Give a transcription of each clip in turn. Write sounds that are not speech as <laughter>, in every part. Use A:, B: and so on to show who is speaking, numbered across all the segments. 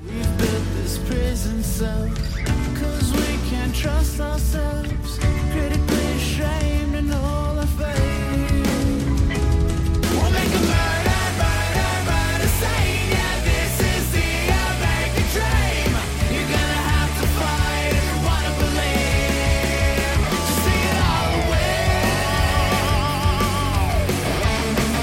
A: We've built this prison cell Cause we can't trust ourselves Critically ashamed in all our faith We'll make a murder, murder, murder scene Yeah, this is the American dream You're gonna have to fight if you wanna believe To see it all away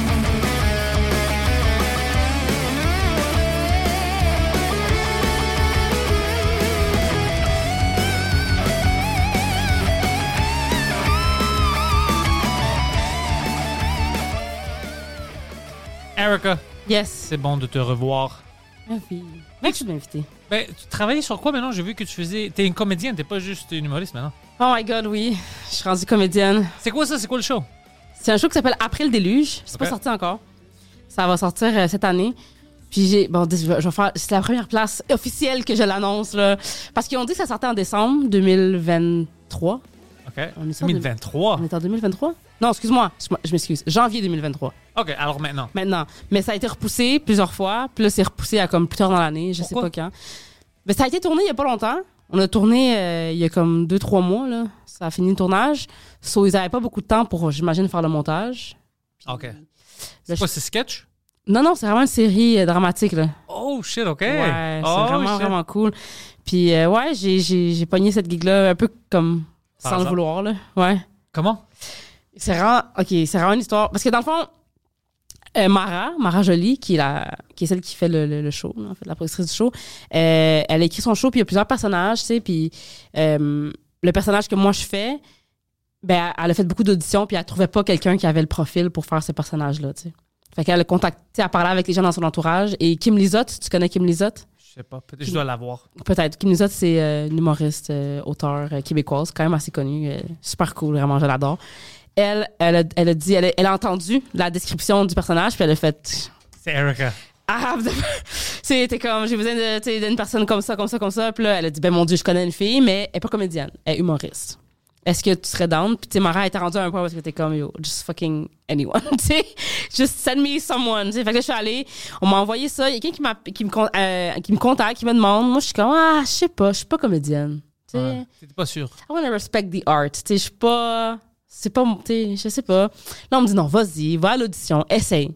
B: Erica,
C: Yes.
B: c'est bon de te revoir.
C: Merci. Merci de m'inviter.
B: Ben, tu travaillais sur quoi maintenant? J'ai vu que tu faisais. T'es une comédienne, t'es pas juste une humoriste maintenant.
C: Oh my god, oui. Je suis rendue comédienne.
B: C'est quoi ça? C'est quoi le show?
C: C'est un show qui s'appelle Après le déluge. C'est
B: Ok.
C: pas sorti encore. Ça va sortir euh, cette année. Puis j'ai. Bon, je vais je vais faire. C'est la première place officielle que je l'annonce, là. Parce qu'ils ont dit que ça sortait en décembre 2023.
B: OK.
C: On est sur
B: 2023.
C: On est en 2023? Non, excuse-moi. Excuse-moi, Je m'excuse. Janvier 2023.
B: OK, alors maintenant.
C: Maintenant. Mais ça a été repoussé plusieurs fois. Puis là, c'est repoussé à comme plus tard dans l'année. Je
B: Pourquoi?
C: sais pas quand. Mais ça a été tourné il y a pas longtemps. On a tourné euh, il y a comme deux, trois mois, là. Ça a fini le tournage. So, ils n'avaient pas beaucoup de temps pour, j'imagine, faire le montage.
B: OK.
C: Là,
B: C'est quoi, c'est sketch?
C: je- Non, non, c'est vraiment une série euh, dramatique, là.
B: Oh shit, OK.
C: Ouais, c'est
B: oh,
C: vraiment,
B: shit.
C: vraiment cool. Puis, euh, ouais, j'ai, j'ai, j'ai pogné cette gig-là un peu comme
B: Par
C: sans le
B: hasard.
C: vouloir, là. Ouais.
B: Comment?
C: C'est vraiment, ok, c'est vraiment une histoire. Parce que dans le fond, euh, Mara, Mara Jolie, qui est, la, qui est celle qui fait le, le- le show, en fait, la productrice du show, euh, elle a écrit son show, puis il y a plusieurs personnages, tu sais, puis euh, le personnage que moi je fais, ben, elle a fait beaucoup d'auditions, puis elle trouvait pas quelqu'un qui avait le profil pour faire ce personnage-là, tu sais. Fait qu'elle a contacté, à parler avec les gens dans son entourage. Et Kim Lizotte, tu connais Kim Lizotte?
B: Je sais pas. Peut-être que je dois l'avoir.
C: Peut-être. Kim Lizotte, c'est euh, une humoriste, euh, auteure euh, québécoise, quand même assez connue, euh, super cool, vraiment, je l'adore. Elle, elle a, elle a dit, elle a, elle a entendu la description du personnage, puis elle a fait
B: C'est Erica.
C: arabe. <laughs> C'était comme, j'ai besoin de, tu sais, d'une personne comme ça, comme ça, comme ça. Puis là, elle a dit, ben mon Dieu, je connais une fille, mais elle est pas comédienne, elle est humoriste. Est-ce que tu serais down? Puis, tu sais, Mara était rendue à un point parce que t'es comme, yo, just fucking anyone, <laughs> tu sais. Just send me someone, tu sais. Fait que là, je suis allée, on m'a envoyé ça. Il y a quelqu'un qui, m'a- qui, me con- euh, qui me contacte, qui me demande. Moi, je suis comme, ah, je sais pas, je suis pas comédienne. Tu sais,
B: Ouais. T'étais pas sûr.
C: I want to respect the art. Tu sais, je suis pas. C'est pas. mon- Tu sais, je sais pas. Là, on me dit non, vas-y, va à l'audition, essaye.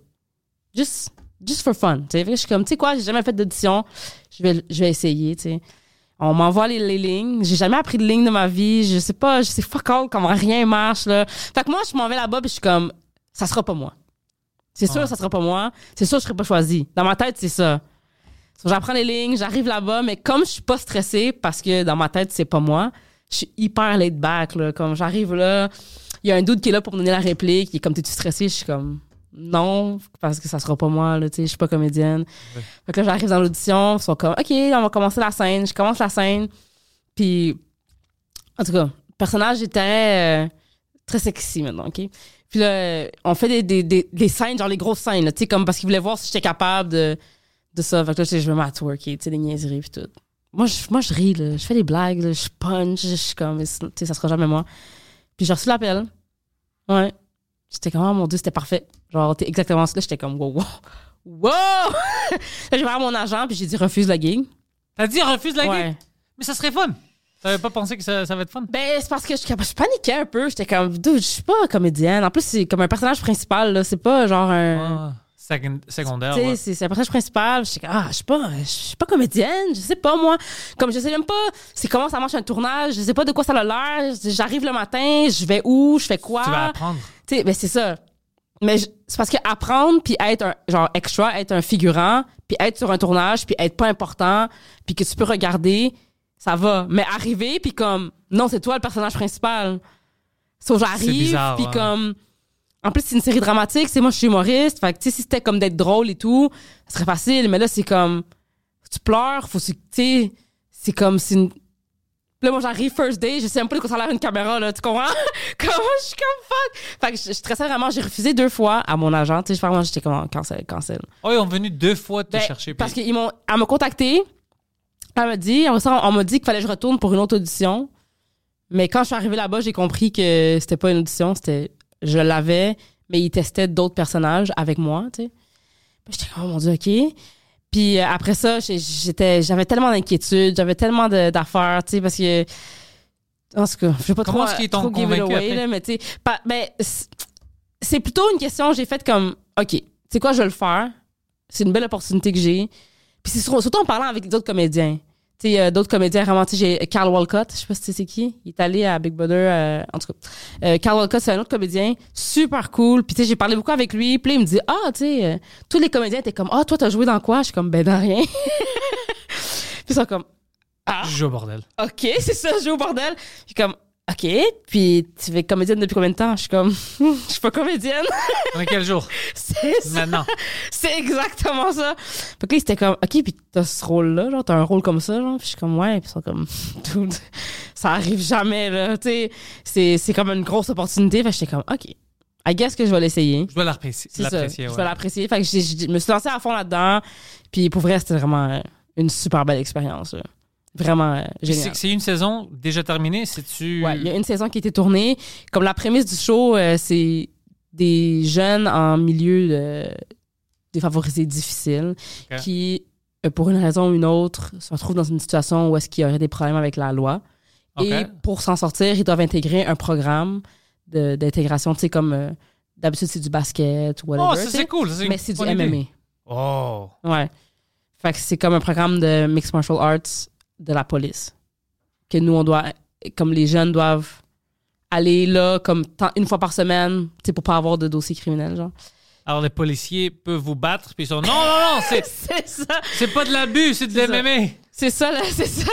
C: Just, just for fun. Tu sais, Fait que je suis comme, tu sais quoi, j'ai jamais fait d'audition, je vais, je vais essayer, tu sais. On m'envoie les, les lignes. J'ai jamais appris de ligne de ma vie. Je sais pas, je sais fuck all comment rien marche, là. Fait que moi, je m'en vais là-bas puis je suis comme, ça sera pas moi. C'est sûr,
B: Ouais.
C: ça sera pas moi. C'est sûr, je serai pas choisie. Dans ma tête, c'est ça. So, J'apprends les lignes, j'arrive là-bas, mais comme je suis pas stressée parce que dans ma tête, c'est pas moi, je suis hyper laid back, là. Comme j'arrive là, il y a un doute qui est là pour me donner la réplique. Il est comme, t'es-tu stressée? Je suis comme, non, parce que ça sera pas moi, là. Tu sais, je suis pas comédienne. Fait que là, j'arrive dans l'audition, ils sont comme, OK, on va commencer la scène. Je commence la scène. Puis, en tout cas, le personnage était euh, très sexy maintenant, OK? Puis là, on fait des, des, des, des scènes, genre les grosses scènes, là, tu sais, comme parce qu'ils voulaient voir si j'étais capable de, de ça. Fait que là, tu sais, je me mets à twerker, tu sais, des niaiseries puis tout. Moi, je, moi, je ris, là. Je fais des blagues, là. Je punch, je suis comme, mais c'est- tu sais, ça sera jamais moi. Puis j'ai reçu l'appel. Ouais. J'étais comme, oh mon Dieu, c'était parfait. Genre, t'es exactement ce que j'étais comme, wow, wow. Wow! <laughs> Là, j'ai parlé à mon agent, puis j'ai dit, refuse la gig.
B: T'as dit refuse la
C: Ouais.
B: gig? Mais ça serait fun. T'avais pas pensé que ça, ça va être fun?
C: Ben, c'est parce que je, je paniquais un peu. J'étais comme, dude, je suis pas comédienne. En plus, c'est comme un personnage principal, là. C'est pas genre
B: Ah,
C: un.
B: second- secondaire.
C: tu sais,
B: ouais.
C: c'est- c'est un personnage principal. J'étais comme, ah, je suis pas, je suis pas comédienne. Je sais pas, moi. Comme, je sais même pas, c'est comment ça marche un tournage. Je sais pas de quoi ça a l'air. J'arrive le matin, je vais où, je fais quoi.
B: Tu vas apprendre.
C: Tu sais, ben, c'est ça. Mais je- c'est parce que apprendre puis être un genre extra, être un figurant, puis être sur un tournage, puis être pas important, puis que tu peux regarder, ça va. Mais arriver puis comme non, c'est toi le personnage principal. So j'arrive
B: bizarre,
C: puis
B: ouais.
C: comme En plus, c'est une série dramatique, c'est moi, je suis humoriste. Fait que, tu sais, si c'était comme d'être drôle et tout, ce serait facile. Mais là, c'est comme, tu pleures, faut se- tu sais, c'est comme, c'est une. Là, moi, j'arrive first day, je sais même pas de quoi ça a l'air une caméra, là, tu comprends? <laughs> Comment je suis comme fuck? Fait que je, je stressais vraiment, j'ai refusé deux fois à mon agent, tu sais, vraiment, j'étais comme, cancel, cancel.
B: Oh, ils ont venu deux fois te
C: Ben,
B: chercher. puis-
C: Parce qu'ils m'ont. Elle m'a contacté. Elle m'a dit. après ça, on m'a dit qu'il fallait que je retourne pour une autre audition. Mais quand je suis arrivée là-bas, j'ai compris que c'était pas une audition. C'était. Je l'avais, mais ils testaient d'autres personnages avec moi, tu sais. Puis J'étais comme, oh mon Dieu, OK. Puis euh, après ça, j'ai- j'étais, j'avais tellement d'inquiétudes, j'avais tellement de- d'affaires, tu sais, parce que. En tout cas, je vais pas
B: Comment
C: trop,
B: est-ce qu'ils t'ont
C: trop give it
B: convaincu
C: away,
B: après?
C: là, mais tu sais. pas- ben, c'est- c'est plutôt une question, j'ai fait comme, OK, tu sais quoi, je vais le faire. C'est une belle opportunité que j'ai. Puis c'est sur- surtout en parlant avec d'autres comédiens. Tu sais, euh, d'autres comédiens, vraiment, tu sais, j'ai Carl Walcott, je sais pas si tu sais c'est qui. Il est allé à Big Brother, euh, en tout cas. Euh, Carl Walcott, c'est un autre comédien, super cool. Puis tu sais, j'ai parlé beaucoup avec lui. Puis là, il me dit, ah, tu sais, euh, tous les comédiens étaient comme, ah, toi, t'as joué dans quoi? Je suis comme, ben, dans rien. <laughs> Puis ils sont comme,
B: Je joue au bordel.
C: OK, <laughs> c'est ça, je joue au bordel. Je suis comme, OK, puis tu fais comédienne depuis combien de temps? Je suis comme, <laughs> je suis pas comédienne. <laughs>
B: On est quel jour?
C: c'est ça.
B: Maintenant.
C: C'est exactement ça. Fait que là, c'était comme, OK, puis t'as ce rôle-là, genre, t'as un rôle comme ça, genre. Puis je suis comme, ouais, puis ils sont comme, <laughs> Dude, ça arrive jamais, là. Tu sais, c'est, c'est comme une grosse opportunité. Fait que j'étais comme, OK, I guess que je vais l'essayer.
B: Je dois l'apprécier.
C: C'est ça.
B: l'apprécier,
C: Je
B: ouais.
C: vais l'apprécier. Fait que j'ai- je me suis lancée à fond là-dedans. Puis pour vrai, c'était vraiment euh, une super belle expérience, là. Vraiment euh,
B: Puis
C: génial.
B: C'est c'est une saison déjà terminée. C'est-tu.
C: Ouais, il y a une saison qui a été tournée. Comme la prémisse du show, euh, c'est des jeunes en milieu euh, défavorisé difficile
B: Ok.
C: qui, euh, pour une raison ou une autre, se retrouvent dans une situation où est-ce qu'il y aurait des problèmes avec la loi.
B: Ok.
C: Et pour s'en sortir, ils doivent intégrer un programme de- d'intégration, tu sais, comme euh, d'habitude, c'est du basket ou whatever.
B: Oh, ça
C: tu sais.
B: c'est cool. ça, c'est une
C: mais c'est du
B: bonne idée.
C: MMA.
B: Oh.
C: Ouais. Fait que c'est comme un programme de mixed martial arts de la police. Que nous, on doit, comme les jeunes doivent aller là, comme tant- une fois par semaine, tu sais, pour pas avoir de dossier criminel, genre.
B: Alors les policiers peuvent vous battre, puis ils sont. Non, non, non,
C: <laughs>
B: c'est.
C: <laughs> C'est ça!
B: C'est pas de l'abus, c'est de
C: C'est ça.
B: l'MMA.
C: C'est ça, là, <laughs> c'est ça,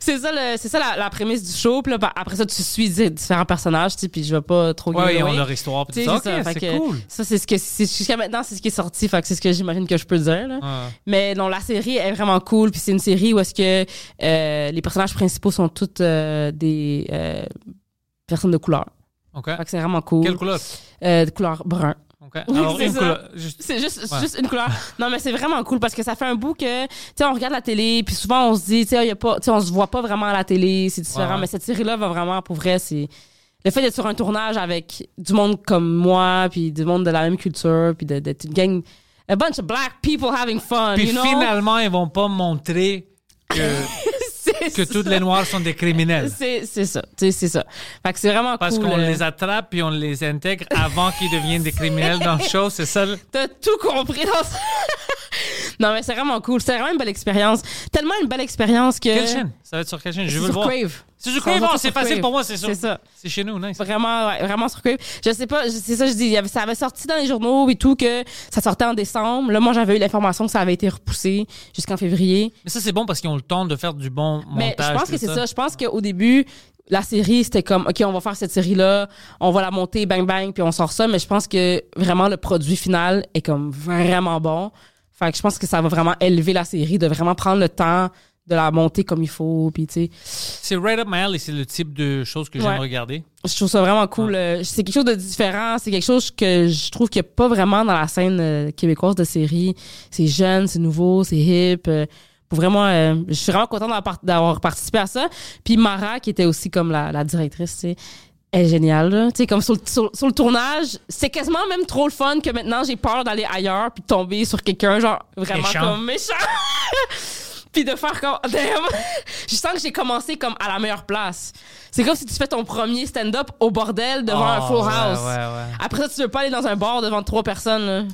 C: c'est ça, le- c'est ça la, la prémisse du show. Puis là, bah, après ça, tu suis di- différents personnages, tu sais, puis je vais pas trop
B: Ouais,
C: give
B: et
C: away.
B: on leur histoire. puis
C: Tu sais,
B: tout ça.
C: c'est
B: Ok,
C: ça, fait
B: c'est
C: que- <laughs>
B: cool.
C: Ça, c'est ce que, c'est- jusqu'à maintenant, c'est ce qui est sorti, fait que c'est ce que j'imagine que je peux dire, là.
B: Ah.
C: Mais non, la série est vraiment cool. Puis c'est une série où est-ce que euh, les personnages principaux sont toutes euh, des euh, personnes de couleur.
B: Ok.
C: Fait que c'est vraiment cool.
B: Quelle couleur?
C: Euh, de couleur brun.
B: Ok.
C: Oui,
B: Alors,
C: c'est
B: une
C: ça.
B: couleur. Juste-
C: C'est juste, c'est
B: Ouais.
C: juste
B: <laughs>
C: une couleur. Non, mais c'est vraiment cool parce que ça fait un bout que, tu sais, on regarde la télé, puis souvent on se dit, tu sais, ah, y a pas, tu sais, on se voit pas vraiment à la télé, c'est différent.
B: Ouais, ouais.
C: Mais cette série-là va vraiment, pour vrai, c'est le fait d'être sur un tournage avec du monde comme moi, puis du monde de la même culture, puis de- d'être une gang, a bunch of black people having fun,
B: Puis
C: you know?
B: finalement, ils vont pas montrer que,
C: <laughs> <laughs> C'est
B: que toutes les noirs sont des criminels.
C: C'est c'est ça, tu sais, c'est ça. Fait que c'est vraiment
B: Parce
C: cool.
B: qu'on
C: euh,
B: les attrape puis on les intègre avant qu'ils deviennent des criminels
C: <laughs>
B: dans le show, c'est ça? le-
C: T'as tout compris dans ça. <laughs> non, mais c'est vraiment cool. C'est vraiment une belle expérience. Tellement une belle expérience que.
B: Quelle chaîne? Ça va être sur quelle chaîne? Je
C: C'est
B: veux le
C: sur
B: voir.
C: Crave.
B: C'est sur
C: Ça va
B: Crave, oh,
C: sur
B: c'est
C: Crave.
B: facile pour moi, c'est sur-
C: C'est ça.
B: C'est chez nous, nice.
C: Vraiment, ouais, vraiment sur Crave. Je sais pas, je- c'est ça, je dis. il y avait- Ça avait sorti dans les journaux et tout que ça sortait en décembre. Là, moi, j'avais eu l'information que ça avait été repoussé jusqu'en février.
B: Mais ça, c'est bon parce qu'ils ont le temps de faire du bon montage.
C: Mais je pense que
B: tout
C: c'est ça. Je pense qu'au début, la série, c'était comme, OK, on va faire cette série-là, on va la monter, bang, bang, puis on sort ça. Mais je pense que vraiment, le produit final est comme vraiment bon. Fait que je pense que ça va vraiment élever la série, de vraiment prendre le temps de la monter comme il faut. Puis, tu sais,
B: C'est right up my alley, c'est le type de choses que
C: Ouais.
B: j'aime regarder.
C: je trouve ça vraiment cool. Euh, C'est quelque chose de différent. C'est quelque chose que je trouve qu'il n'y a pas vraiment dans la scène euh, québécoise de série. C'est jeune, c'est nouveau, c'est hip. euh, pour vraiment, euh, je suis vraiment contente d'avoir par- d'avoir participé à ça. Puis Mara, qui était aussi comme la, la directrice, tu sais, elle est géniale. là. Tu sais, comme sur le, sur- sur le tournage, c'est quasiment même trop le fun que maintenant j'ai peur d'aller ailleurs puis de tomber sur quelqu'un genre vraiment
B: Méchant.
C: comme méchant. puis de faire comme <laughs> Damn. je sens que j'ai commencé comme à la meilleure place c'est comme si tu fais ton premier stand-up au bordel devant un
B: Oh,
C: full
B: ouais,
C: house
B: Ouais,
C: après ça tu veux pas aller dans un bar devant trois personnes là.
B: ouais.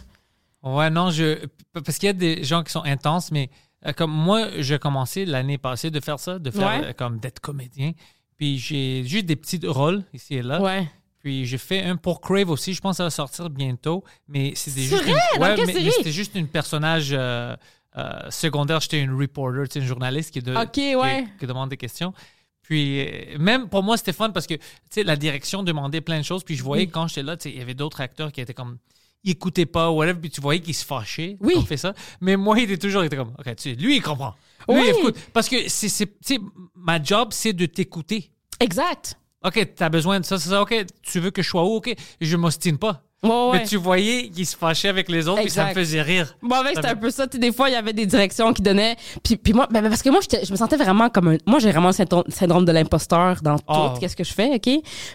B: Ouais, non, je. Parce qu'il y a des gens qui sont intenses, mais euh, comme moi, j'ai commencé l'année passée de faire ça, de faire
C: Ouais.
B: euh, comme d'être comédien. Puis j'ai juste des petits rôles ici et là.
C: ouais
B: Puis j'ai fait un pour Crave aussi. Je pense que ça va sortir bientôt. Mais c'était
C: C'est
B: juste,
C: vrai?
B: une...
C: Dans
B: ouais,
C: quelle
B: mais- mais
C: série?
B: c'était juste une personnage euh, euh, secondaire. J'étais une reporter, tu sais, une journaliste qui, est de-
C: Ok,
B: qui-
C: ouais.
B: qui demande des questions. Puis euh, même pour moi, c'était fun parce que tu sais, la direction demandait plein de choses. Puis je voyais quand j'étais là, tu sais, il y avait d'autres acteurs qui étaient comme ils écoutaient pas ou whatever. Puis tu voyais qu'ils se fâchaient
C: Oui.
B: quand on fait ça. Mais moi, il était toujours il était comme OK, tu sais, lui, il comprend. Lui,
C: Oui.
B: il écoute. Parce que c'est, c'est, tu sais, ma job, c'est de t'écouter.
C: Exact.
B: OK, t'as besoin de ça, c'est ça. OK, tu veux que je sois où? OK, je m'ostine pas.
C: Ouais, ouais,
B: Mais
C: ouais.
B: tu voyais qu'il se fâchait avec les autres, puis ça me
C: Exact.
B: faisait rire.
C: Bon, ben, c'était un peu ça. Tu sais, des fois, il y avait des directions qui donnaient. Puis, puis moi, ben, ben, parce que moi, j'étais- je me sentais vraiment comme un. Moi, j'ai vraiment le syndrome, syndrome de l'imposteur dans
B: Oh.
C: tout. Qu'est-ce que je fais, OK?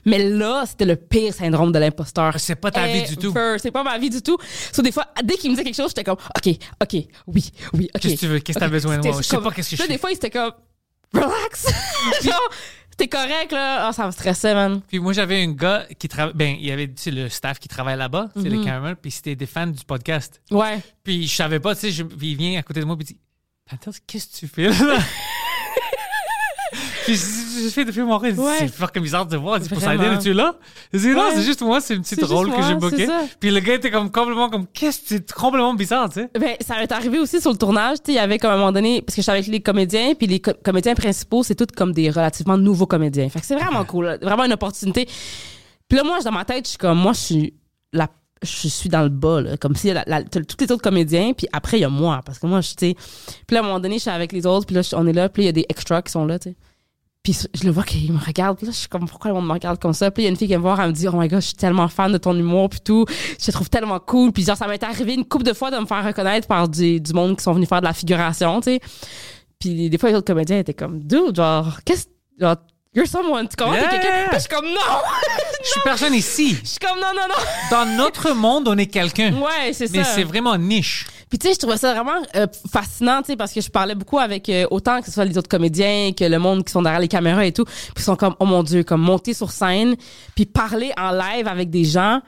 C: Mais là, c'était le pire syndrome de l'imposteur.
B: Ah, C'est pas ta vie du tout.
C: Ever. C'est pas ma vie du tout. So, des fois, dès qu'il me disait quelque chose, j'étais comme, OK, OK, oui, oui, OK.
B: Qu'est-ce que tu veux? Qu'est-ce que t'as
C: OK.
B: besoin de
C: C'était
B: moi? Je sais pas qu'est-ce que je
C: Là,
B: fais.
C: des fois, il était comme, relax. <laughs> Genre, t'es correct, là. Ah, ça me stressait, man.
B: Puis moi, j'avais un gars qui travaille. Ben, il y avait tu sais, le staff qui travaille là-bas, c'est
C: Mhm.
B: les caméramans, puis c'était des fans du podcast.
C: Ouais.
B: Puis je savais pas, tu sais, je- puis il vient à côté de moi, puis il dit Panthers, qu'est-ce que tu fais
C: <laughs>
B: là? Puis je, je fais depuis mon rêve.
C: Ouais.
B: C'est fucking bizarre de te voir. C'est pour ça,
C: Vraiment.
B: tu es là? Je dis, non,
C: Ouais.
B: c'est juste moi, c'est une petite
C: C'est juste
B: rôle que
C: moi,
B: j'ai
C: c'est
B: bloqué.
C: ça.
B: Puis le gars était comme complètement comme, qu'est-ce que c'est complètement bizarre, tu sais?
C: Ben, ça m'est arrivé aussi sur le tournage. Tu sais, il y avait comme à un moment donné, parce que j'étais avec les comédiens, puis les co- comédiens principaux, c'est tous comme des relativement nouveaux comédiens. Fait que c'est vraiment cool, là. vraiment une opportunité. Puis là, moi, dans ma tête, je suis comme, moi, je suis la, je suis dans le bas, là. Comme si la, la- t'as tous les autres comédiens, puis après, il y a moi, parce que moi, je, tu sais. Puis là, à un moment donné, je suis avec les autres, puis là, je- on est là, puis là, il y a des extras qui sont là, tu sais. Puis je le vois qu'il me regarde. Puis là, je suis comme, pourquoi le monde me regarde comme ça? Puis il y a une fille qui vient me voir, elle me dit, oh my god, je suis tellement fan de ton humour, puis tout. Je te trouve tellement cool. Puis genre, ça m'est arrivé une couple de fois de me faire reconnaître par du, du monde qui sont venus faire de la figuration, tu sais. Puis des fois, les autres comédiens étaient comme, dude, genre, qu'est-ce. Genre, you're someone, tu comprends? T'es
B: Yeah.
C: quelqu'un. Puis je suis comme, non! <laughs>
B: Je suis personne ici.
C: je suis comme, non, non, non!
B: Dans notre monde, on est quelqu'un.
C: <laughs> Ouais, c'est ça.
B: mais c'est vraiment niche.
C: Puis tu sais, je trouvais ça vraiment euh, fascinant, tu sais, parce que je parlais beaucoup avec euh, autant que ce soit les autres comédiens que le monde qui sont derrière les caméras et tout. Puis ils sont comme, oh mon dieu, comme monter sur scène, puis parler en live avec des gens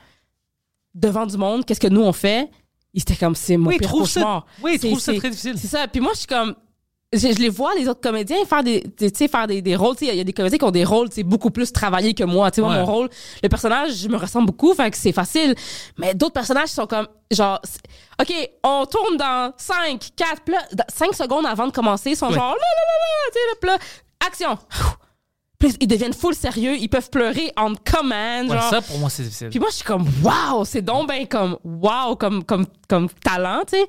C: devant du monde. Qu'est-ce que nous on fait Ils étaient comme, c'est mon
B: Oui,
C: pire
B: trouve ça-
C: cauchemar.
B: oui,
C: C'est-
B: trouve ça
C: c'est-
B: très difficile.
C: C'est ça. Puis moi, je suis comme. Je, je les vois, les autres comédiens, faire des, des- tu sais, faire des, des rôles. Tu sais, Il y a des comédiens qui ont des rôles tu sais, beaucoup plus travaillés que moi. Tu sais, moi,
B: Ouais.
C: mon rôle, le personnage, je me ressemble beaucoup, fait que c'est facile. Mais d'autres personnages sont comme, genre, c'est- OK, on tourne dans 5, 4, 5 secondes avant de commencer, ils sont
B: Ouais.
C: genre, oh là, là, là, là, tu sais, là, puis là, action. Puis ils deviennent full sérieux, ils peuvent pleurer on command.
B: Ouais,
C: genre.
B: ça, pour moi, c'est difficile.
C: Puis moi, je suis comme, waouh, c'est donc ben comme, waouh, comme, comme, comme talent, tu sais.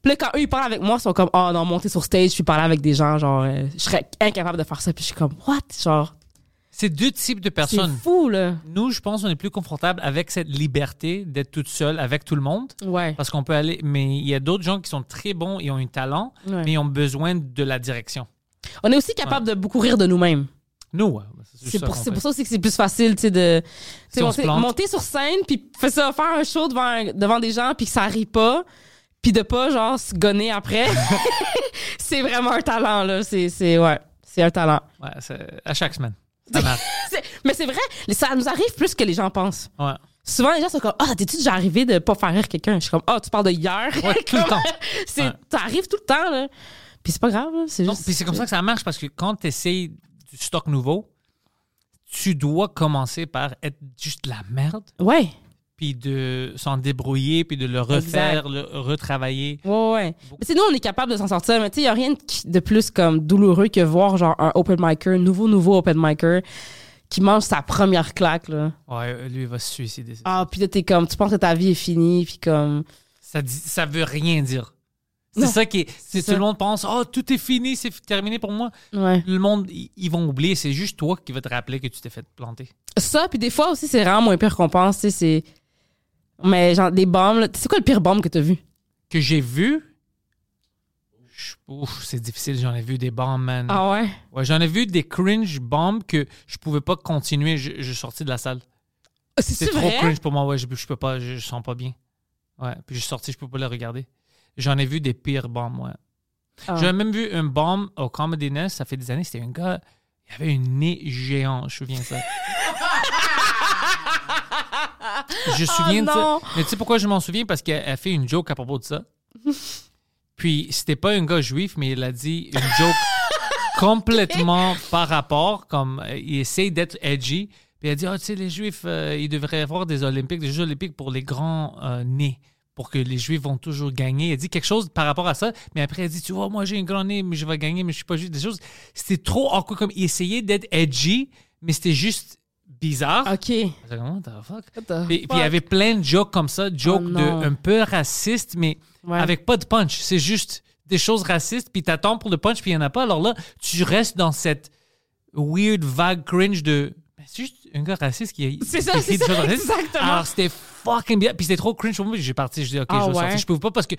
C: Puis là, quand eux, ils parlent avec moi, ils sont comme, oh non, monter sur stage, puis parler avec des gens, genre, euh, je serais incapable de faire ça. Puis je suis comme, what? Genre,
B: C'est deux types de
C: c'est
B: personnes.
C: fou, là.
B: Nous, je pense, on est plus confortable avec cette liberté d'être toute seule avec tout le monde.
C: Ouais.
B: Parce qu'on peut aller. Mais il y a d'autres gens qui sont très bons et ont un talent,
C: Ouais.
B: mais ils ont besoin de la direction.
C: On est aussi capable de beaucoup rire de nous-mêmes.
B: Nous, ouais, c'est
C: C'est
B: juste
C: pour,
B: ça. qu'on
C: c'est pour
B: fait.
C: ça aussi que c'est plus facile, tu sais, de tu sais,
B: on
C: monter,
B: se plante.
C: monter sur scène, puis faire ça, faire un show devant, un- devant des gens, puis que ça rit pas, puis de pas, genre, se gonner après.
B: <laughs>
C: c'est vraiment un talent, là. C'est, c'est, ouais, c'est un talent.
B: Ouais, c'est- à chaque
C: <laughs>
B: semaine. Ça marche.
C: C'est- Mais c'est vrai, ça nous arrive plus que les gens pensent.
B: Ouais.
C: Souvent, les gens sont comme Ah, t'es-tu déjà arrivé de pas faire rire quelqu'un Je suis comme Ah, tu parles de hier. <laughs>
B: Ouais, tout le temps.
C: c'est,
B: Ouais.
C: Ça arrive tout le temps, là. Puis c'est pas grave, là, c'est
B: Non,
C: juste.
B: puis c'est comme ça que ça marche parce que quand tu essayes du stock nouveau, tu dois commencer par être juste de la merde,
C: Ouais,
B: puis de s'en débrouiller, puis de le refaire, le retravailler.
C: ouais, ouais. Mais tu sais, nous, on est capable de s'en sortir, mais tu sais, il a rien de qui- de plus comme douloureux que voir genre un open micer, nouveau, nouveau open micer, qui mange sa première claque, là.
B: Ouais, lui, il va se suicider.
C: Ah, puis là, t'es comme, tu penses que ta vie est finie, puis comme.
B: Ça, dit- ça veut rien dire. C'est
C: Non,
B: ça qui est. c'est-
C: ça.
B: Tout le monde pense, oh, tout est fini, c'est fi- terminé pour moi.
C: Ouais.
B: Le monde, i- ils vont oublier. C'est juste toi qui vas te rappeler que tu t'es fait planter.
C: Ça, puis des fois aussi, c'est vraiment moins pire qu'on pense, tu sais, c'est. Mais genre, des bombes, là. C'est quoi le pire bombe que t'as vu?
B: Que j'ai vu. je- Ouf, c'est difficile, j'en ai vu des bombes, man.
C: Ah ouais?
B: Ouais, j'en ai vu des cringe bombes que je pouvais pas continuer. Je, je suis sorti de la salle. C'est
C: Ah, C'est
B: trop
C: vrai?
B: cringe pour moi. Ouais, je, je peux pas, je, je sens pas bien. Ouais, puis je suis sorti, je peux pas les regarder. J'en ai vu des pires bombes, ouais.
C: Ah.
B: J'ai même vu un bombe au Comedy Nest, ça fait des années, c'était un gars, il avait un nez géant, je me souviens de
C: <laughs>
B: ça. je me souviens de ça.
C: Ah, non.
B: Mais tu sais pourquoi je m'en souviens? Parce qu'elle a fait une joke à propos de ça. Puis c'était pas un gars juif, mais il a dit une joke complètement par rapport, comme euh, il essaye d'être edgy. Puis elle dit, Ah, tu sais, les juifs, euh, ils devraient avoir des Olympiques, des Jeux Olympiques pour les grands euh, nez, pour que les Juifs vont toujours gagner. Elle dit quelque chose par rapport à ça, mais après elle dit, tu vois, moi j'ai un grand nez, mais je vais gagner, mais je suis pas juif. Des choses, c'était trop awkward. Comme, il essayait d'être edgy, mais c'était juste bizarre.
C: OK.
B: J'étais comme, What the fuck?
C: What the
B: Puis puis il y
C: fuck? Oh
B: avait plein de jokes comme ça, jokes de,
C: non.
B: un peu racistes, mais
C: Ouais.
B: avec pas de punch. C'est juste des choses racistes, puis t'attends pour le punch, puis il n'y en a pas. Alors là, tu restes dans cette weird vague cringe de. Ben, c'est juste un gars raciste qui a
C: C'est ça,
B: qui
C: c'est
B: écrit des
C: ça,
B: choses racistes.
C: exactement.
B: Alors c'était fucking bien. Puis c'était trop cringe pour moi. J'ai parti, je dis, OK,
C: Ah
B: je vais
C: ouais?
B: sortir. Je peux pas parce que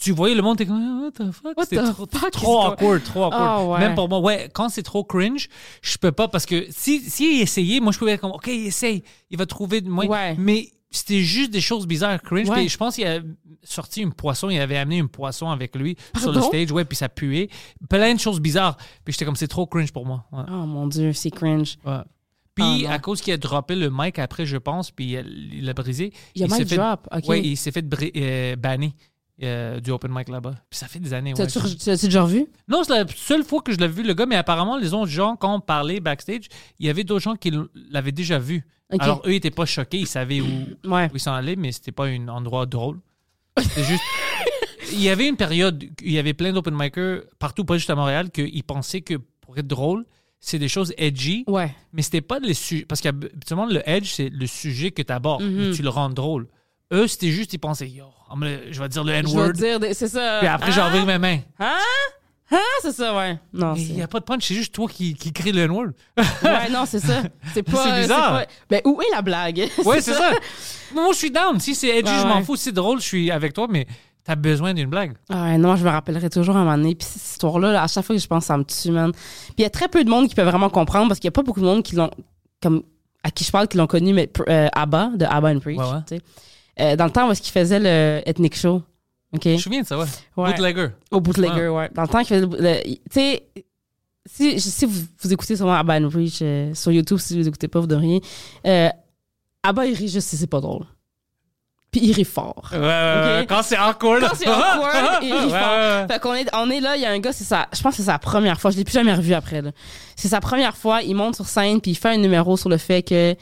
B: tu voyais le monde, t'es comme, Ah, What the fuck?
C: What
B: C'était
C: the
B: trop,
C: fuck
B: trop
C: is going-
B: awkward, trop awkward.
C: Ah ouais.
B: Même pour moi, ouais, quand c'est trop cringe, je peux pas parce que si, si il essayait, moi je pouvais être comme, OK, il essaye, il va trouver de moyen.
C: Ouais.
B: Mais c'était juste des choses bizarres, cringe.
C: Ouais.
B: Puis je pense qu'il a sorti une poisson, il avait amené une poisson avec lui sur le
C: Pardon?
B: stage, ouais, puis ça puait. Plein de choses bizarres. Puis j'étais comme, c'est trop cringe pour moi. Ouais.
C: Oh mon Dieu, c'est cringe.
B: Ouais. Puis
C: Ah, non.
B: à cause qu'il a droppé le mic après, je pense, puis il il l'a brisé.
C: Il a
B: s'est
C: mic
B: fait,
C: drop, ok.
B: ouais, il s'est fait bri- euh, banni euh, du open mic là-bas. Puis ça fait des années. ouais.
C: T'as-tu re- T'as-tu déjà revu?
B: Non, c'est la seule fois que je l'ai vu, le gars, mais apparemment, les autres gens, quand on parlait backstage, il y avait d'autres gens qui l- l'avaient déjà vu.
C: Ok.
B: Alors, eux, ils étaient pas choqués, ils savaient où,
C: Ouais.
B: où ils s'en allaient, mais c'était pas un endroit drôle. C'était
C: <laughs>
B: juste. il y avait une période, il y avait plein d'open micers partout, pas juste à Montréal, qu'ils pensaient que pour être drôle, c'est des choses edgy,
C: Ouais.
B: mais c'était pas les sujets. Parce qu'habituellement, le edge, c'est le sujet que tu abordes,
C: Mhm.
B: tu le rends drôle. Eux, c'était juste, ils pensaient, yo, I'm gonna- je vais dire le
C: Je vais
B: N-word,
C: dire, des- c'est ça.
B: puis après, j'ai
C: Ah,
B: ouvert mes mains.
C: ah, c'est ça, ouais. Non,
B: Il
C: c'est-
B: n'y a pas de punch, c'est juste toi qui, qui crée le N-word.
C: <laughs> Ouais, non, c'est ça. C'est pas.
B: C'est bizarre.
C: c'est pas- Mais où est la blague? <laughs>
B: Ouais, c'est ça. Moi, je suis down. Si c'est edgy,
C: Ouais,
B: je m'en
C: ouais.
B: fous. Si c'est drôle, je suis avec toi, mais t'as besoin d'une blague.
C: Ah ouais, non, je me rappellerai toujours à un moment donné. Puis cette histoire-là, là, à chaque fois que je pense, ça me tue, man. Puis il y a très peu de monde qui peut vraiment comprendre parce qu'il n'y a pas beaucoup de monde qui l'ont, comme, à qui je parle, qui l'ont connu, mais pr- euh, Abba, de Abba and Preach.
B: Ouais, ouais.
C: tu sais. Euh, dans le temps où est-ce qu'il faisait le Ethnic Show. OK?
B: Je me souviens de ça, ouais.
C: Ouais.
B: Bootlegger.
C: Au bootlegger, ouais. Dans le temps qu'il faisait le. le- tu sais, si, si vous, vous écoutez sûrement Abba and Preach euh, sur YouTube, si vous ne écoutez pas, vous devriez. Euh, Abba, il rit juste si c'est pas drôle. Puis il rit fort.
B: Ouais, ouais, ouais,
C: Ok.
B: Quand c'est awkward.
C: Quand
B: <laughs>
C: c'est awkward, il
B: Ouais,
C: rit
B: ouais,
C: fort.
B: ouais.
C: Fait qu'on est, on est là, il y a un gars, c'est sa, je pense que c'est sa première fois, je l'ai plus jamais revu après. là. C'est sa première fois, il monte sur scène, puis il fait un numéro sur le fait que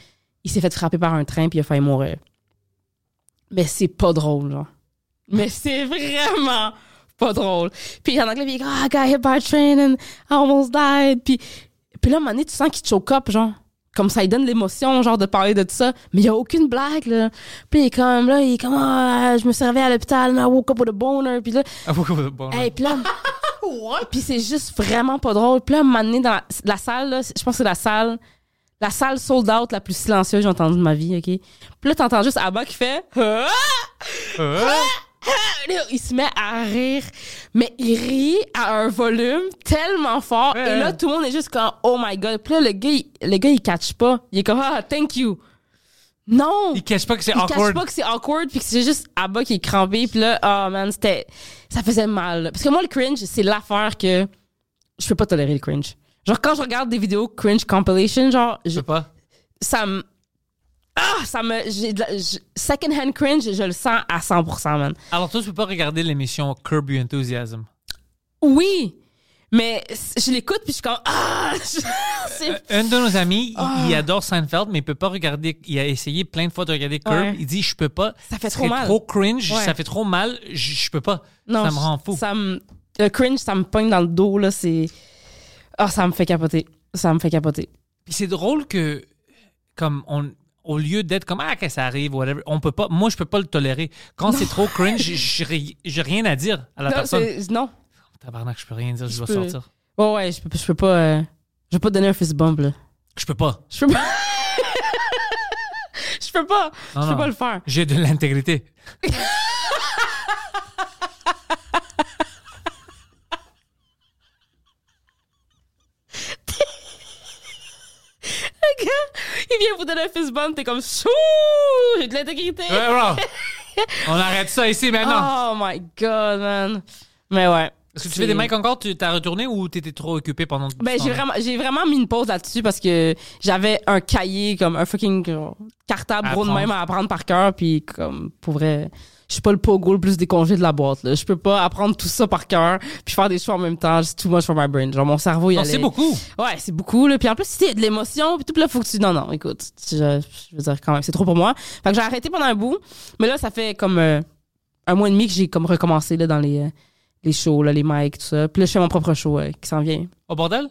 C: il s'est fait frapper par un train, puis il a failli mourir. Mais c'est pas drôle, là. Mais c'est vraiment pas drôle. Puis en anglais, puis il dit, Ah, I got hit by a train and I almost died. Puis, puis là, à un moment donné, tu sens qu'il choke up, genre. Comme ça, il donne l'émotion, genre, de parler de tout ça. Mais il n'y a aucune blague, là. Puis il est comme, là, il est comme, ah, je me suis réveillé à l'hôpital, and I woke up with a boner. Puis là,
B: Ah, bon, <laughs> bon, ouais.
C: Hey, puis là. Puis c'est juste vraiment pas drôle. Puis là, à un moment donné, dans la, la salle, là, je pense que c'est la salle. La salle sold out la plus silencieuse que j'ai entendue de ma vie, OK? Puis là, t'entends juste Abba qui fait... <laughs> Ah!
B: Euh,
C: Là, Il se met à rire, mais il rit à un volume tellement fort.
B: Ouais.
C: Et là, tout le monde est juste comme, oh my God. Puis là, le gars, il, le gars, il catch pas. Il est comme, ah, thank you. Non!
B: Il cache pas que c'est
C: Il cache
B: awkward.
C: pas que c'est awkward puis que c'est juste Abba qui est crampé puis là oh man c'était ça faisait mal là. parce que moi le cringe c'est l'affaire que je peux pas tolérer le cringe genre quand je regarde des vidéos cringe compilation genre
B: Je
C: je-
B: sais pas.
C: ça me ah ça me j'ai de la- je- second hand cringe je le sens à 100% man
B: Alors, toi, tu peux pas regarder l'émission Curb Your Enthusiasm.
C: oui mais c- je l'écoute puis je suis comme ah <laughs> je- c'est
B: Un de nos amis, il-
C: Ah.
B: il adore Seinfeld, mais il peut pas regarder. Il a essayé plein de fois de regarder Curb.
C: Ouais.
B: Il dit Je peux pas.
C: Ça fait
B: C'est
C: trop mal.
B: trop cringe.
C: Ouais.
B: Ça fait trop mal. Je je peux pas.
C: non
B: ça me rend fou.
C: ça me- le cringe ça me pogne dans le dos là c'est ah ça me fait capoter ça me fait capoter
B: Puis c'est drôle que, comme on, au lieu d'être comme ah que ça arrive, whatever, on peut pas. Moi, je peux pas le tolérer. Quand c'est trop cringe,
C: <laughs>
B: j'ai ri- j'ai rien à dire à la
C: non,
B: personne.
C: c'est- non.
B: Tabarnak, je peux rien dire. Je, dois
C: peux-
B: sortir.
C: Ouais, ouais, je peux, je peux pas. euh, je peux pas te donner un fist bump, là.
B: Je peux pas.
C: Je peux pas. <laughs> Je peux pas.
B: Non,
C: je peux
B: non.
C: pas le faire.
B: J'ai de
C: <laughs>
B: l'intégrité.
C: Le gars, il vient vous donner un fist bump, t'es comme chou! J'ai de l'intégrité.
B: Ouais, bro. <laughs> on arrête ça ici maintenant.
C: oh my god, man. Mais ouais.
B: Est-ce que tu
C: c'est-
B: fais des mecs encore Tu t'as retourné ou t'étais trop occupé pendant tout ce
C: Ben, j'ai
B: temps-là?
C: vraiment, j'ai vraiment mis une pause là-dessus parce que j'avais un cahier, comme un fucking genre, cartable gros de
B: Apprendre.
C: même à apprendre par cœur, puis comme, pour vrai, je suis pas le pogo le plus décongé de la boîte, là. Je peux pas apprendre tout ça par cœur, puis faire des choix en même temps, c'est too much for my brain. Genre, mon cerveau, il
B: Non,
C: allait...
B: c'est beaucoup.
C: Ouais, c'est beaucoup, là. Puis en plus, si t'as de l'émotion, puis tout, puis là, faut que tu... Non, non, écoute, je, je veux dire, quand même, c'est trop pour moi. Fait que j'ai arrêté pendant un bout, mais là, ça fait comme... euh, un mois et demi que j'ai comme recommencé là, dans les, euh, les shows, là, les mics, tout ça. Puis là, je fais mon propre show euh, qui s'en vient.
B: Au bordel?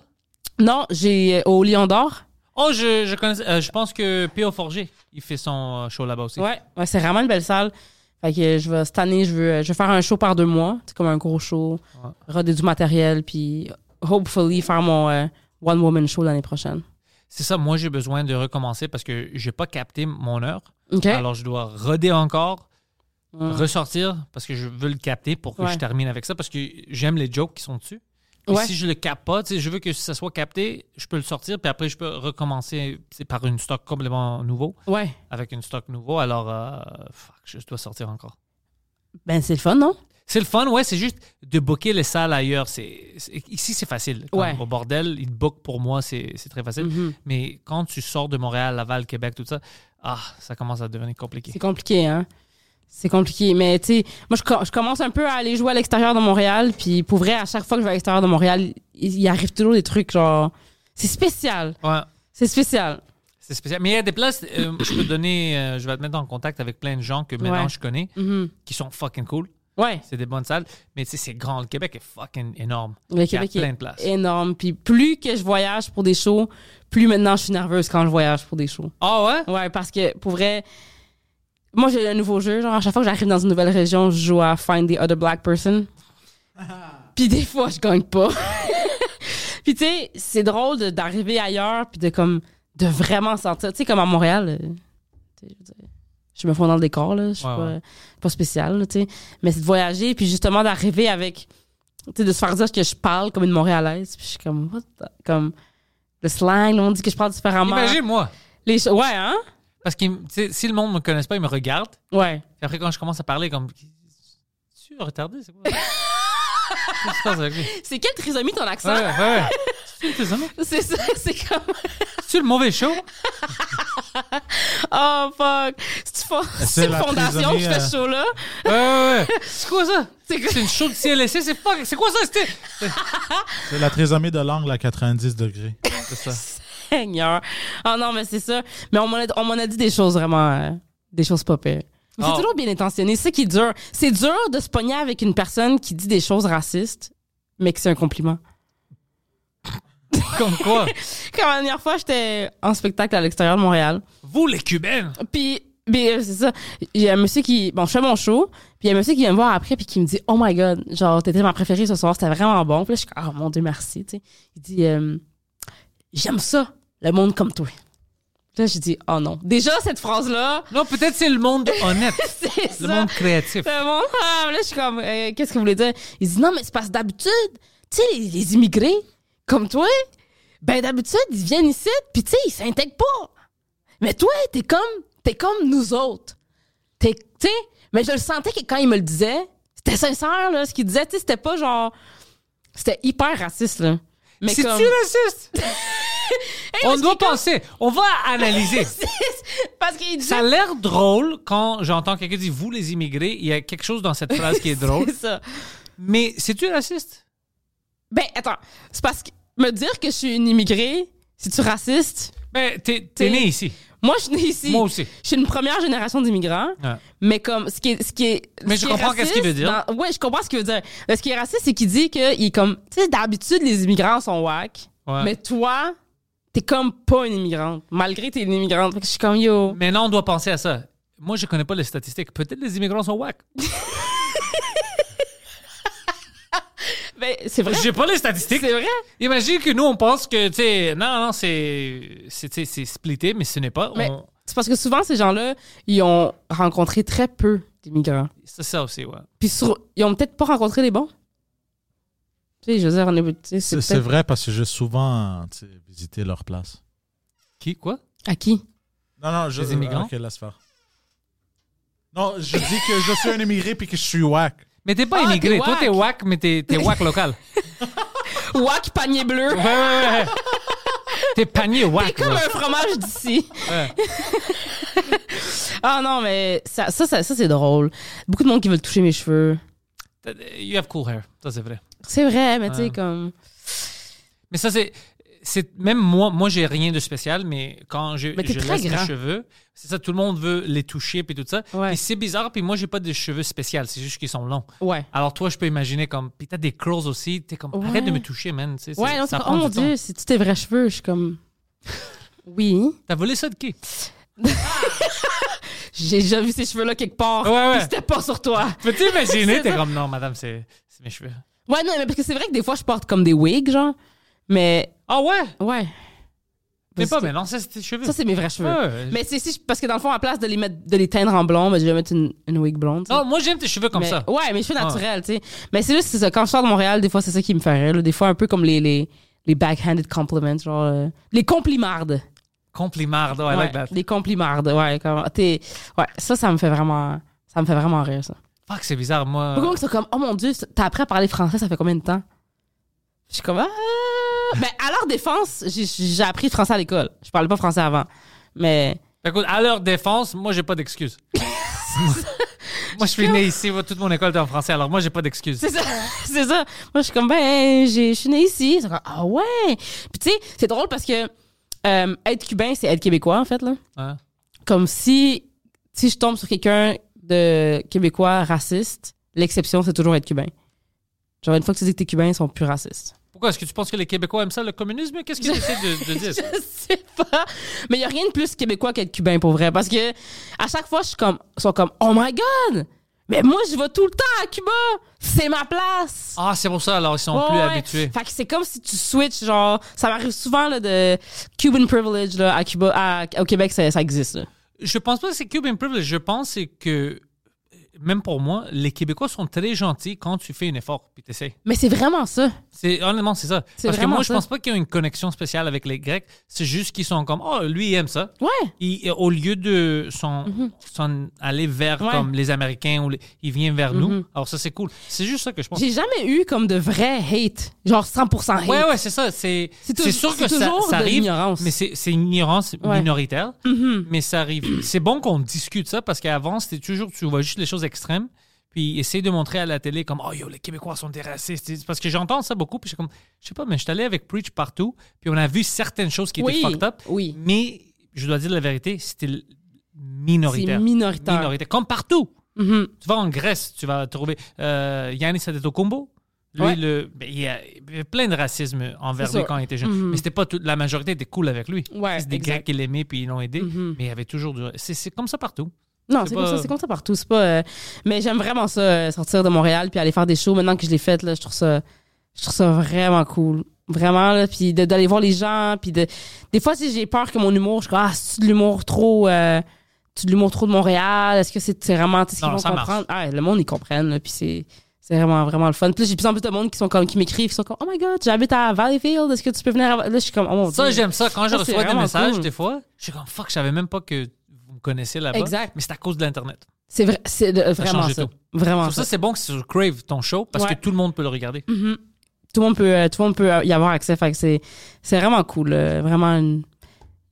C: Non, j'ai euh, au Lion d'Or.
B: Oh, je, je, connais, euh, je pense que P.O. Forger, il fait son euh, show là-bas aussi.
C: Ouais, ouais, c'est vraiment une belle salle. Fait que euh, je vais, cette année, je veux, euh, je vais faire un show par deux mois. C'est comme un gros show.
B: Ouais.
C: Roder du matériel, puis hopefully faire mon euh, One Woman Show l'année prochaine.
B: C'est ça, moi, j'ai besoin de recommencer parce que j'ai pas capté mon heure.
C: OK?
B: Alors, je dois roder encore,
C: Mm.
B: ressortir parce que je veux le capter pour que
C: Ouais.
B: je termine avec ça parce que j'aime les jokes qui sont dessus. Et
C: Ouais.
B: Si je le capte pas, tu sais, je veux que ça soit capté, je peux le sortir, puis après, je peux recommencer tu sais, par une stock complètement nouveau,
C: Ouais.
B: avec une stock nouveau. Alors, euh, fuck, je dois sortir encore.
C: Ben, c'est le fun, non?
B: C'est le fun, ouais, c'est juste de booker les salles ailleurs. C'est, c'est- ici, c'est facile. Comme
C: Ouais.
B: Au bordel, ils te bookent pour moi, c'est, c'est très facile.
C: Mhm.
B: Mais quand tu sors de Montréal, Laval, Québec, tout ça, ah, ça commence à devenir compliqué.
C: C'est compliqué, hein? C'est compliqué. Mais, tu sais, moi, je, co- je commence un peu à aller jouer à l'extérieur de Montréal. Puis, pour vrai, à chaque fois que je vais à l'extérieur de Montréal, il, il arrive toujours des trucs, genre. C'est spécial.
B: Ouais,
C: C'est spécial.
B: c'est spécial. Mais il y a des places, euh, <coughs> je peux te donner, euh, je vais te mettre en contact avec plein de gens que maintenant
C: Ouais.
B: je connais,
C: Mhm.
B: qui sont fucking cool.
C: Ouais.
B: C'est des bonnes salles. Mais tu sais, c'est grand. Le Québec est fucking énorme.
C: Le
B: Il y a
C: Québec
B: plein
C: est
B: de places.
C: énorme. Puis, plus que je voyage pour des shows, plus maintenant je suis nerveuse quand je voyage pour des shows.
B: Ah ouais?
C: Ouais, parce que, pour vrai. Moi, j'ai un nouveau jeu. Genre, à chaque fois que j'arrive dans une nouvelle région, je joue à Find the Other Black Person. Puis des fois, je gagne pas. <laughs> puis tu sais, c'est drôle de- d'arriver ailleurs puis de comme de vraiment sentir. Tu sais, comme à Montréal, euh, tu sais, je, veux dire, je me fonds dans le décor là. Je suis
B: Ouais,
C: pas,
B: ouais.
C: pas spécial, là, tu sais. Mais c'est de voyager puis justement d'arriver avec, tu sais, de se faire dire que je parle comme une Montréalaise. Puis je suis comme what the- comme le slang, là, on dit que je parle différemment.
B: Imagine-moi.
C: Les cho- ouais hein,
B: Parce que tu sais, si le monde me connaisse pas, ils me regardent.
C: ouais.
B: Puis après, quand je commence à parler, comme. Tu es retardé,
C: <laughs>
B: c'est quoi? Qu'est-ce qui se passe avec lui?
C: C'est quelle trisomie ton accent
B: Ouais, ouais. Tu tes amis?
C: <laughs> C'est ça, c'est comme
B: Tu le mauvais show?
C: oh fuck. C'est fond... c'est une
D: la
C: fondation que je
D: trisomie, euh,
C: fais ce show là.
B: Ouais, ouais, ouais. C'est quoi ça?
C: C'est quoi-
B: C'est une show de CLSC, c'est fuck. C'est quoi ça? C'était.
D: C'est la trisomie de l'angle à
C: <laughs>
D: 90 degrés.
B: C'est ça.
C: Seigneur. Ah non, mais c'est ça. Mais on m'en a, on m'en a dit des choses vraiment. euh, des choses pas pires. Mais
B: Oh.
C: C'est toujours bien intentionné. C'est ça qui est dur. C'est dur de se pogner avec une personne qui dit des choses racistes, mais que c'est un compliment.
B: Comme quoi?
C: Comme la dernière fois, j'étais en spectacle à l'extérieur de Montréal.
B: Vous, les Cubains!
C: Puis, mais, euh, c'est ça. Il y a un monsieur qui. Bon, je fais mon show. Puis il y a un monsieur qui vient me voir après. Puis qui me dit Oh my God, genre, t'étais ma préférée ce soir. C'était vraiment bon. Puis là, je suis comme, Oh mon Dieu, merci. Tu sais. Il dit euh, J'aime ça, le monde comme toi. Puis là, je dis Oh non. Déjà, cette phrase-là, <laughs>
B: Non, peut-être c'est le monde honnête.
C: c'est
B: le
C: ça.
B: monde créatif.
C: C'est bon. Ah, mais là, je suis comme Euh, Qu'est-ce que vous voulez dire Il dit Non, mais c'est parce que d'habitude, tu sais, les, les immigrés, comme toi, ben d'habitude, ils viennent ici. Puis tu sais, ils s'intègrent pas. Mais toi, t'es comme, t'es comme nous autres. T'es, tu sais, mais je le sentais que quand il me le disait, c'était sincère, là, ce qu'il disait, tu sais, c'était pas genre, c'était hyper raciste, là. Mais
B: C'est-tu
C: comme,
B: raciste? On
C: parce
B: doit
C: qu'il est
B: penser. On va
C: <laughs>
B: analyser.
C: <laughs> parce qu'il disait,
B: Ça a l'air drôle quand j'entends quelqu'un dire vous les immigrés. Il y a quelque chose dans cette phrase qui est drôle.
C: <laughs> <laughs> c'est ça.
B: Mais c'est-tu raciste?
C: Ben, attends, c'est parce que me dire que je suis une immigrée, si tu raciste,
B: Ben, t'es t'es né ici.
C: moi, je suis née ici.
B: Moi aussi.
C: Je suis une première génération d'immigrants.
B: Ouais.
C: Mais comme, ce qui est. Ce qui est
B: Mais
C: ce
B: je
C: qui est
B: comprends qu'est-ce qu'il
C: raciste
B: veut dire.
C: dans- ouais, je comprends ce qu'il veut dire. Mais ce qui est raciste, c'est qu'il dit que, il est comme. Tu sais, d'habitude, les immigrants sont whack.
B: Ouais.
C: Mais toi, t'es comme pas une immigrante. Malgré que t'es une immigrante. Fait que je suis comme yo.
B: Maintenant, on doit penser à ça. Moi, je connais pas les statistiques. Peut-être les immigrants sont whack.
C: Ben, c'est vrai.
B: J'ai pas les statistiques.
C: C'est vrai.
B: Imagine que nous, on pense que, tu sais, non, non, c'est c'est- tu sais, c'est splitté, mais ce n'est pas.
C: Mais
B: On-
C: c'est parce que souvent, ces gens-là, ils ont rencontré très peu d'immigrants.
B: C'est ça aussi, ouais.
C: Puis sur- ils ont peut-être pas rencontré les bons. Tu sais, je veux dire, on est. tu sais,
D: C'est
C: C'est
D: c'est
C: peut-être.
D: vrai parce que j'ai souvent tu sais, visité leur place.
B: Qui, quoi?
C: À qui?
D: Non, non, je.
B: Les immigrants?
D: Ok, laisse faire. Non, je dis que je suis un immigré puis que je suis whack.
B: Mais t'es pas
C: Ah,
B: immigré.
C: t'es
B: Toi, t'es whack, mais t'es t'es
C: <laughs>
B: whack local.
C: Wack panier bleu.
B: Ouais, ouais, ouais. T'es panier
C: C'est
B: whack.
C: comme
B: là.
C: un fromage d'ici.
B: Ouais.
C: <laughs> Ah non, mais ça, ça, ça, ça, c'est drôle. Beaucoup de monde qui veulent toucher mes cheveux.
B: You have cool hair. Ça, c'est vrai.
C: C'est vrai, mais tu
B: Ouais.
C: sais, comme.
B: Mais ça, c'est. c'est même moi, moi j'ai rien de spécial, mais quand je,
C: Mais t'es
B: je
C: très
B: laisse mes
C: grand.
B: cheveux, c'est ça, tout le monde veut les toucher puis tout ça.
C: Ouais.
B: Puis c'est bizarre, puis moi j'ai pas de cheveux spéciaux, c'est juste qu'ils sont longs.
C: Ouais.
B: Alors toi, je peux imaginer comme, puis t'as des curls aussi, t'es comme,
C: Ouais.
B: arrête de me toucher, man. tu sais, c'est-
C: Ouais, non, c'est
B: ça
C: comme,
B: prend
C: oh
B: du
C: mon
B: temps.
C: Dieu, c'est-tu tes vrais cheveux? Je suis comme. Oui.
B: T'as volé ça de qui
C: J'ai déjà vu ces cheveux-là quelque part.
B: Ouais, ouais.
C: Puis C'était pas sur toi.
B: Peux-tu imaginer
C: <laughs> C'est
B: T'es
C: ça.
B: comme, non, madame, c'est c'est mes cheveux.
C: Ouais, non, mais parce que c'est vrai que des fois, je porte comme des wigs, genre. Mais,
B: Ah ouais
C: ouais.
B: Mais
C: Parce
B: pas,
C: que-
B: mais non, ça c'est tes cheveux.
C: Ça, c'est mes vrais cheveux.
B: Ouais.
C: Mais c'est si, parce que dans le fond, à place de les, mettre, de les teindre en blond, ben, je vais mettre une, une wig blonde. tu sais.
B: Non, moi j'aime tes cheveux comme
C: mais,
B: ça.
C: Ouais, mes cheveux
B: Ah.
C: naturels, tu sais. Mais c'est juste, c'est ça. Quand je sors de Montréal, des fois, c'est ça qui me fait rire. là. Des fois, un peu comme les, les, les backhanded compliments, genre. euh, les complimardes.
B: Complimarde, ouais, I
C: Ouais,
B: like that.
C: les complimardes, ouais. Comme, t'es- ouais, ça, ça me fait vraiment. Ça me fait vraiment rire, ça.
B: Fuck, c'est bizarre, moi.
C: Beaucoup de monde qui sont comme, oh mon Dieu, t'as appris à parler français, ça fait combien de temps? Je suis comme, ah. Mais à leur défense, j'ai- j'ai appris le français à l'école. Je parlais pas français avant. Mais.
B: Écoute, à leur défense, moi, j'ai pas d'excuses. moi, je suis né ici, moi, toute mon école était en français, alors moi, j'ai pas d'excuses.
C: C'est ça, <laughs> c'est ça. Moi, je suis comme, ben, j'ai- je suis née ici. Ils sont comme, ah ouais. Puis tu sais, c'est drôle parce que euh, être cubain, c'est être québécois, en fait. Là.
B: Hein?
C: Comme si, si je tombe sur quelqu'un de québécois raciste, l'exception, c'est toujours être cubain. Genre, une fois que tu dis que t'es cubain, ils sont plus racistes. <laughs>
B: Pourquoi? Est-ce que tu penses que les Québécois aiment ça, le communisme? Qu'est-ce qu'ils essaient de, de dire?
C: <laughs> Je sais pas. Mais il y a rien de plus québécois qu'être cubain, pour vrai. Parce que à chaque fois, je suis comme, ils sont comme, oh my god! Mais moi, je vais tout le temps à Cuba! C'est ma place!
B: Ah, c'est pour ça, alors, ils sont
C: Ouais,
B: plus
C: ouais.
B: habitués.
C: Fait que c'est comme si tu switches, genre, ça m'arrive souvent là, de Cuban privilege là, à Cuba, à- au Québec, ça, ça existe. là.
B: Je pense pas que c'est Cuban privilege. Je pense c'est que, même pour moi, les Québécois sont très gentils quand tu fais un effort, puis t'essayes.
C: Mais c'est vraiment ça.
B: C'est honnêtement c'est ça.
C: C'est
B: Parce que
C: vraiment
B: moi je
C: ça.
B: pense pas qu'il y a une connexion spéciale avec les Grecs. C'est juste qu'ils sont comme oh lui il aime ça.
C: Ouais.
B: Il- et au lieu de s'en s'en aller vers
C: Mhm. Ouais. Mhm.
B: comme les Américains ou les- il vient vers nous. Alors ça c'est cool. C'est juste ça que je pense.
C: J'ai jamais eu comme de vrai hate, genre 100% hate.
B: Ouais ouais c'est ça. C'est
C: C'est tou-
B: c'est sûr
C: c'est
B: que ça,
C: toujours
B: ça
C: de
B: arrive.
C: l'ignorance.
B: Mais c'est c'est une ignorance
C: Ouais. Mhm.
B: minoritaire. Mais ça arrive. C'est bon qu'on discute ça parce qu'avant c'était toujours tu vois juste les choses extrêmes. Puis essayer de montrer à la télé comme oh yo les Québécois sont des racistes parce que j'entends ça beaucoup puis je suis comme je sais pas mais je suis allé avec Preach partout puis on a vu certaines choses qui
C: Oui,
B: étaient fucked up
C: oui.
B: mais je dois dire la vérité c'était l-
C: C'est
B: minoritaire
C: minoritaire.
B: minoritaire comme partout
C: Mhm.
B: tu vas en Grèce, tu vas trouver euh, Yannis Adetokounmpo. Lui,
C: Ouais.
B: le, ben, il y a il y avait plein de racisme envers
C: C'est
B: lui
C: sûr.
B: quand il était jeune.
C: Mhm.
B: Mais c'était pas toute la majorité était cool avec lui.
C: Ouais,
B: c'est des
C: exact. Mm-hmm.
B: Grecs qui l'aimaient puis ils l'ont aidé. Mais il y avait toujours du. C'est, c'est comme ça partout.
C: Non,
B: C'est
C: c'est comme
B: pas-
C: ça, c'est comme ça partout. C'est pas, euh, mais j'aime vraiment ça, euh, sortir de Montréal puis aller faire des shows. Maintenant que je l'ai fait, là, je trouve ça, je trouve ça vraiment cool. Vraiment, là, puis de- d'aller voir les gens, puis de... Des fois, si j'ai peur que mon humour, je suis comme, ah, c'est de l'humour trop... euh, c'est de l'humour trop de Montréal? Est-ce que c'est c'est vraiment... tu sais, ce qu'ils
B: Non,
C: vont
B: ça marche.
C: comprendre? Ah, le monde, ils comprennent, là, puis c'est... C'est vraiment, vraiment le fun. Puis là, j'ai de plus en plus de monde qui sont comme, qui m'écrivent, qui sont comme, oh my god, j'habite à Valleyfield, est-ce que tu peux venir à... Là, je suis comme, oh mon
B: Ça,
C: Dieu.
B: j'aime ça. Quand je
C: Ça, c'est
B: reçois des
C: vraiment
B: messages,
C: cool.
B: des fois, je suis comme fuck, je savais même pas que vous me connaissez là-bas.
C: Exact.
B: Mais c'est à cause de l'Internet.
C: C'est vrai, c'est euh, vraiment
B: change
C: ça.
B: tout.
C: Vraiment
B: Pour ça, c'est bon que c'est sur Crave, ton show, parce
C: Ouais. Mm.
B: que tout le monde peut le regarder.
C: tout le monde peut euh, tout le monde peut euh, y avoir accès fait que c'est c'est vraiment cool euh, vraiment une,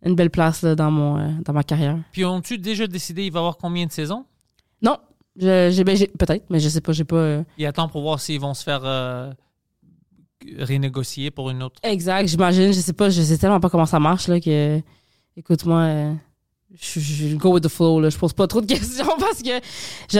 C: une belle place là, dans mon euh, dans ma carrière
B: Puis, ont-tu déjà décidé il va y avoir combien de saisons?
C: non je- j'ai ben, j'ai- peut-être mais je sais pas j'ai pas euh,
B: Il attend pour voir s'ils vont se faire euh, renégocier pour une autre.
C: exact j'imagine je sais pas je sais tellement pas comment ça marche là que écoute moi euh, je, je- je go with the flow là je pose pas trop de <laughs> questions parce que je-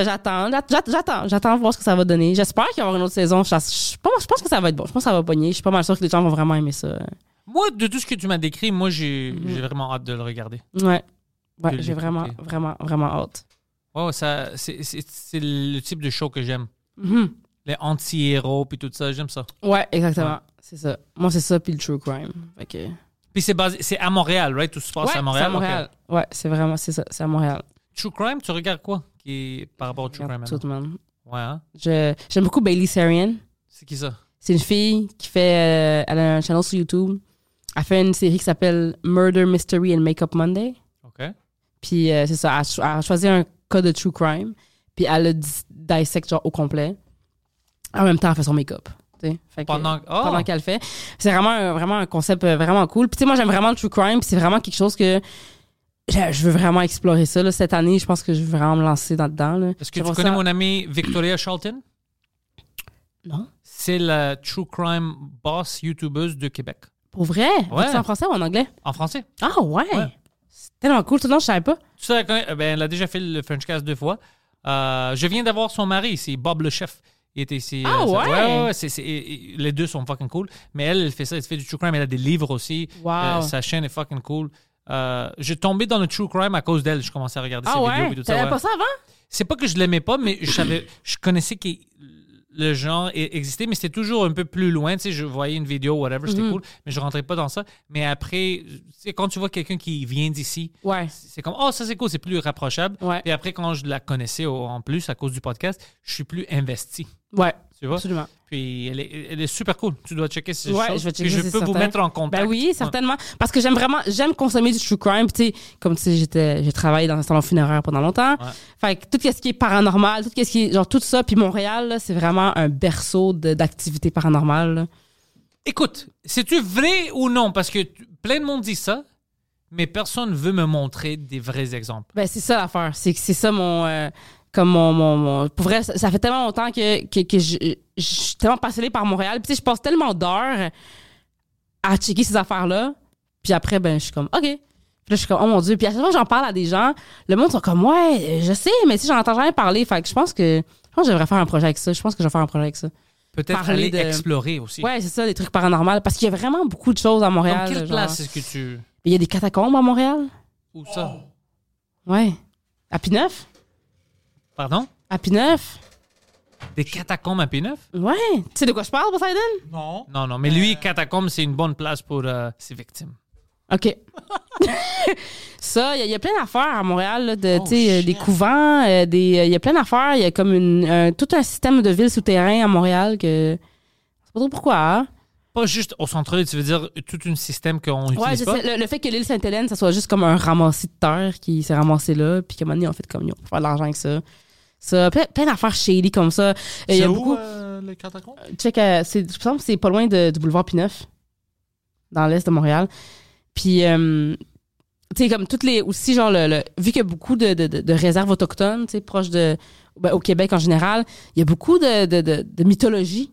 C: j'attends j'att- j'att- j'attends j'attends de voir ce que ça va donner j'espère qu'il va y avoir une autre saison je, je pense je pense que ça va être bon je pense que ça va pogner je suis pas mal sûr que les gens vont vraiment aimer ça
B: Moi, de tout ce que tu m'as décrit, moi, j'ai j'ai vraiment hâte de le regarder.
C: ouais
B: Je
C: ouais
B: l'ai
C: j'ai vraiment
B: écouté.
C: vraiment vraiment hâte
B: Wow, ça, c'est- c'est c'est le type de show que j'aime.
C: Mhm.
B: Les anti-héros, puis tout ça, j'aime ça.
C: Ouais, exactement. C'est ça. Moi, c'est ça, puis le true crime. Fait que-
B: Puis c'est basé- c'est à Montréal, right? Tout se passe
C: Ouais,
B: à Montréal. ok.
C: Ouais, c'est vraiment, c'est ça, c'est à Montréal.
B: True Crime, tu regardes quoi qui est par rapport au True Crime?
C: Regarde Tout,
B: maintenant?
C: man.
B: Ouais, hein?
C: Je- J'aime beaucoup Bailey Sarian.
B: C'est qui ça?
C: C'est une fille qui fait, euh, elle a un channel sur YouTube. Elle fait une série qui s'appelle Murder, Mystery and Makeup Monday.
B: OK.
C: Puis euh, c'est ça, elle a, cho- elle a choisi un cas de true crime, puis elle le dis- dissecte genre au complet. En même temps, elle fait son make-up. tu sais. Fait que-
B: Pendant- oh!
C: pendant qu'elle le fait. C'est vraiment, un- vraiment un concept euh, vraiment cool. Puis tu sais, moi, j'aime vraiment le true crime, puis c'est vraiment quelque chose que je, je veux vraiment explorer ça. là. Cette année, je pense que je vais vraiment me lancer dans- dedans. là.
B: Est-ce que
C: J'aimerais
B: tu connais
C: ça-
B: mon amie Victoria Charlton?
C: Non.
B: C'est la True Crime boss youtubeuse de Québec.
C: Pour vrai?
B: Ouais.
C: C'est en français ou en anglais?
B: En français.
C: Ah ouais!
B: Ouais.
C: C'est tellement cool. Tout le monde, je savais pas.
B: Tu sais, quand- euh, ben, elle a déjà fait le Frenchcast deux fois. Euh, je viens d'avoir son mari, c'est Bob le chef. Il était ici.
C: Ah
B: ça-
C: ouais?
B: ouais, ouais, c'est- c'est- et- et les deux sont fucking cool. Mais elle, elle fait ça, elle fait du true crime. Elle a des livres aussi. Euh,
C: Wow.
B: sa chaîne est fucking cool. Euh, je tombais dans le true crime à cause d'elle. Je commençais à regarder
C: Ah
B: ses vidéos
C: ouais?
B: et tout ça.
C: T'avais
B: ouais.
C: pas ça avant?
B: C'est pas que je l'aimais pas, mais je savais, je connaissais que le genre e- existait, mais c'était toujours un peu plus loin. Tu sais, je voyais une vidéo, whatever, c'était
C: Mm-hmm.
B: cool, mais je rentrais pas dans ça. Mais après, tu sais, quand tu vois quelqu'un qui vient d'ici,
C: Ouais.
B: c'est comme oh ça c'est cool, c'est plus rapprochable.
C: Ouais.
B: Et après quand je la connaissais au- en plus à cause du podcast, je suis plus investi.
C: Ouais.
B: Tu vois?
C: Absolument.
B: Puis elle est, elle est super cool. Tu dois checker ces
C: Ouais,
B: choses.
C: je vais
B: Puis
C: checker,
B: je
C: c'est
B: peux vous
C: certain.
B: mettre en contact.
C: Ben oui, certainement. Parce que j'aime vraiment, j'aime consommer du true crime. Puis, Tu sais, comme tu sais, j'étais, j'ai travaillé dans un salon funéraire pendant longtemps.
B: Ouais.
C: Fait que tout ce qui est paranormal, tout ce qui est, genre tout ça. Puis Montréal, là, c'est vraiment un berceau de- d'activités paranormales. là.
B: Écoute, c'est-tu vrai ou non? Parce que tu- plein de monde dit ça, mais personne veut me montrer des vrais exemples.
C: Ben, c'est ça l'affaire. C'est que c'est ça mon. euh, comme mon, mon, mon- Pour vrai, ça, ça fait tellement longtemps que, que, que je, je suis tellement passionnée par Montréal. Puis, tu sais, je passe tellement d'heures à checker ces affaires-là. Puis après, ben, je suis comme, OK. Puis là, je suis comme, oh mon Dieu. Puis à chaque fois que j'en parle à des gens, le monde sont comme, ouais, euh, je sais, mais si j'en entends jamais parler. Fait que je pense que. Je pense que j'aimerais faire un projet avec ça. Je pense que je vais faire un projet avec ça.
B: Peut-être
C: Parler
B: aller
C: de-
B: explorer aussi.
C: Ouais, c'est ça, des trucs paranormaux. Parce qu'il y a vraiment beaucoup de choses à
B: Dans
C: Montréal.
B: quelle
C: genre.
B: place est-ce que tu.
C: Il y a des catacombes à Montréal.
B: Où ça?
C: Ouais. À Pineuf?
B: Pardon?
C: À Pineuf?
B: Des catacombes à P9?
C: Ouais. Tu sais de quoi je parle, Poseidon?
D: Non.
B: Non, non,
C: Euh.
B: mais lui, catacombes, c'est une bonne place pour euh, ses victimes.
C: OK. <laughs> ça, il y, a- il y a plein d'affaires à Montréal, là, de,
B: Oh,
C: tu sais, euh,
B: shit.
C: des couvents, euh, des, euh, il y a plein d'affaires. Il y a comme une, un- tout un système de villes souterraines à Montréal que. Je sais pas trop pourquoi. hein.
B: Pas juste au centre-ville, tu veux dire tout un système qu'on
C: Ouais,
B: n'utilise
C: je
B: pas?
C: sais, le, le fait que l'île Sainte-Hélène, ça soit juste comme un ramassis de terre qui s'est ramassé là, puis qu'à un moment donné, on fait comme yo, on peut faire de l'argent avec ça. Ça, plein, plein d'affaires shady comme ça. Et Il y
D: C'est
C: a
D: où
C: beaucoup.
D: euh, les catacombes?
C: check, euh, c'est, je pense que c'est pas loin de- du boulevard Pineuf, dans l'est de Montréal. Puis, euh, tu sais, comme toutes les. Aussi, genre, le, le- vu qu'il y a beaucoup de, de- de- de réserves autochtones, tu sais, proches de. ben, au Québec en général, il y a beaucoup de, de, de, de mythologie.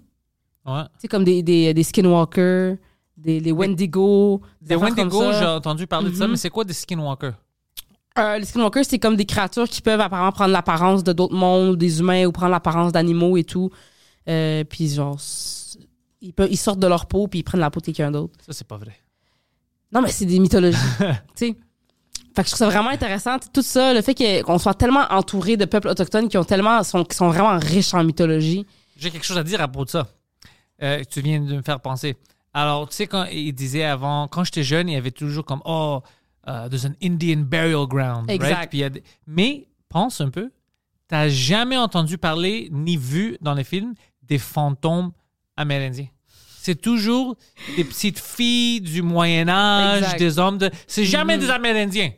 B: Ouais.
C: Tu sais, comme des, des, des skinwalkers, des les Wendigo.
B: Des
C: affaires comme
B: Wendigo,
C: ça.
B: j'ai entendu parler de ça,
C: Mhm.
B: mais c'est quoi des Skinwalkers?
C: Euh, les skinwalkers, c'est comme des créatures qui peuvent apparemment prendre l'apparence de d'autres mondes, des humains, ou prendre l'apparence d'animaux et tout. Euh, puis genre, s- ils, peuvent- ils sortent de leur peau puis ils prennent la peau de quelqu'un d'autre.
B: Ça, c'est pas vrai.
C: Non, mais c'est
B: <laughs>
C: des mythologies, tu sais. Fait que je trouve ça vraiment intéressant, tout ça, le fait que- qu'on soit tellement entouré de peuples autochtones qui ont tellement, sont, qui sont vraiment riches en mythologie.
B: J'ai quelque chose à dire à propos de ça. Euh, tu viens de me faire penser. Alors, tu sais, quand il disait avant, quand j'étais jeune, il y avait toujours comme, oh, euh, there's an Indian burial ground. right?
C: Exact.
B: Puis il y a des- Mais pense un peu, t'as jamais entendu parler ni vu dans les films des fantômes amérindiens. C'est toujours des petites filles du Moyen Âge,
C: Exact.
B: des hommes de. C'est jamais des Amérindiens.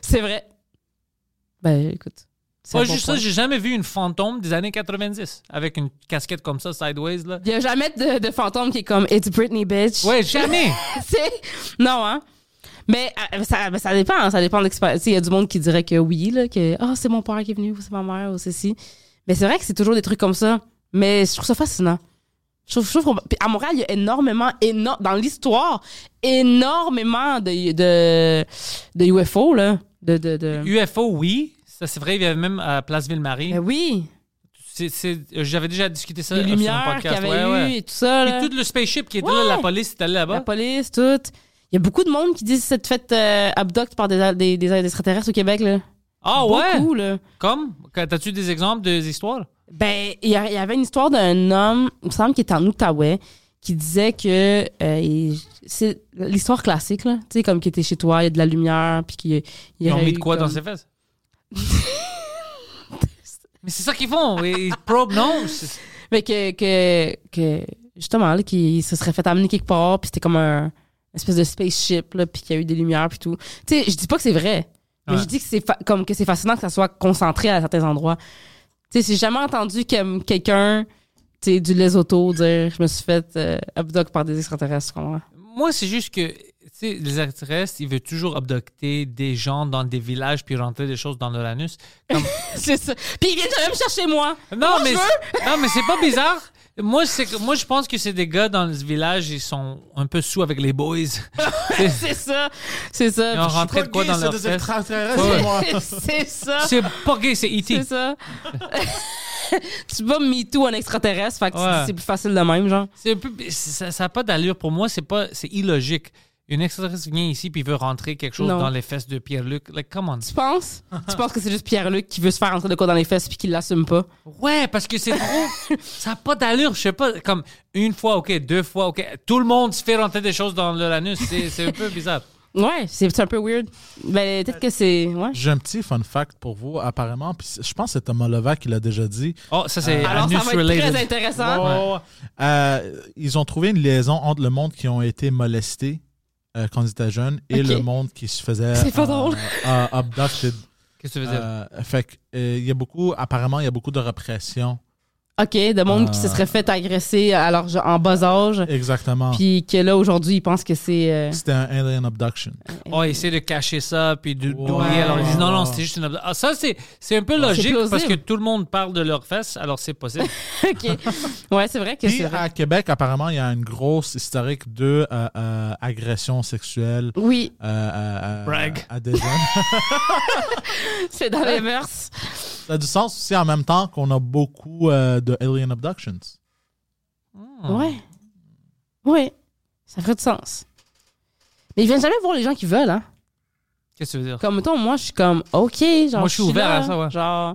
C: C'est vrai. Ben, écoute. c'est
B: Pas
C: un bon
B: juste
C: point.
B: ça, j'ai jamais vu une fantôme des années 90 avec une casquette comme ça, sideways là.
C: Il y a jamais de, de fantôme qui est comme It's Britney, bitch.
B: Ouais, jamais.
C: C'est- non, hein? Mais euh, ça, ben, ça dépend, hein, ça dépend de l'expérience. Tu sais, Il y a du monde qui dirait que oui, là, que Ah, c'est mon père qui est venu, ou c'est ma mère, ou ceci. Mais c'est vrai que c'est toujours des trucs comme ça. Mais je trouve ça fascinant. Je trouve, je trouve qu'on- puis à Montréal, il y a énormément, éno- dans l'histoire, énormément de, de, de UFO, là. De, de, de-
B: UFO, oui. Ça, c'est vrai, il y avait même à Place Ville-Marie.
C: Ben oui,
B: C'est- c'est- euh, J'avais déjà discuté ça
C: les
B: euh, sur mon
C: lumières qu'il
B: Ah,
C: y
B: podcast.
C: avait
B: ouais,
C: eu
B: ouais.
C: et tout ça. là.
B: Puis tout le spaceship qui était
C: Ouais.
B: là, la police est allée
C: la
B: là-bas.
C: police, tout. Il y a beaucoup de monde qui disent que c'est fait euh, abduct par des, des, des extraterrestres au Québec, là.
B: Ah ouais?
C: Beaucoup, là.
B: Comme? Quand- T'as-tu des exemples des histoires?
C: Ben, il y, a- il y avait une histoire d'un homme, il me semble qu'il était en Outaouais, qui disait que euh, il- c'est l'histoire classique, là. Tu sais, comme qu'il était chez toi, il y a de la lumière, puis qu'il il y
B: Ils ont
C: aurait
B: mis
C: eu
B: de quoi dans
C: comme-
B: ses
C: <laughs>
B: fesses? Mais c'est ça qu'ils font. Ils ils probent, non? C'est-
C: Mais que, que, que justement, là, qu'il se serait fait amener quelque part, puis c'était comme un une espèce de spaceship, là, puis qu'il y a eu des lumières, puis tout. Tu sais, je dis pas que c'est vrai, mais
B: Ouais.
C: je dis que c'est fa- comme que c'est fascinant que ça soit concentré à certains endroits. Tu sais, j'ai jamais entendu comme quelqu'un, tu sais, du Lesotho dire « Je me suis fait euh, abduct par des extraterrestres », tu comprends? <laughs>
B: Moi, c'est juste que tu sais, les extraterrestres, ils veulent toujours abducter des gens dans des villages puis rentrer des choses dans leur anus. Comme- <laughs>
C: C'est ça. Puis ils viennent jamais me chercher moi.
B: Non, mais, non, mais c'est pas bizarre. Moi, c'est que- moi, je pense que c'est des gars dans le village, ils sont un peu sous avec les boys.
C: <laughs> c'est ça. C'est ça.
B: Ils ont
C: Puis
B: rentré
D: Pas
B: de quoi
D: gay,
B: dans
D: c'est
B: leur
D: des
B: fesse.
D: extraterrestres,
B: Ouais.
D: moi.
C: <laughs> c'est ça.
B: C'est pas gay, c'est E E.T.
C: C'est ça. <laughs> tu vas me too un extraterrestre, fait que c'est-
B: Ouais.
C: c'est plus facile de même, genre.
B: C'est un peu- c'est- ça n'a pas d'allure pour moi, c'est pas c'est illogique. Une extraterrestre vient ici puis veut rentrer quelque chose
C: Non.
B: dans les fesses de Pierre-Luc. Like, come on.
C: Tu penses? tu penses que c'est juste Pierre-Luc qui veut se faire entrer de quoi dans les fesses puis qu'il l'assume pas?
B: Ouais, parce que c'est trop. ça n'a pas d'allure. Je sais pas, comme une fois, OK, deux fois, OK. Tout le monde se fait rentrer des choses dans leur anus. C'est c'est un peu bizarre.
C: Ouais, c'est c'est un peu weird. Ben, peut-être que c'est. Ouais.
D: J'ai un petit fun fact pour vous, apparemment. Puis je pense que c'est Thomas Levac qui l'a déjà dit.
B: Oh, ça, c'est
C: Euh, Alors,
B: anus
C: ça va être
B: related.
C: très intéressant.
D: Ouais, ouais, ouais. Euh, ils ont trouvé une liaison entre le monde qui ont été molestés euh, quand ils étaient jeunes et
C: Ok.
D: le monde qui se faisait
C: C'est pas
D: euh,
C: drôle.
D: euh, abducted.
B: Qu'est-ce que tu veux dire?
D: Euh, fait que, euh, il y a beaucoup, apparemment, il y a beaucoup de répression.
C: OK, de monde qui se
D: Euh.
C: serait fait agresser alors je- en bas âge,
D: Exactement.
C: puis que là, aujourd'hui, ils pensent que c'est. euh, <laughs>
D: C'était un alien abduction.
B: Oh, essayer de cacher ça, puis de-
D: Ouais.
B: d'oublier. Alors, ils disent non, non, c'était juste une. Ah, ça, c'est c'est un peu logique parce que
C: Ah, plausible.
B: tout le monde parle de leurs fesses, alors c'est
C: <laughs>
B: possible.
C: OK. Ouais, c'est vrai que
D: Puis
C: c'est. vrai.
D: à Québec, apparemment, il y a une grosse historique de euh, euh, agression sexuelle
C: Oui,
D: euh, euh, euh,
B: Brag.
D: à des
B: <laughs>
D: jeunes.
C: c'est dans les mœurs.
D: Ça a du sens aussi en même temps qu'on a beaucoup euh, de alien abductions.
C: Ouais. Ouais. Ça ferait du sens. Mais ils viennent jamais voir les gens qui veulent, hein.
B: Qu'est-ce que tu veux dire?
C: Comme, mettons, moi, je suis comme, OK, genre.
B: Moi, je suis ouvert
C: là,
B: à ça, ouais.
C: Genre,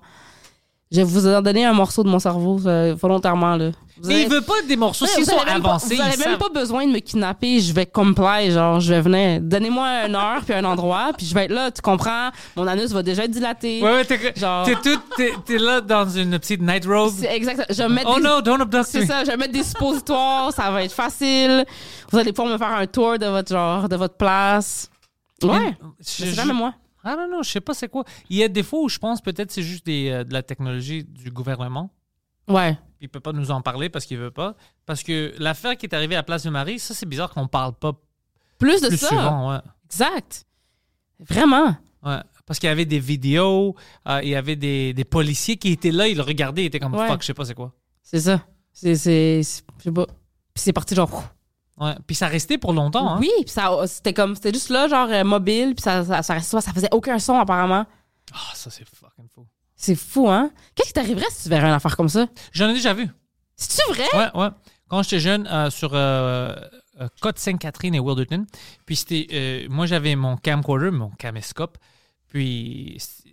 C: je vais vous ai donné un morceau de mon cerveau euh, volontairement, là. Vous
B: Mais
C: avez-
B: il veut pas des morceaux.
C: Ouais,
B: S'ils
C: vous
B: sont
C: avez même pas-
B: avancés,
C: Vous avez
B: ils
C: même
B: savent.
C: pas besoin de me kidnapper, je vais comply, genre, je vais venir. Donnez-moi une heure puis un endroit, puis je vais être là, tu comprends? Mon anus va déjà être dilaté.
B: Ouais, ouais, t'es
C: Genre-
B: t'es tout- t'es- t'es là dans une petite night robe.
C: C'est exact. Je vais mettre
B: Oh
C: des...
B: no, don't abduct
C: <laughs> C'est
B: me.
C: ça, je vais mettre des suppositoires, ça va être facile. Vous allez pouvoir me faire un tour de votre genre, de votre place. Ouais.
B: Une- je-
C: C'est
B: je-
C: jamais moi.
B: Ah non, non, je sais pas c'est quoi. Il y a des fois où je pense peut-être c'est juste des, euh, de la technologie du gouvernement.
C: Ouais.
B: Il peut pas nous en parler parce qu'il veut pas. Parce que l'affaire qui est arrivée à Place de Marie, ça c'est bizarre qu'on parle pas
C: Plus de
B: plus
C: ça.
B: souvent. Ouais.
C: Exact. Vraiment.
B: Ouais. Parce qu'il y avait des vidéos, euh, il y avait des, des policiers qui étaient là, ils le regardaient, ils étaient comme
C: Ouais.
B: fuck, je sais pas c'est quoi.
C: C'est ça. C'est. c'est- c'est- Je sais pas. Puis c'est parti genre.
B: Ouais. Puis ça restait pour longtemps. hein.
C: Oui, puis ça, c'était comme. C'était juste là, genre euh, mobile, puis ça, ça, ça, restait- ça faisait aucun son apparemment.
B: Ah, ça c'est fucking fou.
C: C'est fou, hein? Qu'est-ce qui t'arriverait si tu verrais une affaire comme ça?
B: J'en ai déjà vu.
C: C'est-tu vrai?
B: Ouais, ouais. Quand j'étais jeune, euh, sur euh, euh, Côte-Sainte-Catherine et Wilderton, puis c'était. euh, moi, j'avais mon camcorder, mon caméscope, puis c'est-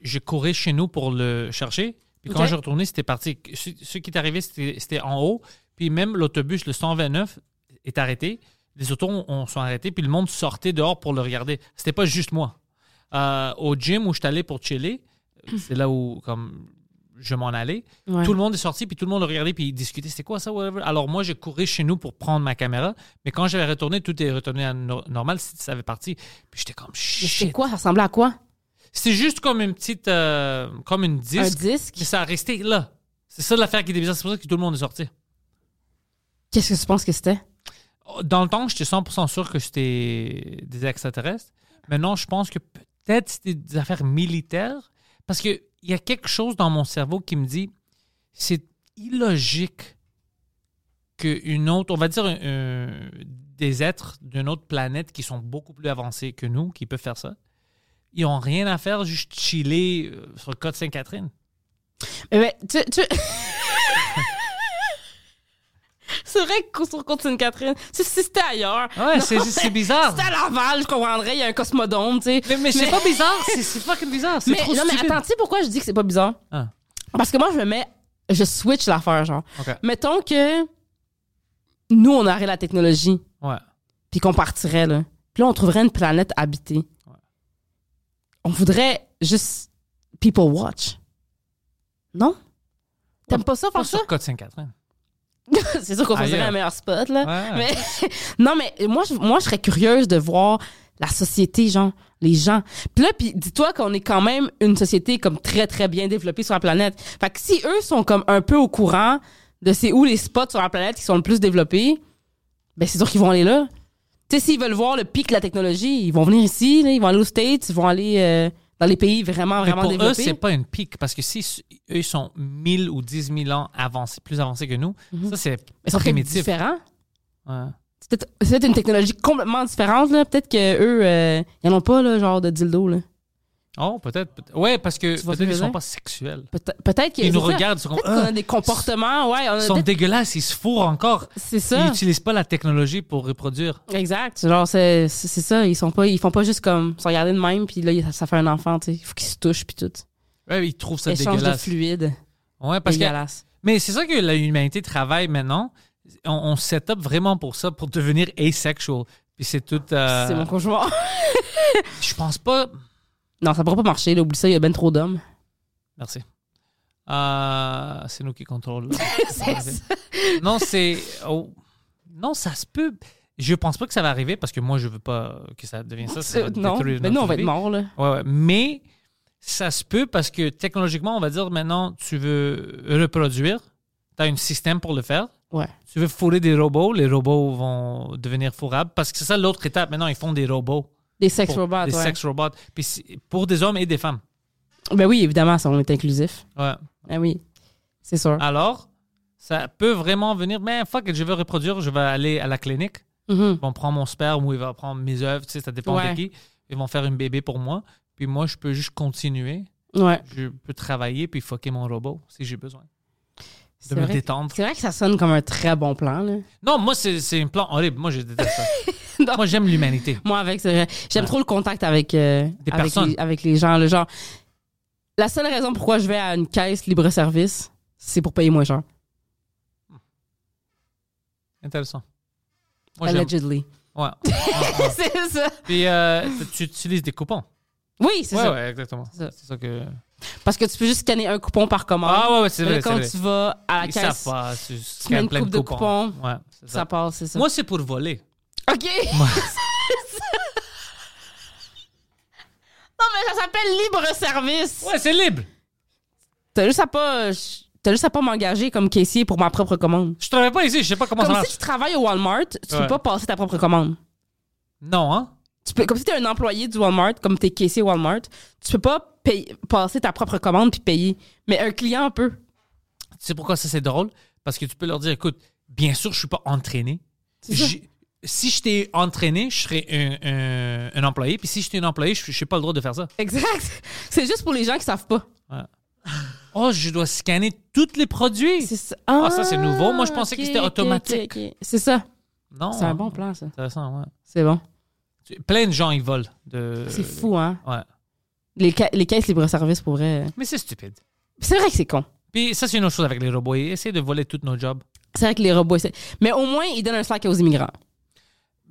B: je courais chez nous pour le chercher. Puis quand
C: Ok.
B: je retournais, c'était parti. Ce, ce qui est arrivé, c'était c'était en haut. Puis même l'autobus, le 129, est arrêté. Les autos ont, ont- sont arrêtés, puis le monde sortait dehors pour le regarder. C'était pas juste moi. Euh, au gym où je suis allé pour
C: <clears throat>
B: chiller, c'est là où comme je m'en allais.
C: Ouais.
B: Tout le monde est sorti, puis tout le monde le regardait, puis il discutait. C'était quoi ça, whatever? Alors moi, j'ai couru chez nous pour prendre ma caméra, mais quand j'avais retourné, tout est retourné à no- normal, c- ça avait parti. Puis j'étais comme
C: Mais C'était
B: shit.
C: quoi? Ça ressemblait à quoi?
B: C'est juste comme une petite, euh, comme une
C: Un
B: disque,
C: disque?
B: mais ça a resté là. C'est ça l'affaire qui était bizarre, c'est pour ça que tout le monde est sorti.
C: Qu'est-ce que tu penses que c'était?
B: Dans le temps, j'étais 100% sûr que c'était des extraterrestres. Maintenant, je pense que peut-être c'était des affaires militaires, parce qu'il y a quelque chose dans mon cerveau qui me dit c'est illogique qu'une autre, on va dire un- un- des êtres d'une autre planète qui sont beaucoup plus avancés que nous, qui peuvent faire ça, ils n'ont rien à faire, juste chiller euh, sur le côte Sainte-Catherine.
C: Eh ben, tu, tu... <laughs> c'est vrai que sur côte sainte catherine si, si c'était ailleurs,
B: Ouais, c'est juste- c'est bizarre.
C: c'était à Laval, je comprendrais, il y a un cosmodome, tu sais.
B: Mais, mais c'est pas bizarre, c'est c'est fucking bizarre. C'est
C: Mais,
B: trop
C: non, mais
B: stupide.
C: attends, tu sais pourquoi je dis que c'est pas bizarre?
B: Ah.
C: Parce que moi, je me mets. Je switch l'affaire, genre.
B: Ok.
C: Mettons que nous, on aurait la technologie,
B: Ouais.
C: puis qu'on partirait, là. Puis là, on trouverait une planète habitée. On voudrait juste people watch. Non? T'aimes pas ça
B: Pas
C: faire ça?
B: sur côte Sainte-Catherine.
C: <laughs> c'est sûr qu'on choisirait
B: Ailleurs.
C: un meilleur spot, <laughs> là.
B: Ouais.
C: Mais, non, mais moi je, moi, je serais curieuse de voir la société, genre, les gens. Puis là, puis dis-toi qu'on est quand même une société comme très, très bien développée sur la planète. Fait que si eux sont comme un peu au courant de c'est où les spots sur la planète qui sont le plus développés, ben c'est sûr qu'ils vont aller là. Tu sais, s'ils veulent voir le pic de la technologie, ils vont venir ici, là, ils vont aller aux States, ils vont aller euh, Dans les pays vraiment,
B: Mais
C: vraiment
B: pour eux,
C: développés.
B: c'est pas une pique parce que si s- eux sont 1000 ou 10 000 ans avancés, plus avancés que nous, ça
C: Ils
B: c'est
C: sont très
B: primitif.
C: différents.
B: Ouais.
C: C'est peut-être- c'est peut-être une technologie complètement différente. là. Peut-être qu'eux, euh, ils n'en ont pas, là, genre de dildo. Là.
B: Oh, peut-être. peut- ouais, parce que
C: Tu vois
B: peut-être
C: ce que je
B: qu'ils
C: veux
B: sont
C: dire?
B: pas sexuels.
C: Peut- Peut-être qu'ils
B: Ils nous regardent, ils sont
C: Peut-être
B: comme,
C: qu'on
B: Ah,
C: a des comportements. Ouais, on a
B: Ils sont
C: peut-être-
B: dégueulasses, ils se fourrent encore.
C: C'est
B: Ils
C: ça.
B: n'utilisent pas la technologie pour reproduire.
C: Exact. Genre, c'est c'est- c'est ça. Ils sont pas, ils font pas juste comme se regarder de même, puis là, ça, ça fait un enfant, tu sais. Il faut qu'ils se touchent, puis tout.
B: Ouais, ils trouvent ça
C: Échange de
B: dégueulasse.
C: fluide.
B: Ouais, parce que,
C: dégueulasse.
B: mais c'est ça que l'humanité travaille maintenant. On, on set up vraiment pour ça, pour devenir asexual. Puis c'est tout. euh,
C: C'est mon cauchemar. <laughs>
B: Je pense pas.
C: non, ça pourra pas marcher. Là, oublie ça, il y a ben
B: <laughs>
C: trop d'hommes.
B: Merci. Euh, c'est nous qui
C: <laughs>
B: contrôlons.
C: C'est ça.
B: non, c'est. oh. Non, ça se peut. Je pense pas que ça va arriver parce que moi, je veux pas que ça devienne ça. ça va
C: non,
B: détruire
C: ben nous, on va
B: notre
C: être
B: vie.
C: morts, là.
B: Ouais, ouais. Mais ça se peut parce que technologiquement, on va dire maintenant, tu veux reproduire, tu as un système pour le faire.
C: Ouais.
B: Tu veux fourrer des robots, les robots vont devenir fourrables parce que c'est ça l'autre étape. Maintenant, ils font des robots.
C: Des sex
B: Pour-
C: robots,
B: Des
C: ouais.
B: sex robots. Puis c'est- pour des hommes et des femmes.
C: Ben oui, évidemment, ça, on est inclusif.
B: Ouais.
C: Ben oui, c'est sûr.
B: Ah. Alors, ça peut vraiment venir, mais fuck, it, je veux reproduire, je vais aller à la clinique.
C: Mhm.
B: Ils vont prendre mon sperme ou ils vont prendre mes œuvres, tu sais, ça dépend
C: Ouais.
B: de qui. Ils vont faire une bébé pour moi. Puis moi, je peux juste continuer.
C: Ouais.
B: Je peux travailler puis fucker mon robot si j'ai besoin.
C: C'est
B: De me
C: vrai.
B: détendre.
C: C'est vrai que ça sonne comme un très bon plan, là.
B: Non, moi, c'est c'est un plan horrible. Moi, je déteste
C: <laughs> Non.
B: ça. moi, j'aime l'humanité.
C: Moi, avec, c'est vrai. J'aime trop le contact avec, euh,
B: Des
C: avec,
B: personnes.
C: les, avec les gens. Le genre, la seule raison pourquoi je vais à une caisse libre-service, c'est pour payer moins cher.
B: Intéressant. Moi, j'aime.
C: Allegedly. <laughs>
B: Ouais. Ouais, ouais.
C: c'est ça.
B: Puis, euh, tu utilises des coupons.
C: Oui, c'est
B: Ouais,
C: ça.
B: ouais, exactement.
C: C'est ça.
B: C'est ça que.
C: Parce que tu peux juste scanner un coupon par commande.
B: Ah, ouais, ouais, c'est vrai.
C: Mais là,
B: c'est
C: Euh, quand
B: vrai.
C: tu vas à la
B: Ils
C: caisse,
B: savent pas. Tu,
C: mets
B: scans
C: une
B: plein
C: coupe de coupons.
B: Ouais, c'est
C: ça
B: ça.
C: passe, c'est ça.
B: Moi, c'est pour voler.
C: OK.
B: Moi-
C: <laughs> Non, mais ça s'appelle libre-service.
B: Ouais, c'est libre.
C: T'as juste à pas... T'as juste à pas m'engager comme caissier pour ma propre commande.
B: Je travaille pas ici. Je sais pas comment ça
C: Comme
B: marche.
C: si tu travailles au Walmart, tu
B: Ouais.
C: peux pas passer ta propre commande.
B: Non, hein?
C: tu peux, comme si t'es un employé du Walmart, comme t'es caissier Walmart, tu peux pas payer- passer ta propre commande puis payer. Mais un client peut.
B: Tu sais pourquoi ça c'est drôle? Parce que tu peux leur dire, écoute, bien sûr, je suis pas entraîné.
C: ça.
B: J'ai- Si j'étais entraîné, je serais un, un- un employé. Puis si j'étais un employé, je n'ai pas le droit de faire ça.
C: Exact. <laughs> C'est juste pour les gens qui savent pas.
B: Oh, je dois scanner tous les produits.
C: C'est ça.
B: Ah, ça, c'est nouveau. Moi, je pensais que
C: ok,
B: c'était
C: ok,
B: automatique.
C: ok, Ah. ok. C'est ça.
B: Non. hein.
C: C'est un bon plan, ça.
B: Intéressant, ouais.
C: C'est bon.
B: Tu- Plein de gens, ils volent. de-
C: C'est fou, hein?
B: Ouais.
C: Les, ca- les caisses libre-service, pour vrai. euh,
B: Mais c'est stupide.
C: C'est vrai que c'est con.
B: Puis ça, c'est une autre chose avec les robots. Ils essaient de voler tous nos jobs.
C: C'est vrai que les robots... c'est- Mais au moins, ils donnent un slack aux immigrants.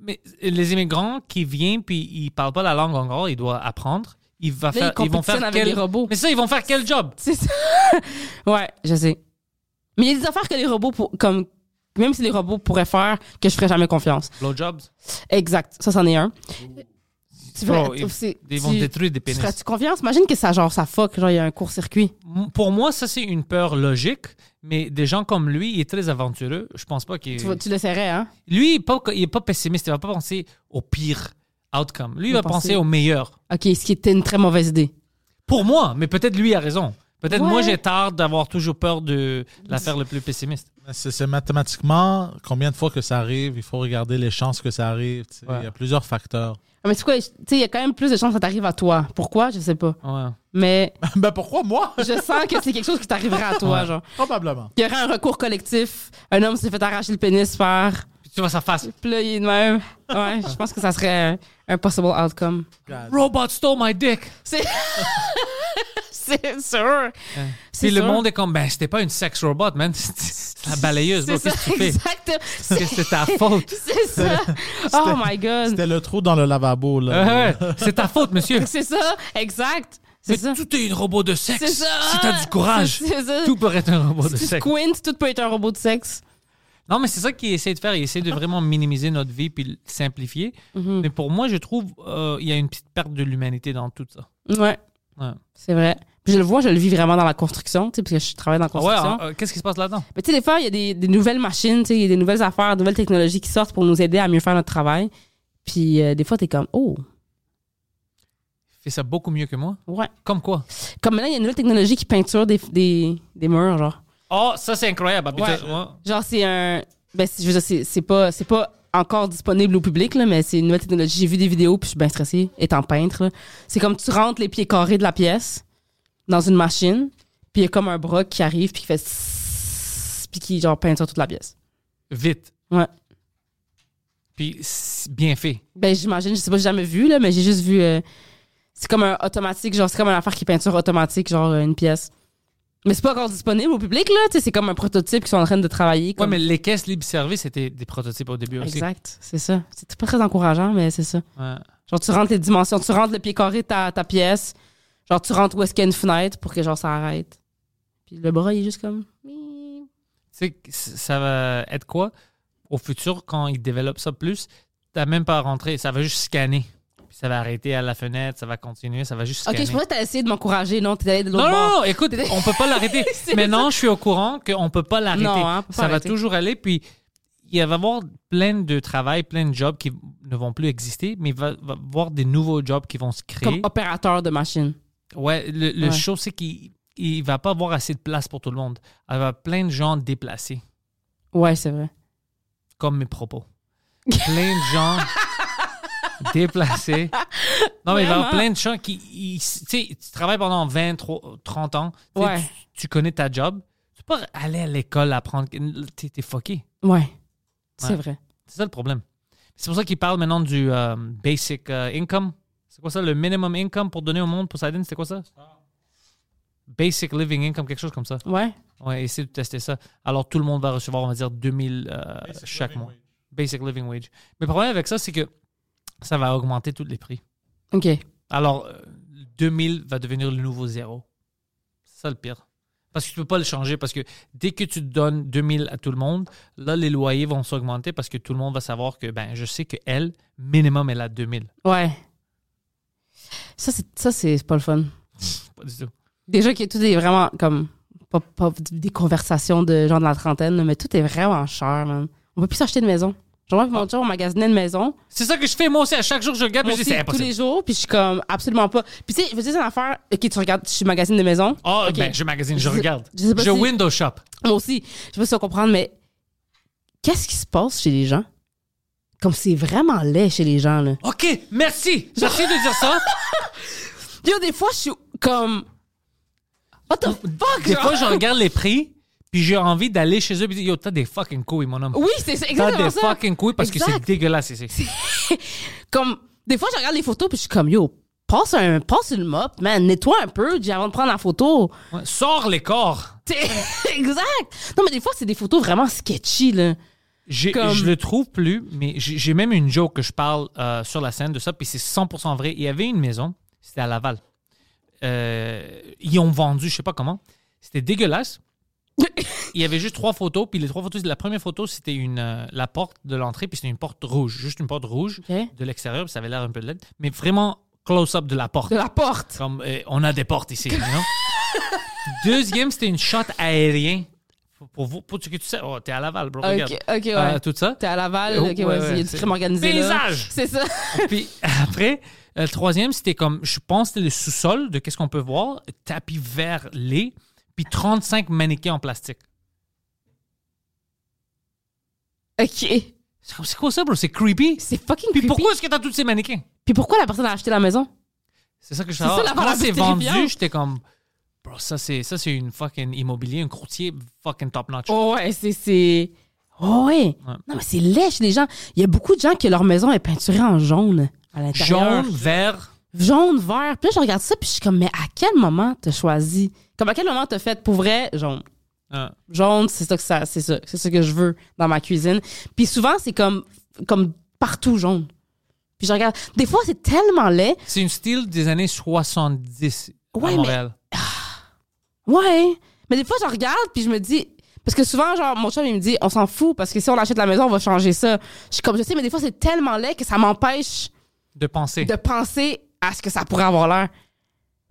B: Mais les immigrants qui viennent puis ils parlent pas la langue encore, ils doivent apprendre. Ils, va
C: Là,
B: faire,
C: ils
B: ils vont faire
C: compétitionnent avec
B: quel...
C: les robots.
B: Mais ça, ils vont faire quel job?
C: C'est ça. <laughs> ouais, je sais. Mais il y a des affaires que les robots... pour- comme Même si les robots pourraient faire, que je ferais jamais confiance.
B: Blowjobs?
C: Exact, ça c'en est un. Tu veux
B: Bro,
C: tu-
B: Oh, ils,
C: c'est-
B: ils vont
C: tu-
B: détruire des
C: tu
B: pénis.
C: feras-tu confiance? Imagine que ça, genre, ça fuck, genre, il y a un court-circuit.
B: M- Pour moi, ça, c'est une peur logique, mais des gens comme lui, il est très aventureux. Je pense pas qu'il.
C: Tu, vois- tu l'essaierais, hein?
B: Lui, il est, pas, il est pas pessimiste. Il va pas penser au pire outcome. Lui, il
C: va
B: va penser
C: penser-
B: au meilleur.
C: OK, ce qui était une très mauvaise idée.
B: Pour moi, mais peut-être lui a raison. Peut-être moi,
C: Ouais.
B: j'ai tard d'avoir toujours peur de l'affaire le plus pessimiste.
D: Mais C'est c'est mathématiquement combien de fois que ça arrive. Il faut regarder les chances que ça arrive. tu sais.
B: Ouais.
D: Il y a plusieurs facteurs. <laughs>
C: Ah, Mais c'est quoi? Tu sais, il y a quand même plus de chances que ça t'arrive à toi. Pourquoi? Je sais pas.
B: Ouais. <laughs>
C: Mais
D: ben pourquoi moi? <laughs>
C: je sens que c'est quelque chose qui t'arrivera à toi,
B: Ouais.
C: genre. <laughs>
D: Probablement.
C: Il y aurait un recours collectif. Un homme s'est fait arracher le pénis par...
B: Puis tu vois sa face.
C: Puis là, il est de même. Ouais, je pense que ça serait un, un possible outcome. <laughs>
B: Robot stole my dick.
C: C'est... c'est sûr. C'est
B: Puis le
C: sûr.
B: monde est comme, ben, c'était pas une sex robot, man. <laughs> C'est la balayeuse.
C: C'est
B: bro.
C: ça,
B: Qu'est-ce que tu fais? <laughs>
C: exact. C'est-
B: Qu'est-ce que C'est ta
C: <laughs>
B: faute.
C: C'est
B: <laughs>
C: ça. Oh my God.
D: C'était le trou dans le lavabo.
B: Ouais,
D: Là.
B: ouais. <laughs> C'est ta faute, monsieur.
C: C'est ça. Exact. C'est
B: Mais
C: ça.
B: tout est un robot de sexe.
C: C'est ça.
B: Si t'as du courage,
C: C'est ça.
B: tout peut être un robot de
C: Si tu
B: sexe.
C: squintes, tout peut être un robot de sexe.
B: Non, mais c'est ça qu'il essaie de faire. Il essaie de vraiment minimiser notre vie puis le simplifier.
C: Mm-hmm.
B: Mais pour moi, je trouve euh, il y a une petite perte de l'humanité dans tout ça.
C: Ouais,
B: Ouais.
C: c'est vrai. Puis je le vois, je le vis vraiment dans la construction, tu sais, parce que je travaille dans la
B: Ah ouais,
C: construction.
B: euh, euh, qu'est-ce qui se passe là-dedans?
C: Mais tu sais, des fois, il y a des, des nouvelles machines, tu sais, il y a des nouvelles affaires, des nouvelles technologies qui sortent pour nous aider à mieux faire notre travail. Puis euh, des fois, t'es comme, oh,
B: fait ça beaucoup mieux que moi.
C: Ouais.
B: Comme quoi?
C: Comme maintenant, il y a une nouvelle technologie qui peinture des, des, des murs, genre.
B: Oh, ça, c'est incroyable. Habitude-
C: Ouais.
B: ouais.
C: Genre, c'est un. Ben, c'est- je veux dire, c'est- c'est pas, c'est pas encore disponible au public, là, mais c'est une nouvelle technologie. J'ai vu des vidéos, puis je suis bien stressée, étant peintre. là. C'est comme tu rentres les pieds carrés de la pièce dans une machine, puis il y a comme un bras qui arrive, puis qui fait. tss, puis qui, genre, peinture toute la pièce.
B: Vite.
C: Ouais.
B: Puis c'est bien fait.
C: Ben, j'imagine, je sais pas, j'ai jamais vu, là, mais j'ai juste vu. euh, c'est comme un automatique, genre, c'est comme une affaire qui peinture automatique, genre, euh, une pièce. Mais c'est pas encore disponible au public, là, tu sais, c'est comme un prototype qu'ils sont en train de travailler.
B: Ouais,
C: Comme...
B: mais les caisses libre-service c'était des prototypes au début aussi.
C: Exact, c'est ça. C'est pas très encourageant, mais c'est ça.
B: Ouais.
C: Genre, tu rentres les dimensions, tu rentres le pied carré de ta, ta pièce. Genre, tu rentres où est-ce qu'il y a une fenêtre pour que, genre, ça arrête. Puis le bras, il est juste comme.
B: Tu sais, que c- ça va être quoi? Au futur, quand ils développent ça plus, t'as même pas à rentrer. Ça va juste scanner. Puis ça va arrêter à la fenêtre, ça va continuer, ça va juste
C: Ok,
B: scanner.
C: je pensais que t'as essayé de m'encourager. Non, t'es allé de l'autre
B: Non,
C: bord.
B: non, non,
C: <laughs>
B: écoute, on peut pas l'arrêter. Maintenant, je suis au courant qu'on peut pas l'arrêter.
C: Non, hein, on peut pas
B: ça va
C: arrêter.
B: toujours aller. Puis, il va y avoir plein de travail, plein de jobs qui ne vont plus exister, mais il va, va y avoir des nouveaux jobs qui vont se créer.
C: Comme opérateur de machine.
B: Ouais, le, le
C: Ouais.
B: show, c'est qu'il il va pas avoir assez de place pour tout le monde. Il va y avoir plein de gens déplacés,
C: Ouais, c'est vrai.
B: comme mes propos. Plein de
C: <laughs>
B: gens déplacés. Non, mais il va y avoir
C: Vraiment.
B: plein de gens qui... ils- Tu sais, tu travailles pendant 20, 30 ans. Tu sais,
C: Ouais.
B: tu, tu connais ta job. Tu peux pas aller à l'école apprendre... que- T'es t'es fucké.
C: Ouais.
B: Ouais.
C: C'est vrai.
B: C'est ça le problème. C'est pour ça qu'ils parlent maintenant du euh, basic euh, income. C'est quoi ça, le minimum income pour donner au monde, Poseidon? C'était quoi ça? Basic living income, quelque chose comme ça.
C: Ouais.
B: Ouais, essayez de tester ça. Alors, tout le monde va recevoir, on va dire, 2000 euh, chaque mois. Basic living wage. Mais le problème avec ça, c'est que ça va augmenter tous les prix.
C: Ok.
B: Alors, euh, 2000 va devenir le nouveau zéro. C'est ça le pire. Parce que tu peux pas le changer. Parce que dès que tu donnes 2000 à tout le monde, là, les loyers vont s'augmenter parce que tout le monde va savoir que, ben, je sais que elle, minimum, elle a 2000.
C: Ouais. Ça, c'est, ça, c'est pas le fun.
B: Pas du tout.
C: Déjà que tout est vraiment comme. Pas, pas des conversations de gens de la trentaine, là, mais tout est vraiment cher, man. On peut plus s'acheter de maison. Genre, moi,
B: Ah.
C: puis mon jour, on magasinait une maison.
B: C'est ça que je fais moi aussi. À chaque jour, je regarde et
C: Moi
B: je dis,
C: aussi,
B: c'est
C: tous les
B: impossible.
C: jours, puis je suis comme absolument pas. Puis tu sais, je veux dire, c'est une affaire. Ok, tu regardes, je suis magazine de maison.
B: Oh,
C: Ok.
B: ben, je magazine, je
C: Je sais-
B: regarde.
C: je sais pas
B: je
C: si-
B: window shop.
C: Moi aussi, je sais pas si on comprendre, mais qu'est-ce qui se passe chez les gens? Comme c'est vraiment laid chez les gens, là.
B: OK, merci. Merci de dire ça.
C: Yo, des fois, je suis comme. What the fuck,
B: Des
C: genre?
B: fois, je regarde les prix, puis j'ai envie d'aller chez eux et dire, yo, t'as des fucking couilles, mon homme.
C: <laughs> Oui, c'est
B: T'as
C: c'est
B: des
C: exactement ça.
B: fucking couilles parce que c'est
C: Exact.
B: dégueulasse ici.
C: Comme, des fois, je regarde les photos, puis je suis comme, yo, passe, un, passe une mop, man, nettoie un peu dis, avant de prendre la photo. <laughs>
B: Ouais, Sors les corps.
C: T'sais, <laughs> exact. Non, mais des fois, c'est des photos vraiment sketchy, là.
B: J'ai-
C: Comme-
B: Je le trouve plus, mais j'ai j'ai même une joke que je parle euh, sur la scène de ça, puis c'est 100% vrai. Il y avait une maison, c'était à Laval. Euh, ils ont vendu, je sais pas comment. C'était
C: <laughs>
B: dégueulasse. Il y avait juste trois photos, puis les trois photos, la première photo, c'était une euh, la porte de l'entrée, puis c'était une porte rouge, juste une porte rouge
C: Ok.
B: de l'extérieur, puis ça avait l'air un peu de l'aide, mais vraiment close-up de la
C: <laughs>
B: porte.
C: De la porte.
B: Comme euh, on a des portes ici, you know? Deuxième, c'était une shot aérien. Pour, pour, vous- pour que tu sais, oh, t'es à Laval, bro.
C: Ok,
B: regarde.
C: ok, ouais.
B: Euh, tout ça.
C: T'es à Laval,
B: Oh,
C: ok, ouais,
B: ouais,
C: il y
B: ouais,
C: a du
B: c'est-
C: crime organisé. là. <laughs>
B: Paysage!
C: C'est ça.
B: Puis après, euh, le troisième, c'était comme, je pense, c'était le sous-sol de qu'est-ce qu'on peut voir, tapis vert lait, puis 35 mannequins en plastique.
C: Ok.
B: C'est comme, c'est quoi ça, bro? C'est creepy.
C: C'est fucking
B: Puis
C: creepy.
B: pourquoi est-ce que t'as tous ces mannequins?
C: Puis pourquoi la personne a acheté la maison?
B: C'est ça que je
C: C'est
B: savais.
C: ça, la
B: Quand
C: part
B: c'est
C: la plus
B: vendu,
C: terrifiante.
B: j'étais comme, bro, ça c'est, ça, c'est une fucking immobilier, un courtier fucking top-notch.
C: Oh ouais, c'est. c'est... Oh ouais.
B: Ouais.
C: Non, mais c'est lèche, les gens. Il y a beaucoup de gens que leur maison est peinturée en jaune à l'intérieur.
B: Jaune, vert.
C: Jaune, vert. Puis là, je regarde ça, puis je suis comme, mais à quel moment t'as choisi? Comme à quel moment t'as fait pour vrai jaune?
B: hein.
C: Jaune, c'est ça que ça, c'est ça, c'est ça que je veux dans ma cuisine. Puis souvent, c'est comme, comme partout jaune. Puis je regarde. Des fois, c'est tellement laid.
B: C'est une style des années 70
C: Ouais,
B: à
C: mais-
B: Montréal.
C: Ouais. Mais des fois, je regarde puis je me dis. Parce que souvent, genre, mon chum, il me dit, on s'en fout parce que si on achète la maison, on va changer ça. Je suis comme, je sais, mais des fois, c'est tellement laid que ça m'empêche
B: De penser.
C: de penser à ce que ça pourrait avoir l'air.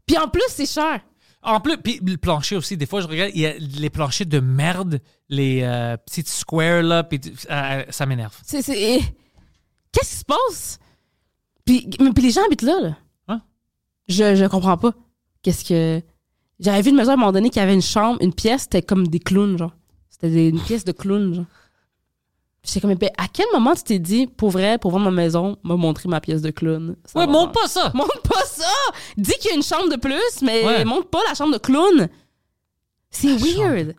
C: Puis en plus, c'est cher.
B: En plus, puis le plancher aussi, des fois, je regarde, il y a les planchers de merde, les euh, petites squares là, puis tu- euh, ça m'énerve.
C: C'est. c'est- Qu'est-ce qui se passe? Puis, mais- puis les gens habitent là, là.
B: Hein?
C: Je, je comprends pas. Qu'est-ce que. J'avais vu une maison à un moment donné qui avait une chambre, une pièce, c'était comme des clowns, genre. C'était des- une pièce de clowns, genre. Puis J'étais comme, ben, à quel moment tu t'es dit, pour vrai, pour vendre ma maison, me montrer ma pièce de clown? Ça
B: Ouais,
C: va
B: montre
C: vendre.
B: pas ça.
C: Montre pas ça! Dis qu'il y a une chambre de plus, mais
B: Ouais.
C: montre pas la chambre de clown! C'est weird!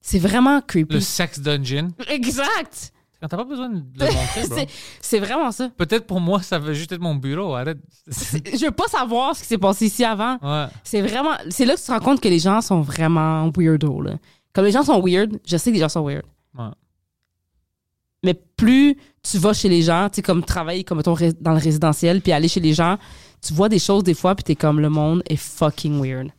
C: C'est vraiment creepy.
B: Le sex dungeon.
C: Exact!
B: Quand t'as pas besoin de
C: <laughs>
B: le montrer, bro.
C: C'est- C'est vraiment ça.
B: Peut-être pour moi, ça veut juste être mon bureau. Arrête.
C: Je veux pas savoir ce qui s'est passé ici avant.
B: Ouais.
C: C'est vraiment. C'est là que tu te rends compte que les gens sont vraiment weirdos, là. Comme les gens sont weird, je sais que les gens sont weird.
B: Ouais.
C: Mais plus tu vas chez les gens, tu sais, comme travailler comme mettons, ré- dans le résidentiel, puis aller chez les gens, tu vois des choses des fois, puis t'es comme le monde est fucking weird.
B: Tu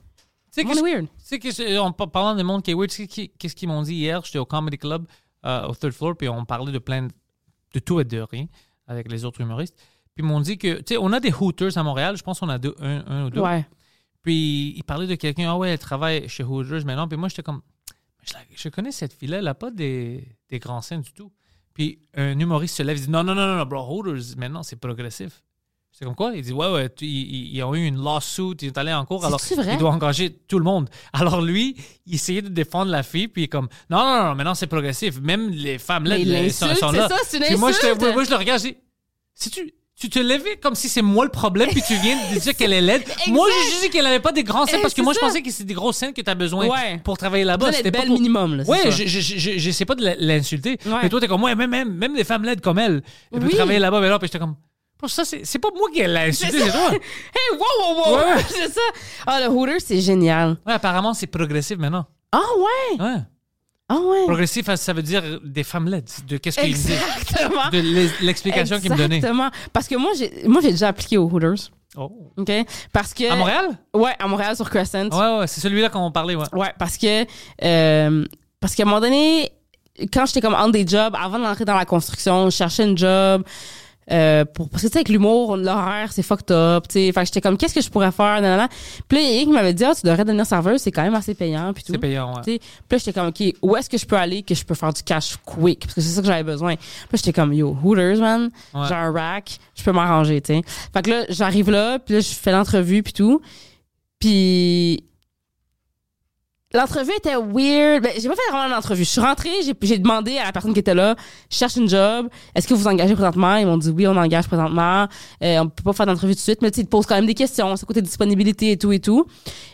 B: sais
C: Le
B: que
C: monde
B: je-
C: est weird.
B: Tu sais, qu'est-ce que- en par- parlant des monde qui est weird, tu sais qui- qu'est-ce qu'ils m'ont dit hier? J'étais au Comedy Club, euh, au third floor, puis on parlait de plein de, de tout et de rien avec les autres humoristes. Puis ils m'ont dit que, tu sais, on a des Hooters à Montréal, je pense qu'on a deux, un, un ou deux.
C: Ouais.
B: Puis ils parlaient de quelqu'un, ah ouais, elle travaille chez Hooters maintenant. Puis moi, j'étais comme, je, la- je connais cette fille-là, elle n'a pas des, des grands seins du tout. Puis un humoriste se lève et dit, non, non, non, non, non, bro, Hooters, maintenant, c'est progressif. C'est comme quoi? Il dit, ouais, ouais, tu- ils- ils ils ont eu une lawsuit, ils sont allés en cours, alors
C: C'est-tu vrai?
B: il doit engager tout le monde. Alors lui, il essayait de défendre la fille, puis il est comme, non, non, non, maintenant, c'est progressif. Même les femmes, là,
C: Mais il
B: elles sont, elles
C: l'insulte,
B: sont
C: c'est
B: là.
C: ça, c'est une
B: Puis moi,
C: insulte.
B: j'étais- moi, moi, je le regarde, j'ai dit, si tu, tu te levais comme si c'est moi le problème, puis tu viens de dire qu'elle est
C: <laughs>
B: laide. Moi, j'ai juste dit qu'elle n'avait pas des grands seins
C: Eh,
B: parce que
C: c'est
B: moi, je
C: ça.
B: pensais que c'est des gros seins que tu as besoin
C: Ouais.
B: pour travailler là-bas.
C: Donne les
B: C'était pas
C: belles
B: pour-
C: minimum, là. c'est ça.
B: Ouais, je- je- je- je- j'essaie pas de la- l'insulter.
C: Ouais.
B: Mais toi, t'es comme, ouais, même, même, même des femmes laides comme elle, elles peuvent
C: Oui.
B: travailler là-bas, mais là, puis j'étais comme, Bon, ça, c'est c'est pas moi qui l'ai insulté, c'est toi.
C: Hey, wow, wow, wow!
B: Ouais.
C: <laughs> c'est ça! Ah, le Hooters, c'est génial.
B: Ouais, apparemment, c'est progressif maintenant.
C: Ah, ouais!
B: Ouais.
C: Ah, ouais!
B: Progressif, ça veut dire des femmes laides. De qu'est-ce qu'il me dit?
C: Exactement!
B: De l'es- l'explication qu'il me donnait.
C: Exactement. Parce que moi, j'ai moi, j'ai déjà appliqué au Hooters.
B: Oh.
C: OK? Parce que.
B: À Montréal?
C: Ouais, à Montréal, sur Crescent.
B: Ouais, ouais, c'est celui-là qu'on parlait, ouais.
C: Ouais, parce que euh, parce qu'à un moment donné, quand j'étais comme en des jobs, avant d'entrer dans la construction, je cherchais une job. euh, pour, parce que tu sais, avec l'humour, on- l'horaire, c'est fucked up. tu sais. Fait que j'étais comme, qu'est-ce que je pourrais faire? Nanana. Puis là, il y a un qui m'avait dit, ah, tu devrais devenir serveur, c'est quand même assez payant. Puis tout.
B: C'est payant, ouais.
C: Tu sais, Puis là, j'étais comme, OK, où est-ce que je peux aller que je peux faire du cash quick? Parce que c'est ça que j'avais besoin. Puis là, j'étais comme, yo, Hooters, man,
B: Ouais.
C: j'ai un rack, je peux m'arranger, tu sais. Fait que là, j'arrive là, puis là, je fais l'entrevue, puis tout. Puis L'entrevue était weird. Ben, j'ai pas fait vraiment l'entrevue. Je suis rentrée, j'ai, j'ai demandé à la personne qui était là, je cherche une job. Est-ce que vous engagez présentement? Ils m'ont dit oui, on engage présentement. Euh, on peut pas faire d'entrevue tout de suite, mais tu sais, ils te posent quand même des questions. C'est côté disponibilité et tout et tout.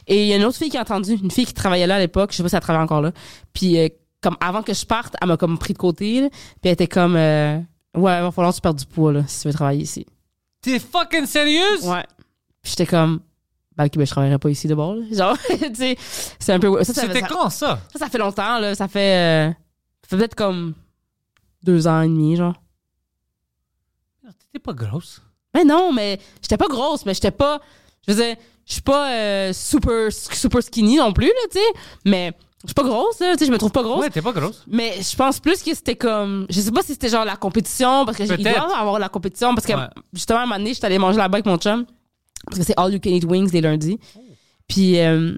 C: Et il y a une autre fille qui a entendu, une fille qui travaillait là à l'époque. Je sais pas si elle travaille encore là. Puis euh, comme avant que je parte, elle m'a comme pris de côté. là. puis elle était comme euh, ouais, va falloir que tu perdes du poids là si tu veux travailler ici.
B: T'es fucking sérieuse?
C: Ouais. Puis j'étais comme bah, ok, ben, je travaillerai pas ici de bord. là. <laughs> Genre, tu sais, c'est un peu. ça, ça-
B: C'était
C: ça-
B: quand ça?
C: ça, ça fait longtemps, là. Ça fait, euh, ça fait peut-être comme deux ans et demi, genre.
B: Non, T'étais pas grosse.
C: Mais Ben non, mais j'étais pas grosse, mais j'étais pas. Je veux dire, je suis pas euh, super, super skinny non plus, là, tu sais. Mais je suis pas grosse, là. Tu sais, je me trouve pas grosse.
B: Ouais, t'es pas grosse.
C: Mais je pense plus que c'était comme. Je sais pas si c'était genre la compétition, parce que j'ai- il
B: Peut-être.
C: doit avoir la compétition, parce que
B: Ouais.
C: justement, à un moment donné, j'étais allée manger là-bas avec mon chum, parce que c'est All You Can Eat Wings les lundis. Puis euh,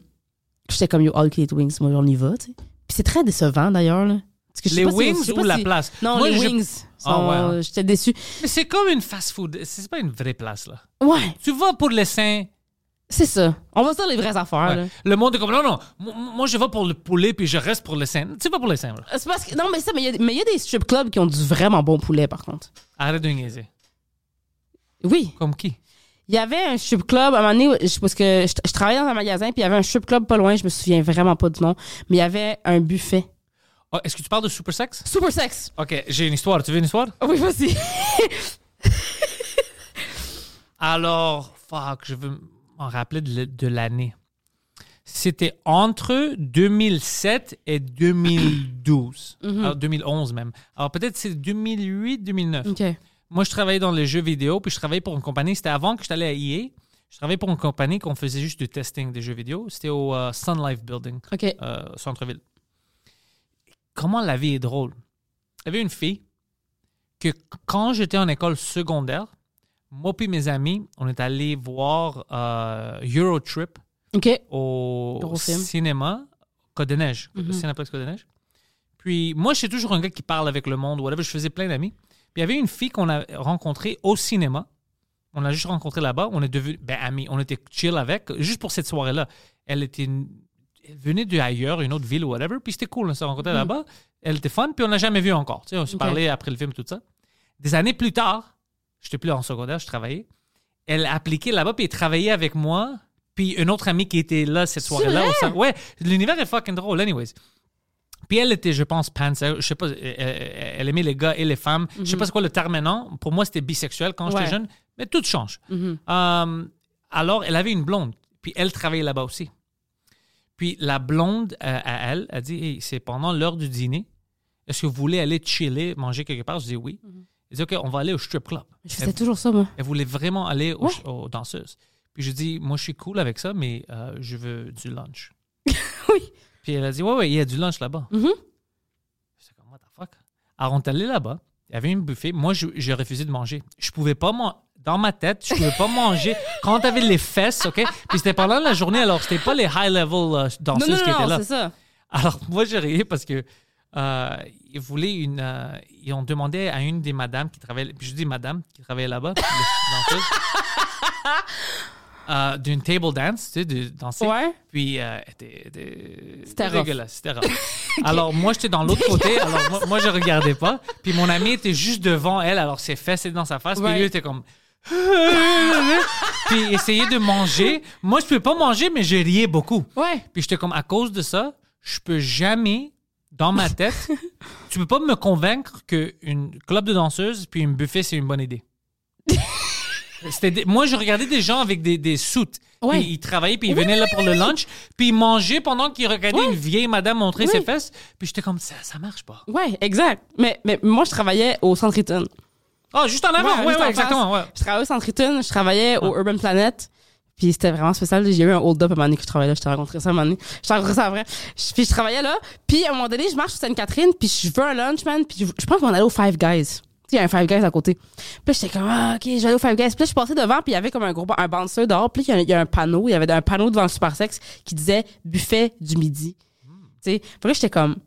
C: j'étais comme Yo, All You Can Eat Wings, moi, on y va, tu sais. Puis c'est très décevant d'ailleurs, là. Parce que je sais
B: Les
C: pas si-
B: wings
C: je sais
B: ou
C: pas
B: la
C: si-
B: place?
C: Non,
B: Moi,
C: les
B: je-
C: wings.
B: Ah,
C: sont-
B: ouais,
C: J'étais déçue.
B: Mais c'est comme une fast-food. C'est pas une vraie place, là.
C: Ouais,
B: Tu vas pour les seins.
C: c'est ça. On va se dire les vraies affaires,
B: Ouais.
C: Ah, là.
B: Le monde est comme, non, non, moi, moi, je vais pour le poulet puis je reste pour les seins. Tu vas pour les seins, là.
C: C'est parce que. Non, mais ça, mais il y a- mais il y, a des strip clubs qui ont du vraiment bon poulet, par contre.
B: Arrête de niaiser.
C: Oui.
B: Comme qui?
C: Il y avait un strip club à un moment donné, où- je, parce que je, je travaillais dans un magasin, puis il y avait un strip club pas loin, je me souviens vraiment pas du nom, mais il y avait un buffet.
B: Ah, Est-ce que tu parles de super sexe?
C: Super sexe!
B: Ok, j'ai une histoire. Tu veux une histoire?
C: Ah Oui, vas-y.
B: Alors, fuck, je veux m'en rappeler de l- de l'année. C'était entre 2007 et 2012. Alors, 2011 même. Alors, peut-être c'est 2008-2009.
C: <laughs> OK.
B: Moi, je travaillais dans les jeux vidéo, puis je travaillais pour une compagnie. C'était avant que je allé à EA. Je travaillais pour une compagnie qu'on faisait juste du testing des jeux vidéo. C'était au euh, Sun Life Building,
C: OK.
B: euh, centre-ville. Comment la vie est drôle. Il y avait une fille que quand j'étais en école secondaire, moi puis mes amis, on est allés voir euh, Eurotrip
C: OK.
B: au
C: Gros film.
B: cinéma Côte des Neiges, Cinéplex Côte des Neiges. Puis moi, je suis toujours un gars qui parle avec le monde, whatever. Je faisais plein d'amis. Puis il y avait une fille qu'on a rencontrée au cinéma. On l'a juste rencontrée là-bas. On est devenus ben, amis. On était chill avec, juste pour cette soirée-là. Elle était une- elle venait d'ailleurs, une autre ville ou whatever. Puis c'était cool. On s'est rencontrés là-bas. Elle était fun. Puis on l'a jamais vue encore. Tu sais, on se
C: Ok.
B: parlait après le film et tout ça. Des années plus tard, j'étais plus en secondaire, je travaillais. Elle appliquait là-bas, puis elle travaillait avec moi. Puis une autre amie qui était là cette soirée-là.
C: vrai?
B: au centre- Ouais, l'univers est fucking drôle, anyways. Puis elle était, je pense, pansexuelle. Je sais pas, euh, euh, elle aimait les gars et les femmes. Je sais pas c'est quoi le terme maintenant. Pour moi, c'était bisexuel quand j'étais
C: Mhm. Ouais. Mhm.
B: jeune. Mais tout change. Euh, alors, elle avait une blonde. Puis elle travaillait là-bas aussi. Puis la blonde, euh, à elle, a dit Hey, c'est pendant l'heure du dîner. Est-ce que vous voulez aller chiller, manger quelque part Je dis oui. Elle dit Ok, on va aller au strip club.
C: Mhm. Je faisais toujours ça, moi.
B: Elle voulait vraiment aller aux,
C: Ouais.
B: aux danseuses. Puis je dis, moi, je suis cool avec ça, mais euh, je veux du lunch.
C: <laughs> Oui.
B: Puis elle a dit, ouais, ouais, il y a du lunch là-bas.
C: Mhm.
B: J'étais comme, what the fuck? Alors, on est allé là-bas. Il y avait une buffet. Moi, je- j'ai refusé de manger. Je pouvais pas manger. Dans ma tête, je pouvais pas manger <laughs> quand t'avais les fesses, OK? Puis c'était pendant la journée, alors c'était pas les high-level euh,
C: Non,
B: danseuses
C: non,
B: qui étaient
C: non,
B: là.
C: non, c'est ça.
B: <laughs> Alors, moi, j'ai ri parce que euh, ils voulaient une. euh, ils ont demandé à une des madames qui travaillait. Puis je dis madame qui travaillait là-bas, <laughs> le- danseuse, euh, d'une table dance, tu sais, de danser.
C: Ouais.
B: Puis euh, c'était- c'était
C: C'était rough.
B: dégueulasse, c'était
C: <laughs>
B: rough. Alors, moi, j'étais dans l'autre côté. Alors, moi, moi, je regardais pas. Puis mon ami était juste devant elle. Alors, ses fesses étaient dans sa face.
C: Ouais.
B: Puis lui était comme. <laughs> puis essayait de manger. Moi, je pouvais pas manger, mais je riais beaucoup.
C: Ouais.
B: Puis j'étais comme, à cause de ça, je peux jamais, dans ma
C: <laughs>
B: tête, tu peux pas me convaincre qu'une club de danseuses puis une buffet, c'est une bonne
C: <laughs>
B: idée. C'était des- Moi, je regardais des gens avec des, des soutes.
C: Ouais.
B: Puis ils travaillaient, puis ils
C: Oui,
B: venaient là
C: oui,
B: pour
C: oui,
B: le
C: oui.
B: lunch, puis ils mangeaient pendant qu'ils regardaient
C: Ouais.
B: une vieille madame montrer
C: Oui.
B: ses fesses. Puis j'étais comme, ça, ça marche pas.
C: Ouais, exact. Mais, mais moi, je travaillais au Centre Eaton.
B: Ah, juste en avant, ouais,
C: juste
B: ouais,
C: en face.
B: exactement, ouais.
C: Je travaillais au Centre Eaton, je travaillais au Urban Planet. Puis c'était vraiment spécial. J'ai eu un hold-up à un moment donné que je travaillais là. Je t'ai rencontré ça à un moment donné. Je t'ai rencontré ça en vrai. Je- Puis je travaillais là. Puis à un moment donné, je marche sur Sainte-Catherine. Puis je veux un lunch, man. Puis je, je pense qu'on allait au Five Guys. Tu sais, il y a un Five Guys à côté. Puis j'étais comme, ah, OK, je vais aller au Five Guys. Puis là, je passais devant. Puis il y avait comme un gros, ba- un bouncer dehors. Puis là, il y a un- il y, a un panneau. Il y avait un panneau devant le Supersex qui disait buffet du midi. Tu sais, puis là, j'étais comme,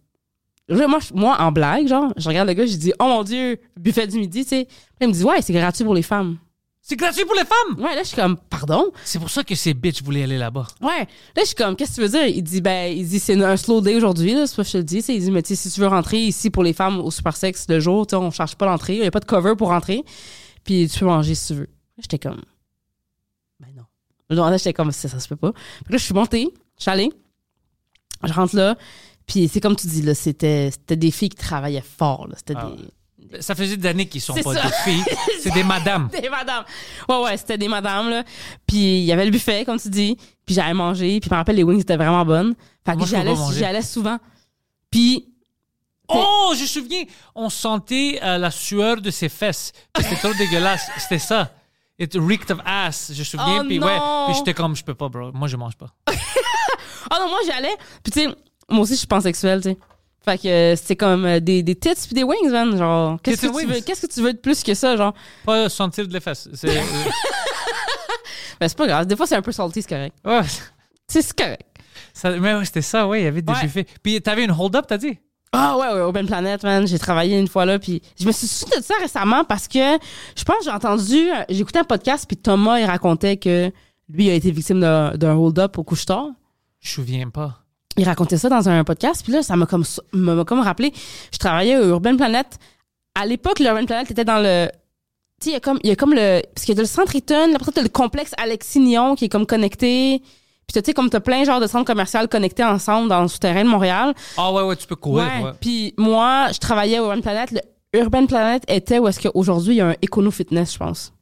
C: Là, moi, je- moi, en blague, genre, je regarde le gars, je dis, oh mon Dieu, buffet du midi, tu sais. Puis il me dit, ouais, c'est gratuit pour les femmes.
B: C'est gratuit pour les femmes.
C: Ouais, là, je suis comme, pardon?
B: C'est pour ça que ces bitches voulaient aller là-bas.
C: Ouais. Là, je suis comme, qu'est-ce que tu veux dire? Il dit, ben, il dit, c'est une- un slow day aujourd'hui, là, c'est pas que je te le dis, tu sais. Il dit, mais tu sais, si tu veux rentrer ici pour les femmes au super sexe le jour, tu sais, on charge pas l'entrée, il y a pas de cover pour rentrer. Puis tu peux manger si tu veux. Là, j'étais comme, ben non. Je demandais, j'étais comme, ça, ça se peut pas. Puis là, je suis montée, je suis allée, je rentre là. Puis c'est comme tu dis, là, c'était, c'était des filles qui travaillaient fort, là. C'était
B: Ah.
C: des.
B: Ça faisait des années qu'ils sont
C: C'est
B: pas
C: ça.
B: des
C: <laughs>
B: filles, c'est des madames.
C: Des madames. Ouais, ouais, c'était des madames, là. Puis il y avait le buffet, comme tu dis. Puis j'allais manger. Puis je me rappelle, les wings étaient vraiment bonnes. Fait que
B: Moi, je peux
C: j'allais,
B: pas manger.
C: j'allais souvent. Puis,
B: Oh, je me souviens, on sentait euh, la sueur de ses fesses. C'était
C: <laughs>
B: trop dégueulasse. C'était ça. It reeked of ass. Je me souviens.
C: Oh
B: puis ouais,
C: non.
B: puis j'étais comme, je peux pas, bro. Moi, je mange pas.
C: oh non, moi, j'allais. Puis tu sais, moi aussi, je suis pansexuelle, tu sais. Fait que euh, c'était comme euh, des, des tits puis des wings, man. Genre, qu'est-ce
B: Tits
C: que,
B: and
C: tu
B: wings.
C: veux, qu'est-ce que tu veux de plus que ça, genre?
B: Pas sentir de les fesses. C'est,
C: <laughs>
B: euh,
C: Ben, c'est pas grave. Des fois, c'est un peu salty, c'est correct.
B: ouais,
C: Tu sais, c'est correct.
B: ça- mais ouais, c'était ça, ouais. Il y avait des
C: Ouais.
B: buffets. Puis t'avais une hold-up, t'as dit?
C: Ah ouais, ouais, Open Planet, man. J'ai travaillé une fois là, puis je me suis souvenu de ça récemment parce que je pense que j'ai entendu, euh, j'ai écouté un podcast, puis Thomas, il racontait que lui a été victime d'un d'un hold-up au couche-tard.
B: Je me souviens pas.
C: Il racontait ça dans un podcast, puis là, ça m'a comme, sou- m'a m'a comme rappelé. Je travaillais au Urban Planet. À l'époque, l'Urban Planet était dans le... Tu sais, il y a comme, il y a comme le... Parce qu'il y a le centre Eaton, après ça, t'as le complexe Alexignon qui est comme connecté. Puis t'as, tu sais, comme t'as plein genre de centres commerciaux connectés ensemble dans le souterrain de Montréal.
B: Ah ouais, ouais, tu peux courir.
C: Ouais.
B: ouais.
C: Puis moi, je travaillais au Urban Planet. Le Urban Planet était où est-ce qu'aujourd'hui, il y a un Econo Fitness, je pense.
B: Sur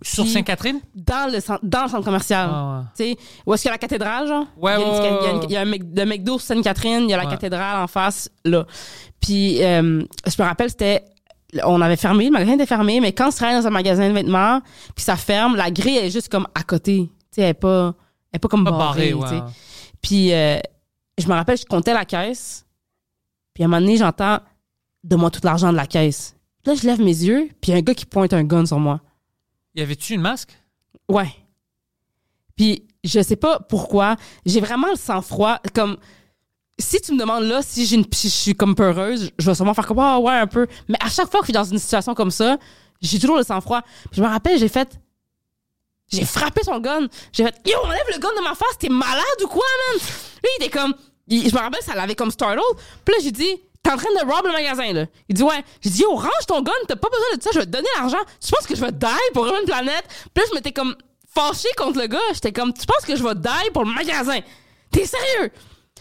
C: Puis-
B: Sainte-Catherine?
C: Dans le centre, dans le centre commercial.
B: Ah
C: Tu sais, où est-ce qu'il y a la cathédrale, genre?
B: Ouais,
C: il y a, une-
B: ouais, ouais,
C: il y a une-
B: ouais.
C: il y a un Mc- de McDo sur Sainte-Catherine, il y a la
B: Ouais.
C: cathédrale en face, là. Puis, euh, je me rappelle, c'était... On avait fermé, le magasin était fermé, mais quand on se travaille dans un magasin de vêtements, puis ça ferme, la grille elle est juste comme à côté. Tu sais, elle est pas, elle est pas comme
B: Pas
C: barrée,
B: barré, ouais.
C: tu sais. Puis euh, je me rappelle, je comptais la caisse. Puis à un moment donné, j'entends Donne-moi tout l'argent de la caisse. Puis Là, je lève mes yeux, puis il y a un gars qui pointe un gun sur moi.
B: Y avait-tu une masque?
C: Ouais. Puis je sais pas pourquoi, j'ai vraiment le sang-froid. Comme si tu me demandes là si j'ai une si je suis comme peureuse, je vais sûrement faire comme ah ouais un peu. Mais à chaque fois que je suis dans une situation comme ça, J'ai toujours le sang-froid. Puis Je me rappelle, j'ai fait. J'ai frappé son gun. J'ai fait Yo, enlève le gun de ma face, t'es malade ou quoi, man? Lui, il était comme. il- je me rappelle, ça l'avait comme startled. Puis là, j'ai dit T'es en train de rob le magasin, là. Il dit Ouais. J'ai dit Yo, range ton gun, t'as pas besoin de ça, je vais te donner l'argent. Tu penses que je vais die pour une planète? Puis là, je m'étais comme fâché contre le gars. J'étais comme Tu penses que je vais die pour le magasin? T'es sérieux?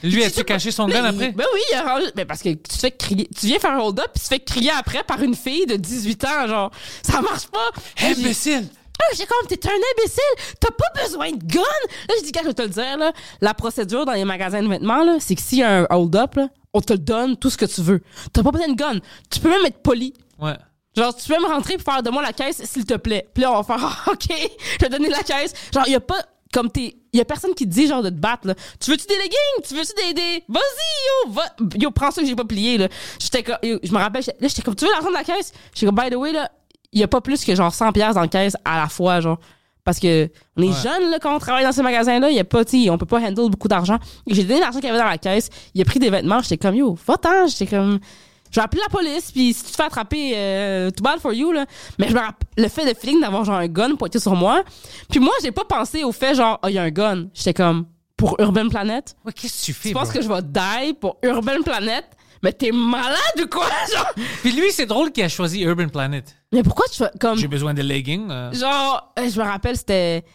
B: Lui,
C: Puis
B: as-tu
C: tu-
B: caché son
C: Là,
B: gun
C: il-
B: après?
C: Ben oui, il a rangé- ben parce que tu te fais crier, tu viens faire un hold-up puis tu te fais crier après par une fille de 18 ans, genre, ça marche pas. Là, j'ai-
B: Imbécile!
C: Ah, J'ai comme, t'es un imbécile, t'as pas besoin de gun. Là, je dis, gars, je vais te le dire, là, la procédure dans les magasins de vêtements, là, c'est que s'il y a un hold-up, là, on te le donne tout ce que tu veux. T'as pas besoin de gun. Tu peux même être poli.
B: Ouais.
C: Genre, tu peux me rentrer pour faire de moi la caisse, s'il te plaît. Puis là, on va faire, <laughs> Ah, OK, je vais donner la caisse. Genre, il y a pas, comme t'es, il y a personne qui te dit, genre, de te battre, là. Tu veux-tu des leggings? Tu veux-tu des, des... Vas-y, yo, va... yo, prends ceux que j'ai pas pliés, là. J'étais comme, yo, je me rappelle, j'étais- là, j'étais comme, tu veux l'argent de la caisse? J'étais comme, by the way, là, il y a pas plus que genre 100 pièces dans la caisse à la fois, genre. Parce que on est jeunes, là, quand on travaille dans ces magasins-là, il y a pas, tu sais, on peut pas handle beaucoup d'argent. J'ai donné l'argent qu'il y avait dans la caisse, il a pris des vêtements, j'étais comme, yo, va-t'en, j'étais comme, je vais appeler la police, puis si tu te fais attraper, euh, too bad for you, là. Mais je me rappelle le fait de feeling d'avoir genre un gun pointé sur moi. Puis moi, j'ai pas pensé au fait, genre, oh, il y a un gun. J'étais comme, pour Urban Planet,
B: Ouais, qu'est-ce que tu fais,
C: tu penses
B: bro?
C: que je vais die pour Urban Planet? Mais t'es malade ou quoi, <laughs> genre?
B: Puis lui, c'est drôle qu'il a choisi Urban Planet.
C: Mais pourquoi tu fais comme.
B: J'ai besoin de leggings. euh,
C: Genre, euh, je me rappelle, c'était.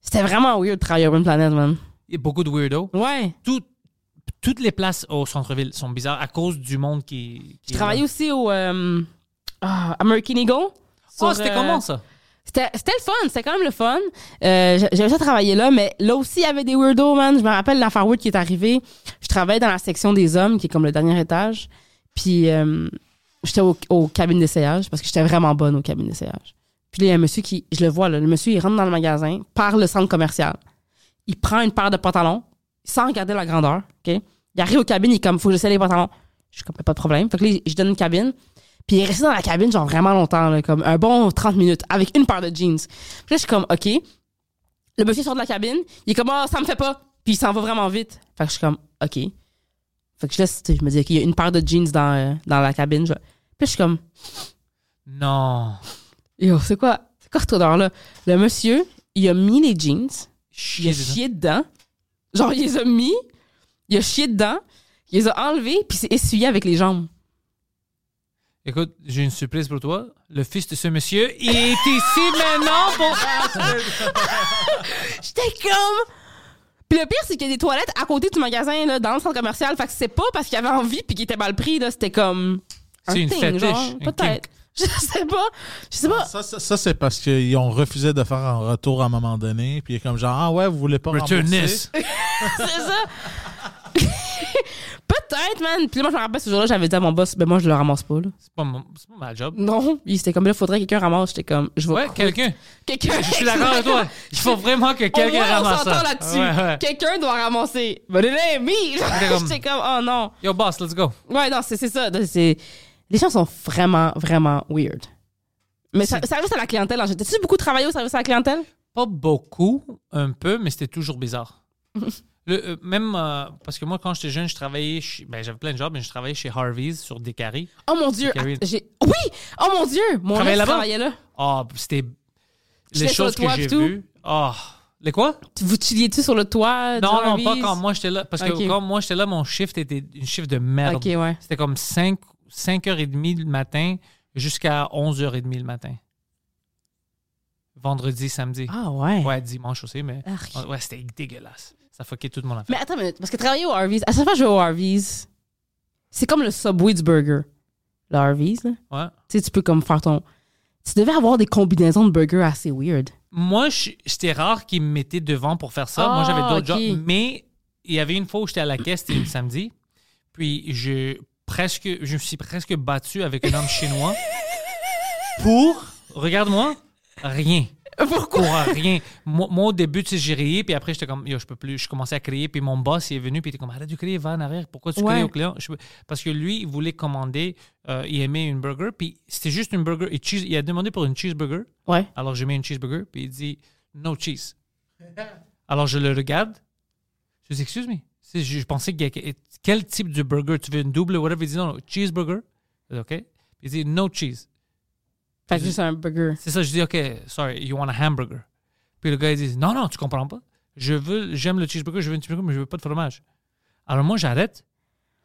C: C'était vraiment weird de travailler à Urban Planet, man.
B: il y a beaucoup de weirdos.
C: Ouais.
B: Tout- toutes les places au centre-ville sont bizarres à cause du monde qui. qui
C: Je travaillais aussi au euh, ah, American Eagle.
B: Oh,
C: Sur,
B: c'était
C: euh,
B: comment ça?
C: C'était c'était le fun, c'était quand même le fun. Euh, j'a- J'avais déjà travaillé là, mais là aussi, il y avait des weirdos, man. Je me rappelle l'affaire Wood qui est arrivée. Je travaillais dans la section des hommes, qui est comme le dernier étage. Puis, euh, j'étais au, au cabine d'essayage, parce que j'étais vraiment bonne au cabine d'essayage. Puis là, il y a un monsieur qui, je le vois, là, le monsieur, il rentre dans le magasin, par le centre commercial. Il prend une paire de pantalons, sans regarder la grandeur, OK? Il arrive aux cabines, il est comme, faut que j'essaie les pantalons. Je suis comme, pas de problème. Fait que là, je donne une cabine. Puis il est resté dans la cabine, genre vraiment longtemps, là, comme un bon 30 minutes, avec une paire de jeans. Puis là, je suis comme, OK. Le monsieur sort de la cabine, il est comme, ah, ça me fait pas. Puis il s'en va vraiment vite. Fait que je suis comme, OK. Fait que je laisse, tu sais, je me dis, OK, il y a une paire de jeans dans, euh, dans la cabine. je- Puis là, je suis comme,
B: Non.
C: yo, c'est quoi, c'est quoi cette odeur-là? Le monsieur, il a mis les jeans, il
B: Chier.
C: a
B: dedans.
C: chié dedans. Genre, il les a mis, il a chié dedans, il les a enlevés, puis il s'est essuyé avec les jambes.
B: Écoute, j'ai une surprise pour toi. Le fils de ce monsieur il est <laughs> ici maintenant pour.
C: J'étais comme. Puis le pire, c'est qu'il y a des toilettes à côté du magasin, là, dans le centre commercial. Fait que c'est pas parce qu'il avait envie puis qu'il était mal pris, là. C'était comme. un
B: C'est une
C: thing,
B: fétiche,
C: genre,
B: un
C: Peut-être. <laughs> Je sais pas. Je sais pas.
D: Ça, ça, ça, c'est parce qu'ils ont refusé de faire un retour à un moment donné. Puis il est comme genre, ah ouais, vous voulez pas
B: Return
D: rembourser?
B: this.
C: C'est ça. peut-être, man. Puis là, moi, je me rappelle ce jour-là, j'avais dit à mon boss, ben moi, je le ramasse pas, là.
B: C'est pas, mon- c'est pas ma job.
C: Non. Il était comme, là, faudrait que quelqu'un ramasse. J'étais comme, je vais. <laughs>
B: Ouais, quelqu'un.
C: Quelqu'un.
B: Je suis d'accord avec
C: <laughs>
B: toi. Il faut vraiment que
C: Au
B: quelqu'un
C: moins, on
B: ramasse ça.
C: s'entend là-dessus.
B: Ouais, ouais.
C: Quelqu'un doit ramasser. Ben, là, me.
B: comme-
C: <laughs> J'étais comme, oh non.
B: Yo, boss, let's go.
C: Ouais, non, c'est c'est ça. de- c'est- Les gens sont vraiment, vraiment weird. Mais ça- service à la clientèle, en général. T'as-tu beaucoup travaillé au service à la clientèle?
B: Pas beaucoup, un peu, mais c'était toujours
C: <laughs>
B: bizarre. Le, euh, même euh, parce que moi, quand j'étais jeune, je travaillais. chez- ben, j'avais plein de jobs, mais je travaillais chez Harvey's sur Décarie.
C: Oh mon Dieu!
B: Karine.
C: att- j'ai- Oui! Oh mon Dieu! Mon
B: Travaillais
C: ex
B: là-bas?
C: travaillait là.
B: Ah, c'était les
C: J'étais sur
B: choses
C: le
B: que
C: toit
B: j'ai
C: pis tout.
B: vues. Ah, les quoi
C: Tu- Vous chilliez-tu sur le toit? du
B: Non, non, pas
C: Harvey's?
B: quand moi j'étais là. Parce que
C: Ok.
B: quand moi j'étais là, mon shift était une shift de merde.
C: Ok, ouais.
B: C'était comme 5, 5h30 le matin jusqu'à 11h30 le matin. Vendredi, samedi.
C: Ah ouais.
B: Ouais, dimanche aussi, mais.
C: Arc.
B: Ouais, c'était dégueulasse. Ça fuckait tout mon affaire.
C: Mais attends une minute, parce que travailler au Harvey's, à chaque fois que je vais au Harvey's, c'est comme le Subway du burger. Le Harvey's, là.
B: Ouais.
C: Tu sais, tu peux comme faire ton. Tu devais avoir des combinaisons de burgers assez weird.
B: Moi, je- c'était rare qu'ils me mettaient devant pour faire ça. Moi,
C: Ah,
B: j'avais d'autres
C: ok.
B: jobs. Mais il y avait une fois où j'étais à la caisse, c'était le samedi. Puis je, presque, je me suis presque battu avec un homme chinois pour, regarde-moi, rien.
C: Pourquoi?
B: Pour rien. Moi, moi, au début, tu sais, j'ai rié, puis après, j'étais comme, yo, je peux plus. Je commençais à crier, puis mon boss, il est venu, puis il était comme, arrête de crier, va en arrière. Pourquoi tu
C: Ouais.
B: cries au client? Je peux- Parce que lui, il voulait commander, euh, il aimait une burger, puis c'était juste une burger. Et cheese- il a demandé pour une cheeseburger.
C: Ouais.
B: Alors, j'ai mis une cheeseburger, puis il dit, no cheese. <laughs> Alors, je le regarde. Je dis, excuse me. Tu sais, Je, je pensais, qu'il y a- quel type de burger? Tu veux une double, whatever? Il dit, non, non, cheeseburger. Je dis, OK. Il dit, no cheese.
C: Fait que juste un burger.
B: C'est ça, je dis, OK, sorry, you want a hamburger. Puis le gars, il dit, non, non, tu comprends pas. Je veux, j'aime le cheeseburger, je veux un cheeseburger, mais je veux pas de fromage. Alors moi, j'arrête.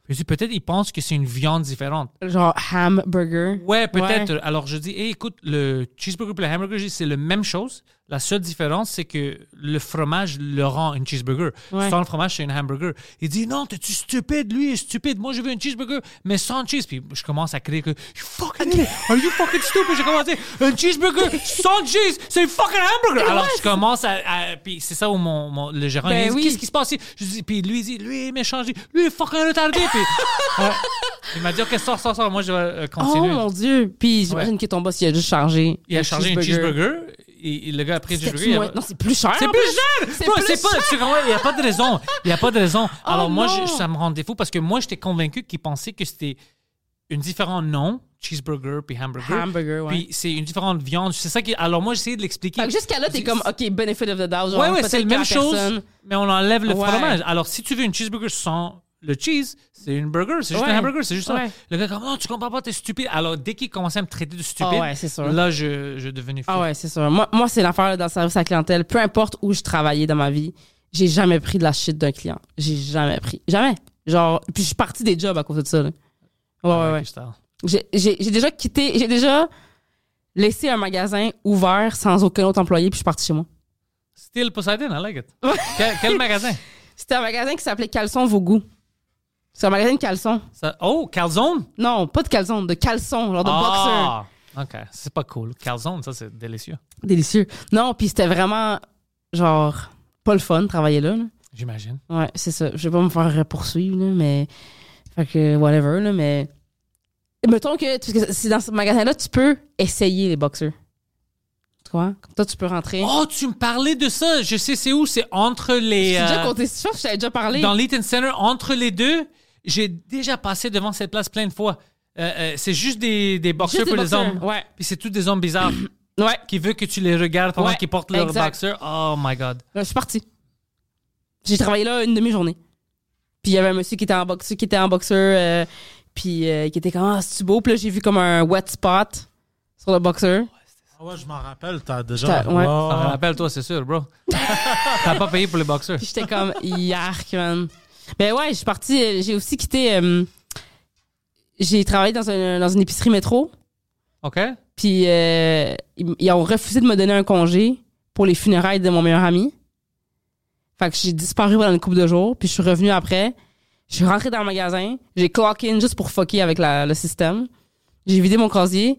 B: Je dis, peut-être il pense que c'est une viande différente.
C: Genre hamburger.
B: Ouais, peut-être. Alors je dis, hey, écoute, le cheeseburger et le hamburger, je dis, c'est la même chose. La seule différence, c'est que le fromage le rend une cheeseburger.
C: Ouais.
B: Sans le fromage, c'est une hamburger. Il dit, non, t'es-tu stupide? Lui il est stupide. Moi, je veux une cheeseburger, mais sans cheese. Puis je commence à crier que, you fucking, are you fucking stupid? J'ai commencé, un cheeseburger sans cheese, c'est une fucking hamburger. Alors je commence à. à- puis c'est ça où mon, mon- le gérant,
C: Ben
B: il dit,
C: oui.
B: qu'est-ce qui se passe ici? Je dis, puis lui, il dit, lui, il est méchant. Je dis, lui, il est fucking retardé.
C: <laughs>
B: Puis. ouais. Il m'a dit, OK, sors, sors, sors. Moi, je vais euh,
C: Oh
B: continuer.
C: mon dieu! Puis j'imagine que ton boss, il a juste chargé.
B: Il a
C: le
B: chargé un cheeseburger. Et, et le gars a pris le
C: C'était-tu
B: cheeseburger. il a-
C: moins- Non, c'est plus cher.
B: C'est
C: en
B: plus cher!
C: C'est
B: Bro,
C: plus
B: C'est pas,
C: cher!
B: tu comprends? Il n'y a pas de raison. Il n'y a pas de
C: <laughs>
B: raison. Alors, moi, je-
C: non!
B: ça me rendait fou parce que moi, j'étais convaincu qu'il pensait que c'était une différent nom, cheeseburger puis hamburger.
C: Hamburger, ouais.
B: Puis c'est une différente viande. C'est ça qui. Alors, moi, j'essayais de l'expliquer.
C: Fait que jusqu'à là, t'es
B: C'est-
C: comme, OK, benefit of the doubt. Genre,
B: Ouais, ouais,
C: peut-être
B: c'est la
C: que
B: même
C: la
B: chose,
C: personne-
B: mais on enlève le
C: Ouais.
B: fromage. Alors, si tu veux une cheeseburger sans le cheese, c'est une burger, c'est juste
C: Ouais.
B: un hamburger, c'est juste ça.
C: Ouais.
B: Le gars, comme, non, tu comprends pas, t'es stupide. Alors, dès qu'il commençait à me traiter de stupide,
C: Ah ouais, c'est sûr.
B: là, je, je devenais fou.
C: Ah ouais, c'est sûr. Moi, moi c'est l'affaire là, dans le service à la clientèle. Peu importe où je travaillais dans ma vie, j'ai jamais pris de la shit d'un client. J'ai jamais pris. Jamais. Genre, puis je suis partie des jobs à cause de ça. là.
B: Ah
C: Ouais, ouais, ouais.
B: Style.
C: J'ai- J'ai j'ai déjà quitté, j'ai déjà laissé un magasin ouvert sans aucun autre employé, puis je suis partie chez moi.
B: Still Poseidon, I like it. quel, quel magasin?
C: C'était un magasin qui s'appelait Caleçon Vos Goûts. C'est un magasin de caleçons.
B: Ça- oh, Calzone?
C: Non, pas de caleçons, de caleçons, genre de Oh, boxer.
B: Ah, OK, c'est pas cool. Calzone, ça, c'est délicieux,
C: Délicieux. Non, puis c'était vraiment, genre, pas le fun de travailler là. là.
B: j'imagine.
C: Ouais, c'est ça. Je vais pas me faire poursuivre, là, mais. Fait que, whatever, là, mais. Mettons que, parce que c'est dans ce magasin-là, tu peux essayer les boxeurs. Tu vois? Comme toi, tu peux rentrer.
B: Oh, tu me parlais de ça. Je sais c'est où. C'est entre les...
C: J'ai déjà
B: euh,
C: compté, je pense que je t'avais déjà parlé.
B: Dans l'Eaton Center, entre les deux, j'ai déjà passé devant cette place plein de fois. Euh, euh, c'est juste des, des boxeurs
C: Juste
B: pour les
C: des boxeurs,
B: hommes.
C: ouais.
B: Puis c'est tous des hommes
C: <clears throat>
B: bizarres
C: Ouais.
B: qui veulent que tu les regardes pendant
C: Ouais,
B: qu'ils portent leur
C: exact.
B: boxeur. Oh my God.
C: Là, Euh, je suis partie. J'ai travaillé là une demi-journée. Puis il y avait un monsieur qui était en boxeur, qui était en boxeur, euh, puis euh, qui était comme, ah, c'est beau. Puis là, j'ai vu comme un wet spot sur le boxeur.
D: Ah ouais, je m'en rappelle, t'as déjà. Ah,
C: T'as- ouais.
D: Wow.
B: Ça me rappelle, toi, Ah, c'est sûr,
C: <laughs>
B: bro. T'as pas payé pour les boxeurs.
C: Puis j'étais comme, yark, man. Ben ouais, je suis partie. euh, J'ai aussi quitté. euh, j'ai travaillé dans, un- dans une épicerie métro.
B: OK?
C: Puis euh, ils, ils ont refusé de me donner un congé pour les funérailles de mon meilleur ami. Fait que j'ai disparu pendant une couple de jours. Puis je suis revenue après. Je suis rentrée dans le magasin. J'ai clock in juste pour fucker avec la- le système. J'ai vidé mon casier.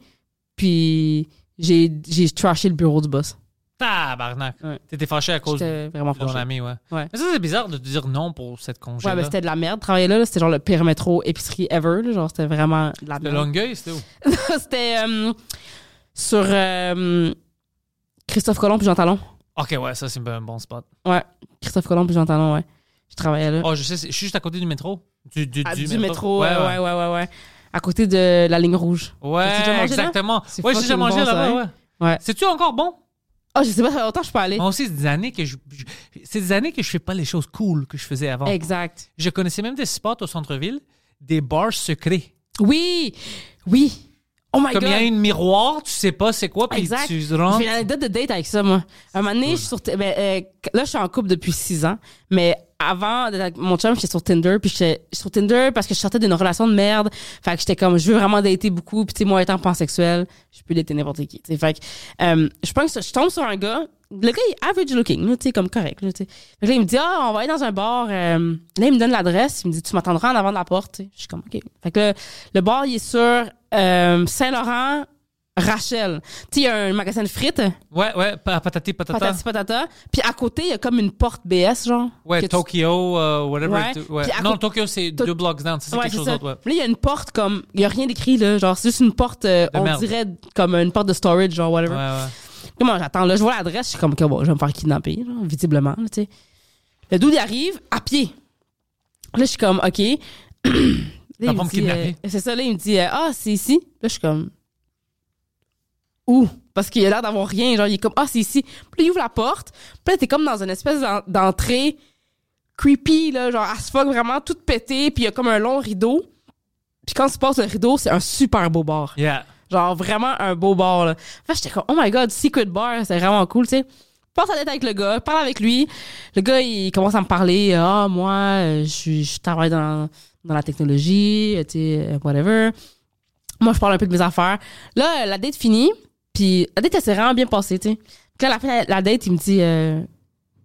C: Puis j'ai j'ai trashé le bureau du boss.
B: Tabarnak.
C: Ouais.
B: T'étais fâché à cause de
C: J'étais vraiment
B: ton
C: fâchée.
B: ami, ouais.
C: Ouais.
B: Mais ça, c'est bizarre de te dire non pour cette congé
C: Ouais, ben c'était de la merde. Travailler là, là, c'était genre le pire métro épicerie ever. là. genre, c'était vraiment de la
B: de
C: merde.
B: Longueuil, c'était où?
C: <laughs> c'était euh, sur euh, Christophe Colomb puis Jean Talon.
B: OK, ouais, ça, c'est un bon spot.
C: Ouais, Christophe Colomb puis Jean Talon, ouais. Je travaillais là.
B: Oh, je sais, c'est- je suis juste à côté du métro. Du, du,
C: Ah, du, métro,
B: Ouais,
C: euh, ouais, ouais, ouais, ouais, À côté de la ligne rouge. T'as-tu déjà
B: Ouais,
C: mangé
B: exactement.
C: C'est
B: Ouais, j'ai déjà
C: fucking
B: mangé
C: bon, ça,
B: là-bas,
C: hein?
B: ouais.
C: Ouais.
B: C'est-tu encore bon?
C: Oh, je sais pas, ça fait longtemps que je suis pas allée.
B: Moi aussi, c'est des années que je, je- c'est des années que je fais pas les choses cool que je faisais avant.
C: Exact.
B: Je connaissais même des spots au centre-ville, des bars secrets.
C: Oui, oui. Oh my
B: Comme il y
C: god.
B: a une miroir, tu sais pas c'est quoi, puis
C: Exact.
B: tu
C: J'ai
B: rentres.
C: une anecdote de date avec ça, moi. Un moment donné, je suis sur. t- ben, euh, là, je suis en couple depuis six ans. Mais avant, d'être avec mon chum, j'étais sur Tinder. Puis j'étais sur Tinder parce que je sortais d'une relation de merde. Fait que j'étais comme, je veux vraiment dater beaucoup. Puis tu sais, moi, étant pansexuel, je peux dater n'importe qui. tu sais. Fait que euh, je pense que je tombe sur un gars. Le gars, il est average looking, là, tu sais, comme correct. Là, tu sais. Fait que là, il me dit, ah, on va aller dans un bar. euh. là, il me donne l'adresse. Il me dit, tu m'attendras en avant de la porte. tu sais. Je suis comme, OK. Fait que là, le bar, il est sur euh, Saint-Laurent, Rachel. Tu sais, il y a un magasin de frites.
B: Ouais, ouais, pa- patati patata.
C: Patati patata. Puis à côté, il y a comme une porte BS, genre.
B: Ouais,
C: Que tu-
B: Tokyo, euh, whatever.
C: Ouais.
B: tu- ouais.
C: Puis à
B: Non,
C: côté-
B: Tokyo, c'est
C: To-
B: deux blocks down, ça, c'est
C: Ouais,
B: quelque
C: c'est
B: chose
C: ça.
B: d'autre, ouais.
C: Puis là, il y a une porte comme. Il y a rien d'écrit, là. Genre, c'est juste une porte, euh,
B: De
C: on
B: merde.
C: dirait comme une porte de storage, genre, whatever.
B: Ouais, ouais.
C: Puis moi, j'attends, là, je vois l'adresse, je suis comme, que bon, je vais me faire kidnapper, genre, visiblement, là, tu sais. Le dude, il arrive à pied. Là, je suis comme, OK. <clears throat> Là, il
B: pas
C: me
B: me
C: dit,
B: kidnapper.
C: euh, c'est ça, là, il me dit, euh, ah, c'est ici. Là, je suis comme, où? Parce qu'il a l'air d'avoir rien. Genre, il est comme, ah, c'est ici. Puis là, il ouvre la porte. Puis là, t'es comme dans une espèce d'en- d'entrée creepy, là, genre, as fuck, vraiment, toute pétée. Puis il y a comme un long rideau. Puis quand tu passes le rideau, c'est un super beau bar.
B: Yeah.
C: Genre vraiment un beau bar. Là. Fait que j'étais comme, oh my god, Secret Bar, c'est vraiment cool, tu sais. Passe la tête avec le gars, parle avec lui. Le gars, il commence à me parler. Ah, moi, euh, je, suis- je travaille dans, dans la technologie, euh, tu sais, euh, whatever. Moi, je parle un peu de mes affaires. Là, euh, la date finie, puis la date, elle s'est vraiment bien passée, tu sais. Puis là, à la fin de la date, il me dit, euh,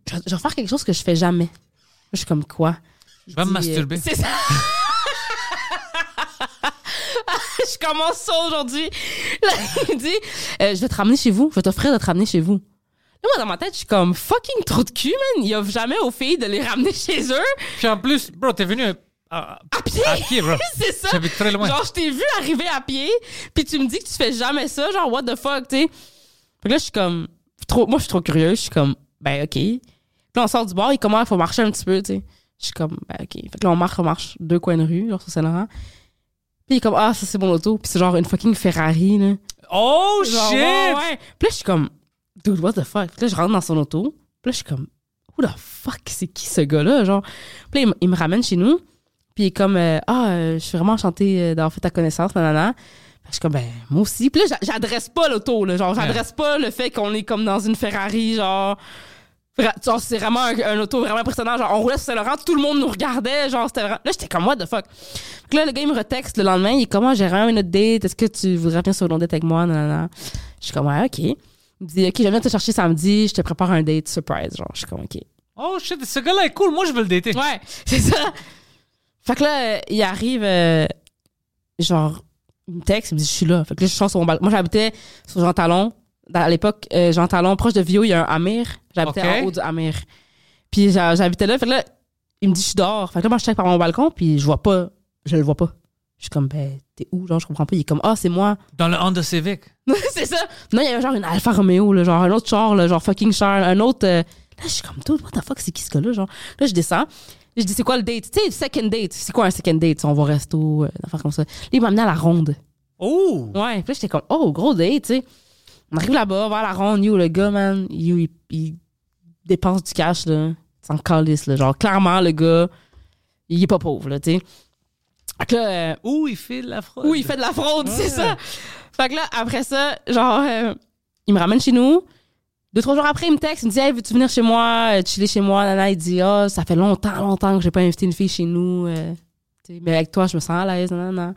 C: je, vais- je vais faire quelque chose que je fais jamais. Moi, Je suis comme quoi?
B: Je vais me
C: dit, euh,
B: masturber.
C: C'est ça. <laughs> je commence ça aujourd'hui. Là, il dit, euh, je vais te ramener chez vous. Je vais t'offrir de te ramener chez vous. Là, moi, dans ma tête, je suis comme fucking trop de cul, man. Ils offrent jamais aux filles de les ramener chez eux.
B: Puis en plus, bro, t'es venu à, à-
C: À pied.
B: à pied,
C: <laughs>
B: bro.
C: C'est ça.
B: J'habite très loin.
C: Genre, je t'ai vu arriver à pied, puis tu me dis que tu fais jamais ça. Genre, what the fuck, tu sais. Fait que là, je suis comme. Trop, moi, je suis trop curieuse. Je suis comme, ben, OK. Puis là, on sort du bar, il commence, il faut marcher un petit peu, tu sais. Je suis comme, ben, OK. Fait que là, on marche, on marche deux coins de rue, genre, sur Saint-Laurent. Puis il est comme, ah, ça, c'est mon auto. Puis c'est genre une fucking Ferrari, là.
B: Oh
C: Genre,
B: shit!
C: ouais, ouais. Puis là, je suis comme, dude, what the fuck? Puis là, je rentre dans son auto. Puis là, je suis comme, who the fuck, c'est qui ce gars-là? Genre, puis là, il, m- il me ramène chez nous. Puis il est comme, euh, ah, euh, je suis vraiment enchantée euh, d'avoir fait ta connaissance, nanana. Puis Je suis comme, ben, moi aussi. Puis là, j'a- j'adresse pas l'auto, là. Genre, j'adresse pas le fait qu'on est comme dans une Ferrari, genre. Vra- genre, c'est vraiment un, un auto vraiment impressionnant. Genre, on roulait sur Saint-Laurent, tout le monde nous regardait. Genre, c'était vraiment- Là, j'étais comme, what the fuck? Fait que là, le gars, il me retexte le lendemain. Il est comme, Ah, j'ai vraiment une autre date. Est-ce que tu voudrais venir sur une autre date avec moi? Non, non, non. Je suis comme, ouais, OK. Il me dit, OK, je viens te chercher samedi. Je te prépare un date surprise. Genre, je suis comme, OK.
B: Oh shit, ce gars-là est cool, moi je veux le dater.
C: Ouais, <laughs> c'est ça. Fait que là, euh, il arrive, euh, genre, il me texte, il me dit, je suis là. Fait que là, je sors sur mon balcon. Moi, j'habitais sur Jean Talon. Dans- À l'époque, euh, Jean Talon, proche de Vio, il y a un Amir. J'habitais
B: Ok.
C: en haut du Amir. Puis j'a- j'habitais là. Fait que là, il me dit, je suis dehors. Fait que là, moi, je check par mon balcon, puis je vois pas. Je le vois pas. Je suis comme, ben, t'es où? Genre, je comprends pas. Il est comme, ah, c'est moi.
B: Dans le Honda Civic.
C: <laughs> c'est ça. Non, il y avait genre une Alfa Romeo, là, genre un autre char, là, genre fucking char, un autre. euh, Là, je suis comme tout, what the fuck, c'est qui ce gars-là? Genre, là, je descends. Je dis, c'est quoi le date? Tu sais, second date. C'est quoi un second date? On va au resto, euh, une affaire comme ça. Là, il m'a amené à la ronde.
B: Oh!
C: Ouais, puis là, j'étais comme, oh, gros date, tu sais. On arrive là-bas, vers la ronde, you, le gars, man, you, il, il dépense du cash, là. Sans calisse, là. Genre, clairement, le gars, il est pas pauvre, là, tu sais. Fait que là, euh,
B: Où il fait la fraude?
C: oui, il fait de la fraude, c'est ça. Fait que là, après ça, genre, euh, il me ramène chez nous. Deux, trois jours après, il me texte, il me dit, hey, veux-tu venir chez moi, euh, chiller chez moi? Nana, il dit, ah, ça fait longtemps, longtemps que j'ai pas invité une fille chez nous. euh, tu sais, mais avec toi, je me sens à l'aise. Nanana.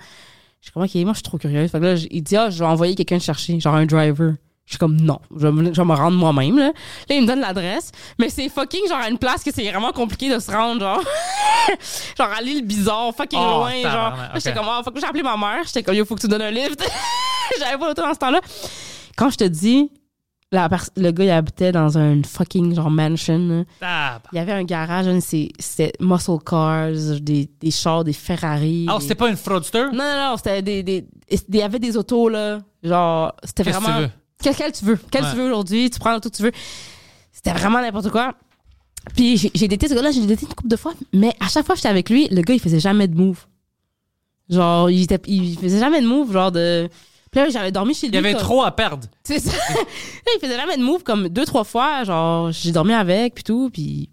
C: Je suis comme, OK, moi, je suis trop curieuse. Fait que là, j- il dit, ah, je vais envoyer quelqu'un te chercher, genre un driver. Je suis comme, non, je vais me, je vais me rendre moi-même. Là. là, il me donne l'adresse, mais c'est fucking genre à une place que c'est vraiment compliqué de se rendre, genre. <laughs> genre à l'île bizarre, fucking
B: Oh,
C: loin, genre.
B: tabarnak,
C: Là, J'étais
B: ok.
C: comme, ah, faut que j'ai appelé ma mère. J'étais comme, yo, faut que tu donnes un lift. <laughs> J'avais pas l'auto dans ce temps-là. Quand je te dis, la pers- le gars, il habitait dans un fucking genre mansion, là.
B: Ah, bah.
C: Il y avait un garage, un de ces- c'était muscle cars, des, des chars, des Ferrari.
B: Alors, Ah,
C: des-
B: c'était pas une fraudster?
C: non, non, non, c'était des, des- Il y avait des autos, là. Genre, c'était
B: Qu'est-ce que
C: vraiment.
B: tu veux?
C: Quel, quel tu veux? Quel
B: Ouais.
C: tu veux aujourd'hui? Tu prends l'auto que tu veux. C'était vraiment n'importe quoi. Puis j'ai j'ai daté ce gars-là, j'ai daté une couple de fois, mais à chaque fois que j'étais avec lui, le gars, il faisait jamais de move. Genre, il, était- il faisait jamais de move, genre de. Puis là, j'avais dormi chez lui.
B: Il y avait
C: comme-
B: trop à perdre.
C: c'est ça. Là, <laughs> il faisait jamais de move comme deux, trois fois. Genre, j'ai dormi avec, puis tout, puis.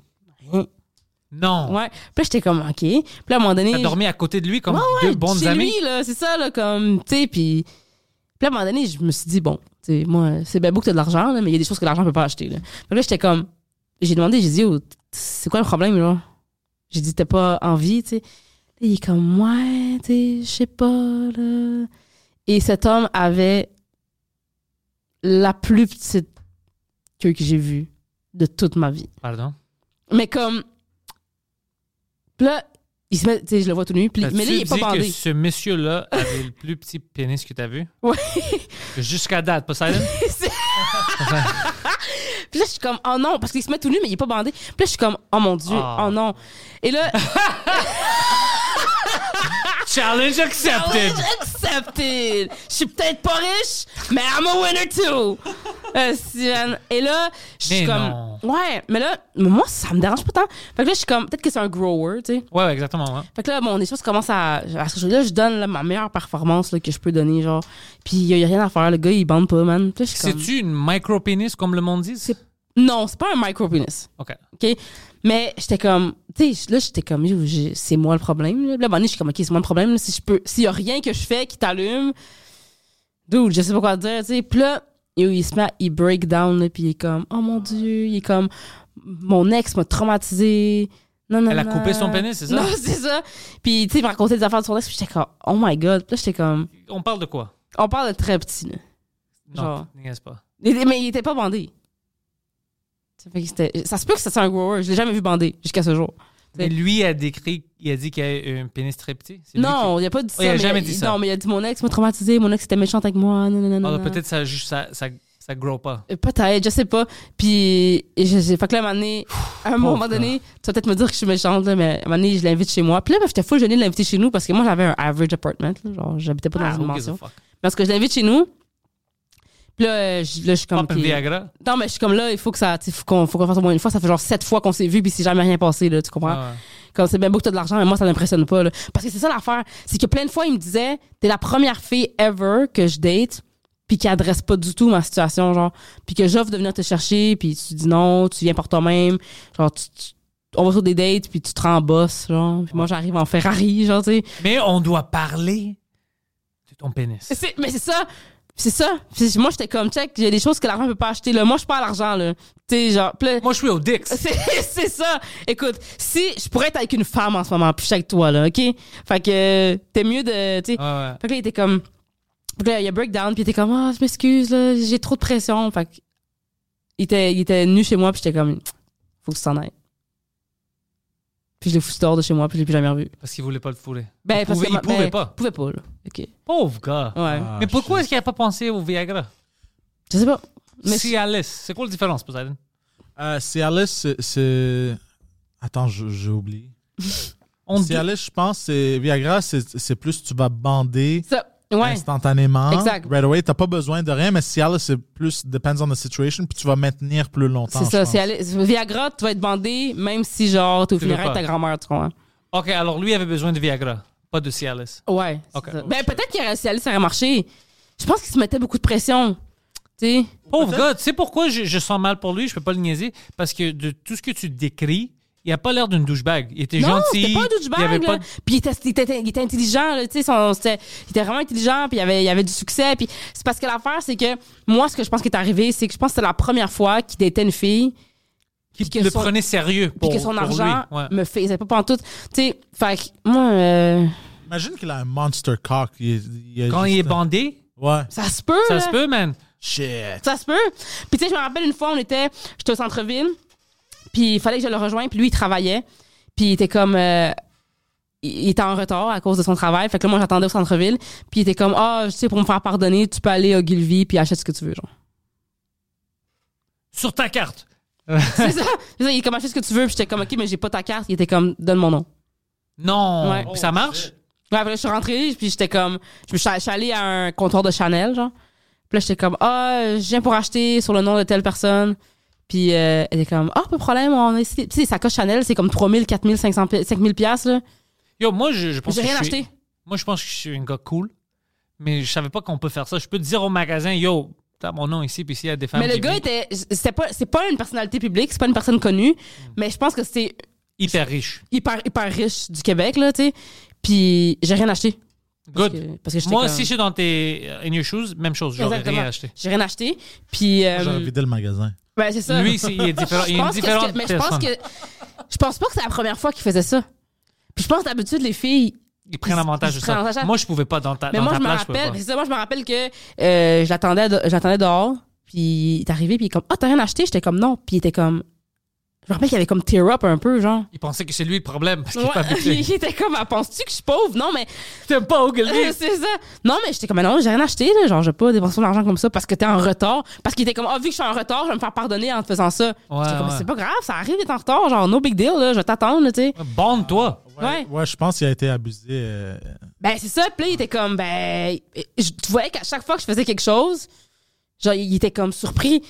B: Non.
C: Ouais. Puis là, j'étais comme, OK. Puis là, à un moment donné.
B: T'as dormi à côté de lui comme deux bonnes
C: chez
B: amies?
C: lui, là, c'est ça, là, comme, tu sais, puis... Puis là, à un moment donné, je me suis dit, bon, tu sais, moi, c'est bien beau que t'as de l'argent, là, mais il y a des choses que l'argent peut pas acheter, là. Fait que là, j'étais comme... J'ai demandé, j'ai dit, oh, t- c'est quoi le problème, là? J'ai dit, t'as pas envie, tu sais? Là, Il est comme, ouais, tu sais, je sais pas, là... Et cet homme avait la plus petite queue que j'ai vue de toute ma vie.
B: Pardon?
C: Mais comme... Puis là, il se met, tu sais, je le vois tout nu, puis,
B: T'as-tu
C: mais là, il est pas
B: dit que
C: bandé.
B: ce monsieur-là avait le plus petit pénis que t'as vu?
C: Ouais.
B: Jusqu'à date, Poseidon?
C: <laughs> Puis là, je suis comme, oh non, parce qu'il se met tout nu, mais il est pas bandé. Puis là, je suis comme, oh mon Dieu,
B: Ah.
C: oh non. Et
B: <laughs>
C: là,
B: Challenge accepted!
C: challenge accepted. ah Je suis peut-être pas riche, mais I'm a winner too. Euh, si, man. Et là, je suis
B: Mais
C: comme,
B: non.
C: ouais, mais là, mais moi, ça me dérange pas tant. Fait que là, je suis comme, peut-être que c'est un grower, tu sais.
B: Ouais, ouais, exactement. ouais.
C: Fait que là, bon, les choses commencent à. à se- là, je donne là, ma meilleure performance là, que je peux donner, genre. Puis il y, a- y a rien à faire, le gars, il bande pas, man. Puis là, je suis comme,
B: C'est-tu une micro-pénis, comme le monde dit?
C: non, c'est pas un micro-penis.
B: OK.
C: OK? Mais j'étais comme, tu sais, là, j'étais comme, Yo, j'ai- c'est moi le problème. Là, Puis là à un moment donné, je suis comme, OK, c'est moi le problème. là. si je peux, s'il y a rien que je fais qui t'allume, dude, je sais pas quoi dire, tu sais. Puis là, il, il se met, à- il break down, là, puis il est comme, oh mon Dieu, il est comme, mon ex m'a traumatisé. Non, non,
B: Elle a
C: non.
B: coupé son pénis, c'est ça?
C: Non, <laughs> c'est ça. Puis, tu sais, il me racontait des affaires de son ex, puis j'étais comme, oh my god. Puis là, j'étais comme,
B: On parle de quoi?
C: on parle de très petit, là.
B: Non,
C: Genre.
B: n'est-ce pas?
C: Il était- Mais il était pas bandé. Ça, fait que c'était- ça se peut que c'était un grower. Je l'ai jamais vu bandé jusqu'à ce jour.
B: Mais lui a décrit, il a dit qu'il y a un pénis très petit. C'est lui
C: Non, il a pas dit ça.
B: il a
C: mais
B: jamais dit ça.
C: Non, mais il a dit mon ex m'a traumatisé, mon ex était méchante avec moi. Non, non, non,
B: qui-
C: non,
B: Ah,
C: non.
B: Peut-être ça juste ça, ça, ça grow pas.
C: Euh, Peut-être, je sais pas. Puis, et je- j'ai fait que là, à un moment donné, à un
B: pauvre
C: moment donné, tu vas peut-être me dire que je suis méchante, là, mais à un moment donné, je l'invite chez moi. Puis là, ben, j'étais fou, je de l'inviter chez nous parce que moi, j'avais un average apartment. là, genre, j'habitais pas dans
B: Ah,
C: une
B: who gives a
C: mansion.
B: fuck?
C: Parce que je l'invite chez nous. Puis là, euh, je, là, je suis comme.
B: Pop and
C: ok.
B: Viagra.
C: Non, mais je suis comme là, il faut que ça, tu sais, faut qu'on, faut qu'on fasse au moins une fois. Ça fait genre sept fois qu'on s'est vu, puis c'est jamais rien passé, là, tu comprends?
B: Ah ouais.
C: Comme c'est bien beau que t'as de l'argent, mais moi, ça m'impressionne pas, là. Parce que c'est ça l'affaire. C'est que plein de fois, il me disait, t'es la première fille ever que je date, puis qui adresse pas du tout ma situation, genre. Puis que j'offre de venir te chercher, puis tu dis non, tu viens par toi-même. Genre, tu, tu- on va sur des dates, puis tu te rends boss, genre. Puis moi, j'arrive en Ferrari, genre, tu sais.
B: Mais on doit parler de ton pénis.
C: C'est- mais c'est ça. C'est ça. Puis moi, j'étais comme, check, il y a des choses que l'argent peut pas acheter, là. Moi, je pas à l'argent, là. Tu sais, genre, puis là-
B: Moi, je suis au Dix.
C: <laughs> C'est c'est ça. Écoute, si je pourrais être avec une femme en ce moment, puis je suis avec toi, là, OK? Fait que euh, t'es mieux de. tu sais.
B: Ah ouais.
C: Fait que là, il était comme. Fait que là, il y a breakdown, puis il était comme, ah, je m'excuse, là, j'ai trop de pression. Fait que. Il était, il était nu chez moi, puis j'étais comme, faut que tu t'en ailles. Puis je l'ai foutu dehors de chez moi, puis je l'ai plus jamais revu.
B: Parce qu'il voulait pas le fourrer.
C: Ben,
B: il
C: parce
B: pouvait,
C: que ma-
B: il pouvait
C: ben,
B: pas.
C: pouvait pas, là. OK.
B: Pauvre gars.
C: Ouais.
D: Ah,
B: Mais pourquoi
D: shit.
B: est-ce qu'il a pas pensé au Viagra?
C: Je sais pas. Mais
B: Cialis. C'est quoi la différence, Poseidon?
D: Euh, Cialis, c'est- c'est. Attends, je- j'ai oublié.
B: On dit-
D: Cialis, je pense, c'est. Viagra, c'est c'est plus tu vas bander
C: ça. Ouais.
D: instantanément.
C: Exact.
D: Right away, t'as pas besoin de rien, mais Cialis, c'est plus depends on the situation, puis tu vas maintenir plus longtemps.
C: C'est
D: je
C: ça.
D: pense.
C: c'est aller- Viagra, tu vas être bandé, même si, genre, t'es au
B: Tu veux
C: funérail de
B: pas.
C: ta grand-mère, tu comprends?
B: OK, alors lui avait besoin de Viagra, pas de Cialis.
C: Ouais. c'est
B: Ok.
C: ça. Ben, peut-être qu'il aurait, si Alice aurait marché, je pense qu'il se mettait beaucoup de pression. Tu sais?
B: Pauvre gars, tu sais pourquoi je, je sens mal pour lui, je peux pas le niaiser? Parce que de tout ce que tu décris, il a pas l'air d'une douchebag. Il était
C: Non,
B: gentil.
C: c'était pas un
B: Il avait
C: douchebag.
B: pas
C: là. Puis il était, il était- il était intelligent, là, tu sais, son- c'était- il était vraiment intelligent, puis il avait, il avait du succès. Puis c'est parce que l'affaire, c'est que moi, ce que je pense qui est arrivé, c'est que je pense que c'est la première fois qu'il était une fille,
B: qu'il
C: que
B: le
C: son-
B: prenait sérieux
C: puis
B: pour,
C: que son
B: pour
C: argent
B: lui. Ouais.
C: me faisait pas pantoute. Tu sais, fait que moi, euh,
D: Imagine qu'il a un monster cock. il- il a
B: Quand
D: juste
B: il est
D: un-
B: bandé,
D: Ouais.
C: ça se peut.
B: ça
C: là.
B: se peut, man.
D: Shit.
C: Ça se peut. Puis tu sais, je me rappelle une fois, on était, j'étais au centre-ville, puis il fallait que je le rejoigne, puis lui, il travaillait. Puis il était comme, euh, il il était en retard à cause de son travail. Fait que là, moi, j'attendais au centre-ville, puis il était comme, ah, tu sais, pour me faire pardonner, tu peux aller à Ogilvy, puis achète ce que tu veux, genre. <laughs>
B: Sur ta carte.
C: C'est ça. C'est ça, il est comme, achète ce que tu veux, puis j'étais comme, ok, mais j'ai pas ta carte. Il était comme, donne mon nom.
B: Non.
C: Ouais.
B: Puis ça marche?
C: Ouais, puis là, je suis rentrée, puis j'étais comme, je me suis je suis allée à un comptoir de Chanel, genre. Puis là, j'étais comme, ah, je viens pour acheter sur le nom de telle personne. Puis euh, elle était comme, ah, pas de problème, on a essayé. Tu sais, les sacoches Chanel, c'est comme 3000, 4000, 500, pi- 5000 piastres, là.
B: Yo, moi, je, je pense
C: J'ai
B: que
C: rien
B: je suis-
C: acheté.
B: Moi, je pense que je suis un gars cool, mais je savais pas qu'on peut faire ça. Je peux te dire au magasin, yo, t'as mon nom ici, puis s'il y a des femmes
C: Mais le
B: qui
C: gars
B: vivent
C: était, c'était pas, c'est pas une personnalité publique, c'est pas une personne connue, mais je pense que c'était
B: hyper riches.
C: hyper, hyper riche du Québec, là, tu sais. Puis j'ai rien acheté.
B: Good.
C: que- parce que j'étais
B: Moi,
C: comme-
B: si je suis dans tes in your shoes, même chose, j'aurais
C: Exactement.
B: rien acheté.
C: J'ai rien acheté. Puis, euh,
D: J'aurais vidé le magasin.
C: ben, c'est ça.
B: Lui, c'est- il est différent. Il
C: Je
B: est une
C: pense que-
B: différente
C: mais je pense
B: personne.
C: que je pense pas que c'est la première fois qu'il faisait ça. Puis je pense d'habitude les filles.
B: Ils prennent avantage
C: ils
B: de
C: prennent avantage
B: ça.
C: à-
B: Moi, je pouvais pas dans ta, Ah,
C: Mais
B: dans
C: moi
B: ta
C: je me
B: place, je pouvais
C: rappelle,
B: pas.
C: c'est ça, moi je me rappelle que euh, je l'attendais de- je l'attendais dehors, puis il est arrivé puis il est comme "Ah, t'as rien acheté J'étais comme "Non." Puis il était comme je me rappelle qu'il avait comme tear up un peu genre.
B: Il pensait que c'est lui le problème parce qu'il est pas
C: Ouais,
B: habitué.
C: <laughs>
B: <laughs>
C: il était comme Ah, "Penses-tu que je suis pauvre Non, mais
B: T'aimes pas Ogilvy?
C: <laughs> c'est ça. Non, mais j'étais comme "Ah, "Non, j'ai rien acheté là, genre j'ai pas dépensé de l'argent comme ça parce que t'es en retard." Parce qu'il était comme "Ah, vu que je suis en retard, je vais me faire pardonner en te faisant ça."
B: Ouais,
C: J'étais comme
B: ouais.
C: "C'est pas grave, ça arrive d'être en retard, genre no big deal là, je vais t'attendre, là, tu sais."
B: Bande-toi.
C: Ouais.
D: Ouais, je pense qu'il a été abusé. euh,
C: Ben, c'est ça. Puis là, il était comme, ben. Je, tu voyais qu'à chaque fois que je faisais quelque chose, genre, il était comme surpris.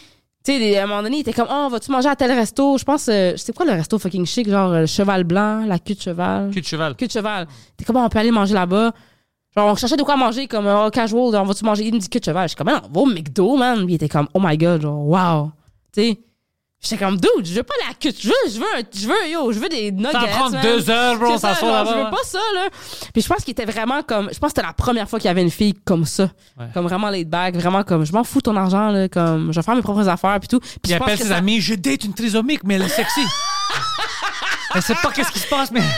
C: Tu sais, à un moment donné, il était comme, oh, vas-tu manger à tel resto? Je pense, euh, c'est quoi le resto fucking chic? Genre, euh, le cheval blanc, la queue de cheval.
B: Cul de cheval.
C: Queue de cheval. T'es comme, on peut aller manger là-bas. Genre, on cherchait de quoi manger, comme, oh, casual, genre, on va-tu manger? Il me dit queue de cheval. Je suis comme, ben, on va au McDo, man. Puis il était comme, oh my god, genre, wow. Tu sais. J'étais comme, dude, je veux pas la queue. Je veux, je veux, un- je veux, yo, je veux des nuggets.
B: Ça va prendre
C: man.
B: deux heures, bro,
C: C'est ça,
B: s'asseoir là-bas.
C: genre, Je veux pas ça, là. Puis je pense qu'il était vraiment comme. Je pense que c'était la première fois qu'il y avait une fille comme ça.
B: Ouais.
C: Comme vraiment laid back, vraiment comme, je m'en fous de ton argent, là. Comme, je vais faire mes propres affaires, puis tout. Puis
B: Il
C: je pense
B: appelle
C: que
B: ses
C: ça-
B: amis, je date une trisomique, mais elle est sexy. elle sait pas qu'est-ce qui se passe, mais.
C: <laughs>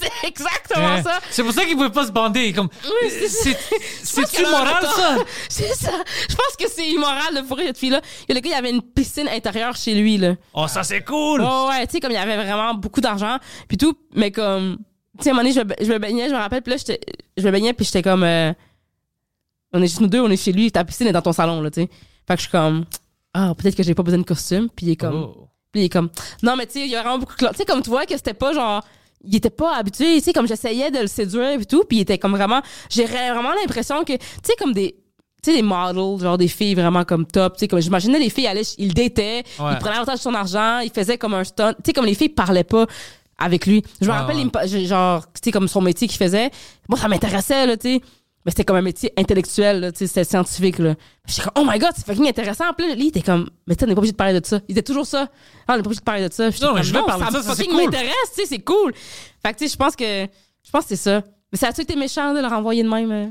C: C'est exactement ça.
B: C'est pour ça qu'il pouvait pas se bander.
C: <laughs>
B: Comme, euh,
C: c'est ça.
B: c'est,
C: pense
B: c'est-tu
C: qu'elle a un
B: moral,
C: retard.
B: ça?
C: <laughs> C'est ça. Je pense que c'est immoral de fourrer cette fille-là. Et Le gars, il avait une piscine intérieure chez lui, là.
B: Oh, ça, c'est cool!
C: Ouais, ouais, tu sais, comme il y avait vraiment beaucoup d'argent, puis tout, mais comme, tu sais, à un moment donné, je me, je me baignais, je me rappelle, puis là, j'étais- je me baignais, puis j'étais comme, euh, on est juste nous deux, on est chez lui, ta piscine est dans ton salon, là, tu sais. Fait que je suis comme, ah, peut-être que j'ai pas besoin de costume, puis il est comme,
B: Oh.
C: puis il est comme, non, mais tu sais, il y a vraiment beaucoup de cla- Tu sais, comme tu vois que c'était pas genre, il était pas habitué, tu sais, comme j'essayais de le séduire et tout, puis il était comme vraiment, j'ai ré- vraiment l'impression que, tu sais, comme des, tu sais, des models, genre des filles vraiment comme top, tu sais, comme j'imaginais les filles, allaient, il détait,
B: Ouais.
C: il prenait avantage de son argent, il faisait comme un stunt, tu sais, comme les filles parlaient pas avec lui. Je me
B: Ouais,
C: rappelle,
B: ouais.
C: il me pa- j'ai- genre, tu sais, comme son métier qu'il faisait, moi, ça m'intéressait, là, tu sais. Mais c'était comme un métier intellectuel, là, tu sais, c'était scientifique, là. Puis J'étais comme, oh my god, c'est fucking intéressant. Puis là, lui, il était comme, mais tu sais, on n'est pas obligé de parler de ça. Il était toujours ça. Ah, on n'est pas obligé de parler de ça. Puis j'étais
B: Non, mais
C: comme,
B: je veux parler
C: ça
B: de ça,
C: me
B: ça, c'est
C: fucking
B: cool.
C: m'intéresse, tu sais, c'est cool. Fait que, tu sais, je pense que, je pense que c'est ça. Mais ça a-tu été méchant de leur envoyer de même? euh?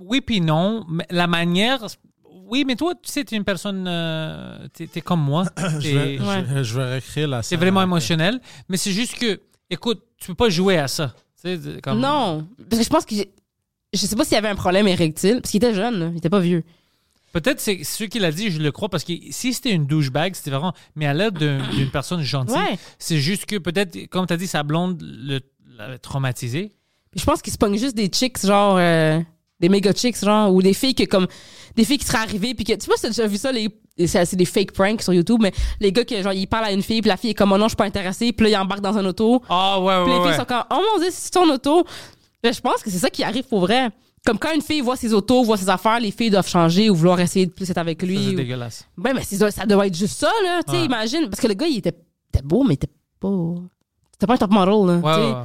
B: Oui, puis non. mais La manière. Oui, mais toi, tu sais, t'es une personne. euh, t'es, t'es comme moi.
D: <coughs> Je
B: T'es-
D: vais, je-
C: Ouais.
D: je vais recréer la
B: C'est
D: scène.
B: vraiment
D: avec-
B: émotionnel. Mais c'est juste que, écoute, tu peux pas jouer à ça. Tu sais, comme-
C: Non. Parce que je pense que, j'ai- je sais pas s'il y avait un problème érectile, parce qu'il était jeune, là. il était pas vieux.
B: Peut-être c'est ce qu'il a dit, je le crois, parce que si c'était une douchebag, c'était vraiment. Mais à l'aide d'un- d'une personne gentille,
C: Ouais.
B: c'est juste que peut-être, comme tu as dit, sa blonde le- l'avait traumatisé.
C: Puis je pense qu'ils se pognent juste des chicks, genre, euh, des méga chicks, genre, ou des filles que, comme, des filles qui seraient arrivées, puis que, tu sais pas si t'as déjà vu ça, les, c'est c'est des fake pranks sur YouTube, mais les gars qui, genre, ils parlent à une fille, puis la fille est comme, oh non, je suis pas intéressée, puis là, ils embarquent dans un auto,
B: Ah, ouais,
C: puis
B: ouais.
C: les
B: ouais.
C: filles sont comme, oh mon dieu, c'est ton auto. Mais je pense que c'est ça qui arrive pour vrai. Comme quand une fille voit ses autos, voit ses affaires, les filles doivent changer ou vouloir essayer de plus être avec
B: Ça,
C: lui.
B: c'est
C: ou-
B: dégueulasse.
C: Ben, mais c'est ça, ça doit être juste ça, là, tu sais,
B: Ouais.
C: imagine. Parce que le gars, il était, il était beau, mais il était pas. C'était pas un top model,
B: Ouais,
C: là. tu sais.
B: ouais, ouais.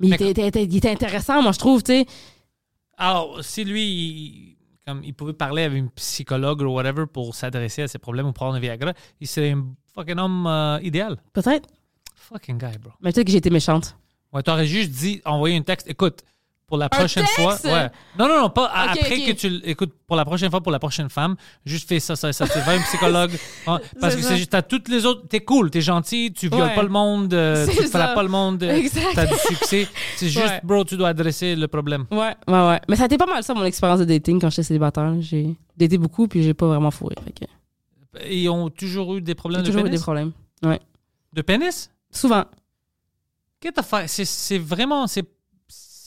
C: Mais il
B: Mais
C: était, il était- il était intéressant, moi, je trouve, tu sais.
B: Alors, si lui, il, comme il pouvait parler avec une psychologue ou whatever pour s'adresser à ses problèmes ou prendre un Viagra, il serait un fucking homme euh, idéal.
C: Peut-être.
B: Fucking guy, bro.
C: Mais peut-être que j'ai été méchante.
B: Ouais, t'aurais juste dit, envoyer un texte. Écoute, pour la prochaine fois.
C: texte?
B: Ouais. Non, non, non, pas à-
C: Ok,
B: après
C: ok.
B: que tu. l- Écoute, pour la prochaine fois, pour la prochaine femme, juste fais ça, ça, ça. C'est va un psychologue.
C: <laughs>
B: hein, parce
C: C'est
B: que
C: ça.
B: c'est juste, t'as toutes les autres. T'es cool, t'es gentil, tu violes
C: Ouais.
B: pas le monde, euh,
C: C'est
B: tu frappes
C: ça.
B: pas le monde, euh,
C: Exact.
B: t'as du succès.
C: <laughs>
B: C'est juste,
C: Ouais.
B: bro, tu dois adresser le problème.
C: Ouais, ouais, ouais. Mais ça a été pas mal ça, mon expérience de dating quand j'étais célibataire. J'ai daté beaucoup, puis j'ai pas vraiment fourré. Fait que
B: Ils ont toujours eu des problèmes de
C: J'ai toujours eu
B: pénis? Oh,
C: des problèmes.
B: De pénis?
C: Souvent.
B: Qu'est-ce que t'as fait? C'est- C'est vraiment. c'est-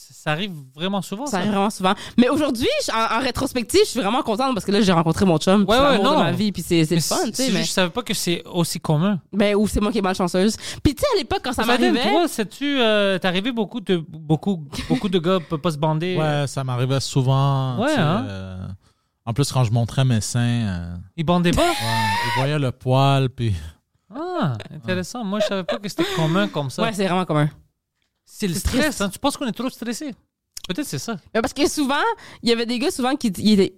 B: Ça arrive vraiment souvent.
C: Ça
B: Ça
C: arrive vraiment souvent. Mais aujourd'hui, je- en, en rétrospective, je suis vraiment contente parce que là, j'ai rencontré mon chum. puis
B: Ouais,
C: c'est
B: ouais,
C: l'amour de
B: non.
C: ma vie, puis c'est c'est
B: Mais
C: le fun, tu
B: c'est
C: sais.
B: juste,
C: Mais...
B: je savais pas que c'est aussi commun.
C: Ben, ou c'est moi qui est malchanceuse. Puis tu sais, à l'époque, quand ça
B: Fadine,
C: m'arrivait.
B: Toi, sais-tu, euh, t'arrivais beaucoup de beaucoup beaucoup de gars peuvent pas se bander. euh,
D: Ouais, ça m'arrivait souvent.
B: Ouais,
D: tu sais,
B: hein?
D: euh, en plus, quand je montrais mes seins, euh,
B: Ils bandaient pas.
D: ouais, ils voyaient le poil, puis <laughs>
B: Ah, intéressant. Moi, je savais pas que c'était commun comme ça.
C: Ouais, c'est vraiment commun.
B: c'est le
C: c'est
B: stress.
C: triste.
B: hein. Tu penses qu'on est trop stressé Peut-être c'est ça.
C: Mais parce que souvent, il y avait des gars souvent qui. ils étaient-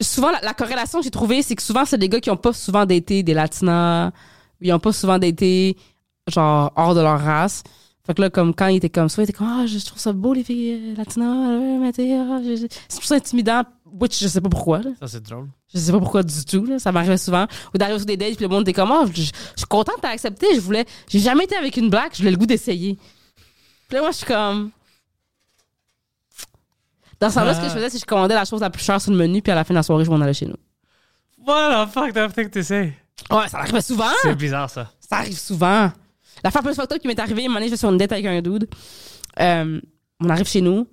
C: Souvent, la, la corrélation que j'ai trouvée, c'est que souvent, c'est des gars qui ont pas souvent daté des Latinas, ou ils ont pas souvent daté, genre, hors de leur race. Fait que là, comme quand ils étaient comme ça, ils étaient comme, ah, je trouve ça beau, les filles euh, Latinas, euh, mais tu sais, ah, je- je- c'est pour ça intimidant. Which, je sais pas pourquoi, là.
B: Ça c'est drôle.
C: Je sais pas pourquoi du tout, là. Ça m'arrivait souvent. Ou d'arriver sur des dates, puis le monde était comme, oh, je je suis contente, t'as accepté, je voulais, j'ai jamais été avec une blague, je voulais le goût d'essayer. Puis là, moi, je suis comme. Dans ce sens-là, ce que je faisais, c'est que je commandais la chose la plus chère sur le menu, puis à la fin de la soirée, je m'en allais chez nous.
B: Voilà, fuck, t'as fait que t'essayes.
C: Ouais, ça arrivait souvent!
B: C'est bizarre ça.
C: Ça arrive souvent. La fois plus fucked up qui m'est arrivée, une année, je vais sur une date avec un dude. Euh, on arrive chez nous,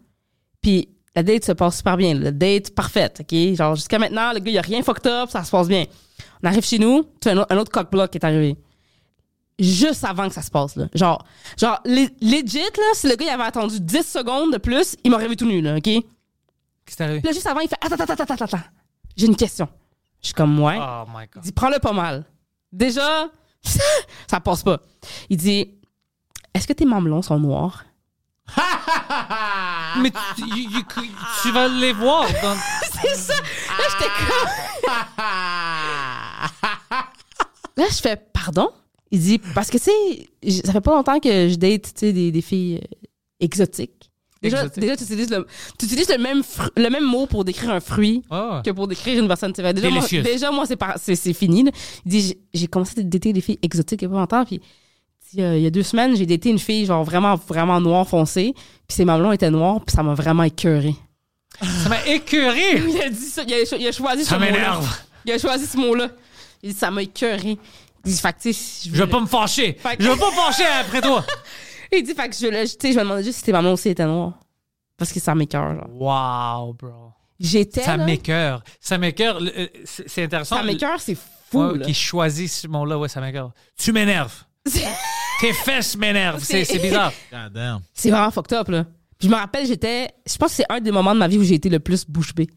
C: puis la date se passe super bien. La date parfaite, OK? Genre, jusqu'à maintenant, le gars, il a rien fucked up, ça se passe bien. On arrive chez nous, tu as un, au- un autre cock block qui est arrivé. Juste avant que ça se passe, là. Genre, genre le- legit, là, si le gars, il avait attendu 10 secondes de plus, il m'aurait vu tout nu, là, OK? Puis
B: Qu'est-ce qui t'est arrivé
C: là, juste avant, il fait « Attends, attends, attends, attends, attends. J'ai une question. » Je suis comme « Ouais.
B: Oh my god.
C: Il dit, prends-le pas mal. Déjà, ça passe pas. Il dit, est-ce que tes mamelons sont noirs?
B: Mais tu, you- you- tu vas les voir. dans-
C: C'est ça! Là, j'étais comme. Là, je fais pardon. Il dit parce que tu sais, j- ça fait pas longtemps que je date tu sais, des, des filles euh, exotiques. Déjà,
B: Exotique.
C: déjà tu utilises, le, tu utilises le, même fru- le même mot pour décrire un fruit
B: Ah.
C: que pour décrire une personne. tu sais. Déjà, moi,
B: Délicieux.
C: déjà, moi, c'est par- c'est c'est fini. là. Il dit j'ai- j'ai commencé à dater des filles exotiques il y a pas longtemps. Puis il dit, euh, il y a deux semaines, j'ai daté une fille genre vraiment, vraiment noire foncée. Puis ses mamelons étaient noirs. Puis ça m'a vraiment écœuré.
B: Ça m'a écœuré.
C: <laughs> Il a dit ça. Il a, cho- il a choisi
B: Ça
C: ce mot-là.
B: m'énerve.
C: Il a choisi ce mot-là. Il dit, ça m'a écœuré. Il dit, fait que, tu sais,
B: Je veux pas me fâcher.
C: Fait que-
B: Je veux pas me fâcher après toi.
C: Il dit, fait que je, le- tu sais, je me demandais juste si tes mamans aussi étaient noires. Parce que ça m'écœure, genre.
B: Wow, bro.
C: J'étais.
B: Ça
C: là,
B: m'écoeure. Ça m'écoeure. Le- euh, C'est c'est intéressant.
C: Ça m'écœure, c'est fou.
B: Ouais,
C: là. <laughs>
B: Qui choisit ce mot-là, ouais, ça m'écoeure. Tu m'énerves. Tes fesses m'énervent. C'est
C: C'est-
B: c'est
C: <laughs>
B: bizarre.
D: God damn.
C: C'est vraiment fucked up, là. Puis je me rappelle, j'étais. Je pense que c'est un des moments de ma vie où j'ai été le plus bouche bée.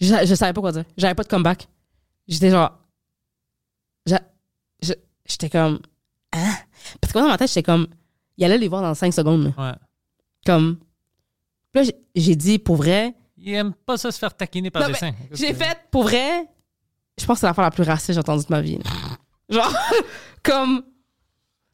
C: Je, je savais pas quoi dire. J'avais pas de comeback. J'étais genre. j'a- je- J'étais comme. Hein? Parce que moi, dans ma tête, j'étais comme. Il allait les voir dans 5 secondes, là.
B: Ouais.
C: Comme. Puis Là, j'ai- j'ai dit, pour vrai,
B: Il aime pas ça se faire taquiner par
C: Non,
B: des
C: mais
B: seins.
C: J'ai fait, pour vrai, je pense que c'est l'affaire la plus raciste que j'ai entendue de ma vie. là. Genre, <laughs> comme,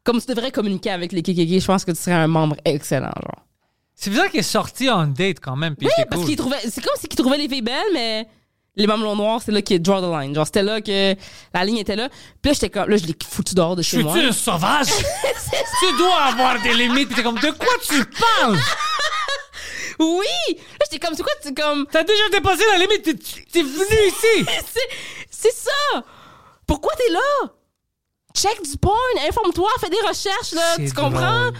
C: comme tu devrais communiquer avec les kékékés, je pense que tu serais un membre excellent, genre.
B: C'est bizarre qu'il est sorti en date quand même. Puis
C: Oui,
B: c'est
C: parce
B: cool.
C: qu'ils trouvaient, c'est comme si qu'ils trouvaient les filles belles, mais les mamelons noirs, c'est là qu'ils draw the line. Genre, c'était là que la ligne était là. Puis là, j'étais comme, là, je l'ai foutu dehors de
B: Je
C: chez moi.
B: suis-tu un sauvage?
C: <laughs>
B: tu dois avoir des limites. Puis t'es comme, de quoi tu parles?
C: Oui! Là, j'étais comme, c'est quoi, tu comme,
B: T'as déjà dépassé la limite. T'es- T'es venu ici.
C: c'est, <laughs> c'est ça! Pourquoi t'es là? Check du porn, informe-toi, fais des recherches, là,
B: C'est
C: tu comprends?
B: drôle.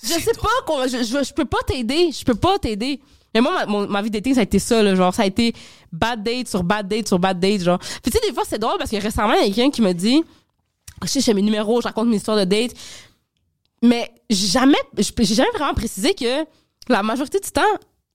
C: Je sais pas, qu'on- je, je, je peux pas t'aider, je peux pas t'aider. Mais moi, ma, mon- ma vie d'été, ça a été ça, là, genre, ça a été bad date sur bad date sur bad date, genre. Puis tu sais, des fois, c'est drôle parce que récemment, il y a quelqu'un qui me dit, je sais, j'ai mes numéros, je raconte mes histoires de date, mais jamais, je peux- j'ai jamais vraiment précisé que la majorité du temps,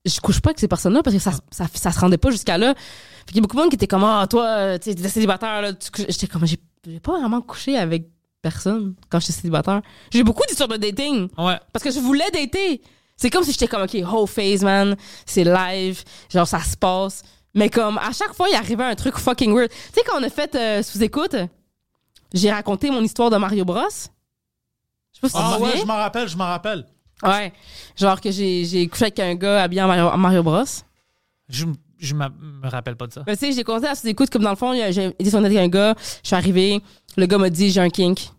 C: je couche pas avec ces personnes-là parce que ça, ça, ça se rendait pas jusqu'à là. Fait qu'il y a beaucoup de monde qui était comme, ah, toi, euh, tu sais, t'es célibataire, là, tu couches. J'étais comme, j'ai j'ai pas vraiment couché avec personne quand j'étais célibataire. J'ai beaucoup d'histoires de dating.
B: Ouais.
C: Parce que je voulais dater. C'est comme si j'étais comme, OK, whole phase, man. C'est live. Genre, ça se passe. Mais comme, à chaque fois, il arrivait un truc fucking weird. Tu sais, quand on a fait euh, sous-écoute, j'ai raconté mon histoire de Mario Bros. Je sais pas si tu te
D: Ah ouais,
C: souviens.
D: je m'en rappelle, je m'en rappelle.
C: Ouais. Genre que j'ai j'ai couché avec un gars habillé en Mario, en Mario Bros.
B: Je, m- je m'a- me rappelle pas de ça.
C: Mais tu sais, j'ai compté à sous-écoute, comme dans le fond, il y a- j'ai été sur avec un gars. Je suis arrivée. Le gars m'a dit, j'ai un kink.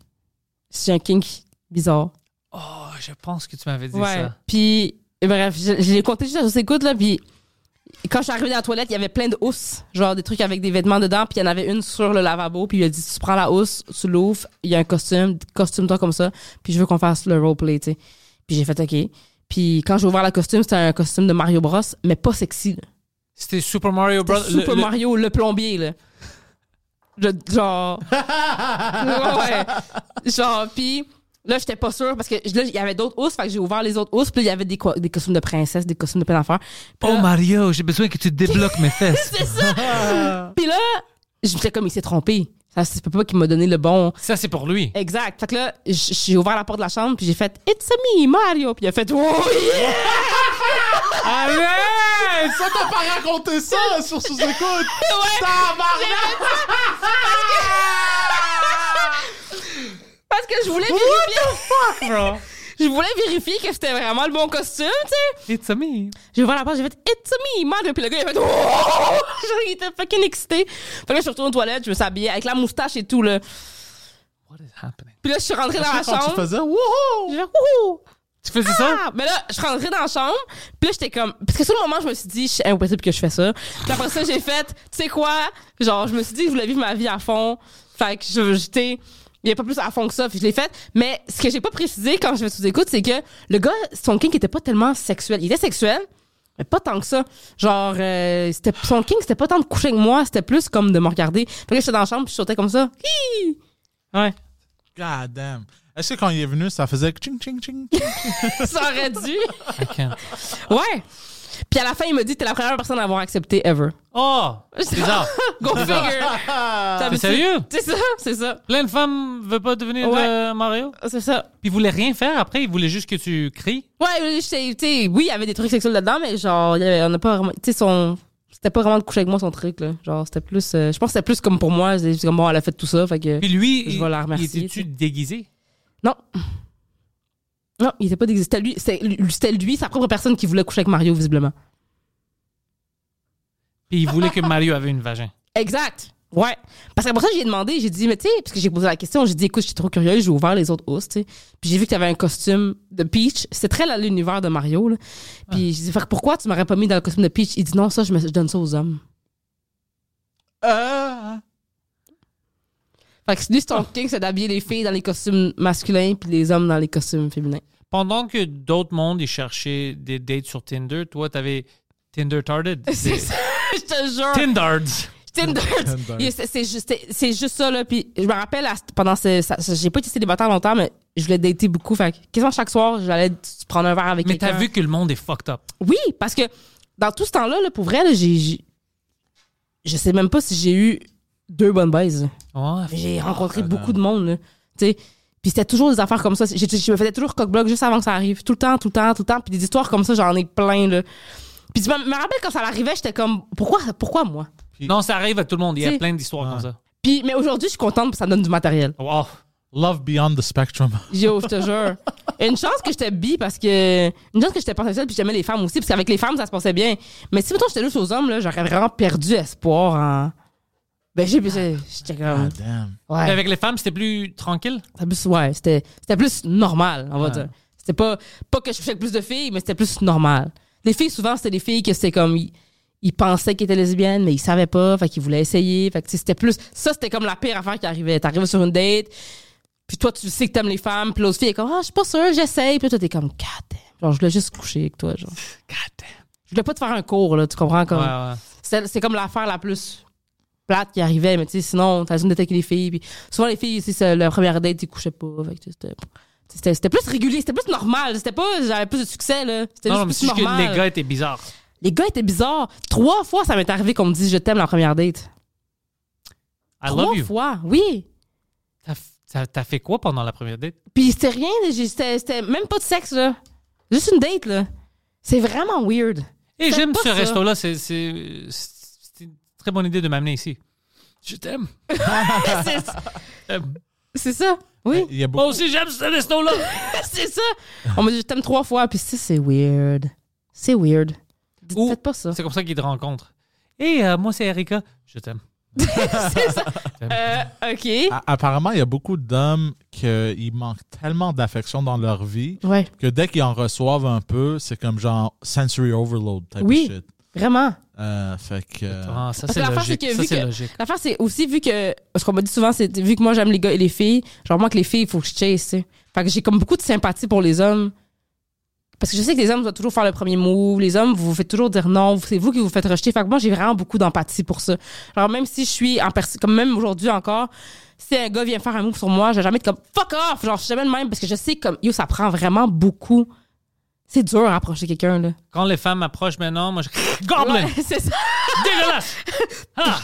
C: J'ai un kink bizarre.
B: Oh, je pense que tu m'avais dit
C: Ouais.
B: ça.
C: Puis, et bref, je, je l'ai compté juste à ses écoutes, là. Puis, quand je suis arrivée dans la toilette, il y avait plein de housses, genre des trucs avec des vêtements dedans. Puis, il y en avait une sur le lavabo. Puis, il a dit Tu prends la housse, tu l'ouvres, il y a un costume, costume-toi comme ça. Puis, je veux qu'on fasse le roleplay, tu sais. Puis, j'ai fait OK. Puis, quand j'ai ouvert la costume, c'était un costume de Mario Bros, mais pas sexy, là.
B: C'était Super Mario Bros.
C: C'était Super
B: le- le-
C: Mario, le plombier, là. Je-
B: <laughs>
C: genre. ouais. ouais. Genre, puis là, j'étais pas sûre parce que là, il y avait d'autres housses, fait que j'ai ouvert les autres housses, puis là, il y avait des, co- des costumes de princesse, des costumes de plein d'affaires. Puis
B: Oh
C: là-
B: Mario, j'ai besoin que tu débloques mes
C: <laughs>
B: fesses.
C: C'est ça!
B: <laughs>
C: puis là, j'étais comme, il s'est trompé. Ça se peut pas qu'il m'a donné le bon.
B: Ça, c'est pour lui.
C: Exact. Fait que là, j- j'ai ouvert la porte de la chambre, puis j'ai fait It's a me, Mario. Puis il a fait Oh
D: <laughs>
C: yeah!
B: Arrête!
D: Ça t'a pas raconté ça sur
C: <laughs>
D: sous-écoute?
C: <laughs> Parce que je voulais vérifier. <laughs> Je voulais vérifier que c'était vraiment le bon costume, tu sais.
B: It's a me.
C: J'ai ouvert la porte, j'ai fait It's me, Mario. Puis le gars, il a fait Oh! <laughs> Genre, il était fucking excité. Fait que là, je suis retournée aux toilettes, je me suis habillée avec la moustache et tout, là.
B: What is happening?
C: Puis là, je suis rentrée dans la
D: Quand tu
C: chambre.
D: faisais wouhou!
C: J'ai fait Wouhou!
B: Tu faisais ça?
C: Ah! Mais là, je suis rentrée dans la chambre. Puis là, j'étais comme. Parce que sur le moment, je me suis dit, c'est impossible que je fais ça. Puis après ça, j'ai fait, tu sais quoi? Genre, je me suis dit que je voulais vivre ma vie à fond. Fait que je- j'étais. Il n'y a pas plus à fond que ça, puis je l'ai fait. Mais ce que j'ai pas précisé quand je me sous écoute, c'est que le gars, son kink était pas tellement sexuel. Il était sexuel, mais pas tant que ça. Genre, euh, c'était, son kink, c'était pas tant de coucher avec moi, c'était plus comme de me regarder. Fait que là, j'étais dans la chambre, puis je sautais comme ça. <laughs> Hi! Ouais.
D: God damn. Est-ce que quand il est venu, ça faisait ching ching ching? ching?
C: ça aurait dû.
B: I
D: <laughs>
B: can't.
C: Ouais. Puis à la fin, il me dit T'es la première personne à avoir accepté ever.
B: Oh! C'est bizarre. <laughs>
C: Go figure.
B: T'es sérieux?
C: C'est ça, c'est ça.
B: Plein de femmes veulent pas devenir
C: Ouais.
B: euh, Mario.
C: C'est ça.
B: Puis ils voulaient rien faire après, ils voulaient juste que tu cries.
C: Ouais, je sais, tu sais, oui, il y avait des trucs sexuels là-dedans, mais genre, il y avait- on n'a pas vraiment. Tu sais, son. c'était- c'était pas vraiment de coucher avec moi son truc là. Genre c'était plus euh, je pense que c'était plus comme pour moi, c'est juste comme bon elle a fait tout ça fait que
B: Puis lui,
C: Je vais la
B: il
C: remercier, tu
B: était-tu
C: sais.
B: déguisé?
C: non. Non, il était pas déguisé. C'était lui, c'était lui- c'était lui, sa propre personne qui voulait coucher avec Mario visiblement.
B: Puis il voulait que Mario avait une vagin.
C: Exact. Ouais. Parce que pour ça, j'ai demandé, j'ai dit, mais tu sais, parce que j'ai posé la question, j'ai dit, écoute, je suis trop curieuse, j'ai ouvert les autres housses, tu sais. Puis j'ai vu que tu avais un costume de Peach. C'est très là, l'univers de Mario, là. Puis j'ai dit, Fait que pourquoi tu m'aurais pas mis dans le costume de Peach? Il dit, non, ça, je, me- je donne ça aux hommes.
D: <laughs> Ah!
C: Fait que lui, son king, c'est d'habiller les filles dans les costumes masculins, puis les hommes dans les costumes féminins.
B: Pendant que d'autres mondes ils cherchaient des dates sur Tinder, toi, t'avais Tinder Tarded.
C: <laughs> C'est ça, <laughs> je te jure.
B: Tindards.
C: Tinder.
D: Tinder.
C: Il- c'est- C'est juste, c'est- c'est juste ça, là. Puis je me rappelle, à ce- pendant ce. ça- ça- j'ai pas été célibataire longtemps, mais je voulais dater beaucoup. Fait que quasiment chaque soir, j'allais prendre un verre avec
B: Mais
C: quelqu'un.
B: t'as vu que le monde est fucked up.
C: Oui, parce que dans tout ce temps-là, là, pour vrai, là, j'ai, j'ai- je sais même pas si j'ai eu deux bonnes baises.
B: Ouais.
C: J'ai rencontré
D: là.
C: beaucoup de monde, là. Tu sais, puis c'était toujours des affaires comme ça. J'ai- je me faisais toujours cockblock juste avant que ça arrive. Tout le temps, tout le temps, tout le temps. Puis des histoires comme ça, j'en ai plein, là. Puis je me me rappelle quand ça arrivait, j'étais comme, pourquoi, pourquoi moi?
B: Non, ça arrive à tout le monde. Il y a
C: T'sais-
B: plein d'histoires comme ça.
C: Puis, mais aujourd'hui, je suis contente parce que ça donne du matériel.
B: Wow.
D: Love Beyond the Spectrum.
C: Yo, je te jure. Une chance que j'étais bi parce que. Une chance que j'étais pansexuelle puis j'aimais les femmes aussi, parce qu'avec les femmes, ça se passait bien. Mais si, mettons, j'étais juste aux hommes, là, j'aurais vraiment perdu espoir en. Ben, j'ai. j'ai- J'étais
D: Ah,
C: comme.
D: damn.
B: Mais
C: Ouais.
B: Avec les femmes, c'était plus tranquille.
C: C'était plus, ouais, c'était, c'était plus normal, on va
D: Ouais.
C: dire. C'était pas, pas que je couchais avec plus de filles, mais c'était plus normal. Les filles, souvent, c'était des filles que c'était comme. Ils, ils pensaient qu'ils étaient lesbiennes, mais ils savaient pas, fait qu'ils voulaient essayer. Fait que, tu sais, c'était plus. Ça, c'était comme la pire affaire qui arrivait. T'arrives sur une date, puis toi, tu sais que t'aimes les femmes, puis l'autre fille est comme, ah, je suis pas sûre, j'essaye. Puis là, toi, t'es comme, God damn. Genre, je voulais juste coucher avec toi, genre. Je voulais pas te faire un cours, là, tu comprends? Comme,
B: Ouais, ouais.
C: c'est c'est comme l'affaire la plus plate qui arrivait, mais tu sais, sinon, t'as une d'être avec les filles. Puis souvent, les filles, c'est la première date, ils couchaient pas. Fait que tu sais, c'était- c'était c'était plus régulier, c'était plus normal. C'était pas, j'avais plus de succès, là. C'était
B: Non,
C: juste
B: non, mais
C: plus
B: c'est juste que
C: normal.
B: les gars étaient bizarres.
C: étaient bizarres. Trois fois, ça m'est arrivé qu'on me dise je t'aime la première date.
B: I
C: Trois
B: love you.
C: fois, oui.
B: T'as f- T'as t'as fait quoi pendant la première date?
C: Puis c'était rien, j'ai- c'était c'était même pas de sexe, là. Juste une date, là. C'est vraiment
B: <laughs>
C: weird.
B: Et Eh,
C: Faites
B: j'aime
C: pas
B: ce
C: ça.
B: resto-là. C'est c'est- c'est une très bonne idée de m'amener ici. Je t'aime.
C: C'est-
B: Euh,
C: c'est ça, oui.
D: Il y a beaucoup.
B: Moi aussi, j'aime ce resto-là.
C: c'est ça. On m'a dit, je t'aime trois fois. Puis ça, c'est weird. C'est weird. Dites-
B: Ou-
C: Faites
B: <laughs>
C: pas ça.
B: C'est comme ça qu'ils te rencontrent. Et euh, moi, c'est Erika. Je t'aime.
C: c'est ça. Euh, OK.
D: A- Apparemment, il y a beaucoup d'hommes qui manquent tellement d'affection dans leur vie
C: Ouais,
D: que dès qu'ils en reçoivent un peu, c'est comme genre sensory overload type
C: Oui.
D: of shit.
C: vraiment.
D: Euh, fait que. euh,
B: Ah, ça, c'est
C: Parce que l'affaire,
B: logique.
C: c'est que
B: Ça,
C: vu
B: c'est
C: que-
B: logique.
C: L'affaire, c'est aussi vu que. Ce qu'on m'a dit souvent, c'est vu que moi, j'aime les gars et les filles. Genre, moi, que les filles, il faut que je chase. tu sais. Fait que j'ai comme beaucoup de sympathie pour les hommes. Parce que je sais que les hommes doivent toujours faire le premier move. Les hommes, vous vous faites toujours dire non. C'est vous qui vous faites rejeter. Fait que moi, j'ai vraiment beaucoup d'empathie pour ça. Genre, même si je suis en personne, comme même aujourd'hui encore, si un gars vient faire un move sur moi, je vais jamais être comme fuck off. Genre, je suis jamais le même parce que je sais que, comme, yo, ça prend vraiment beaucoup. C'est dur à approcher quelqu'un, là.
B: Quand les femmes m'approchent maintenant, moi, je.
C: <laughs>
B: Goblin!
C: Ouais, c'est ça,
B: Dégueulasse! Ah!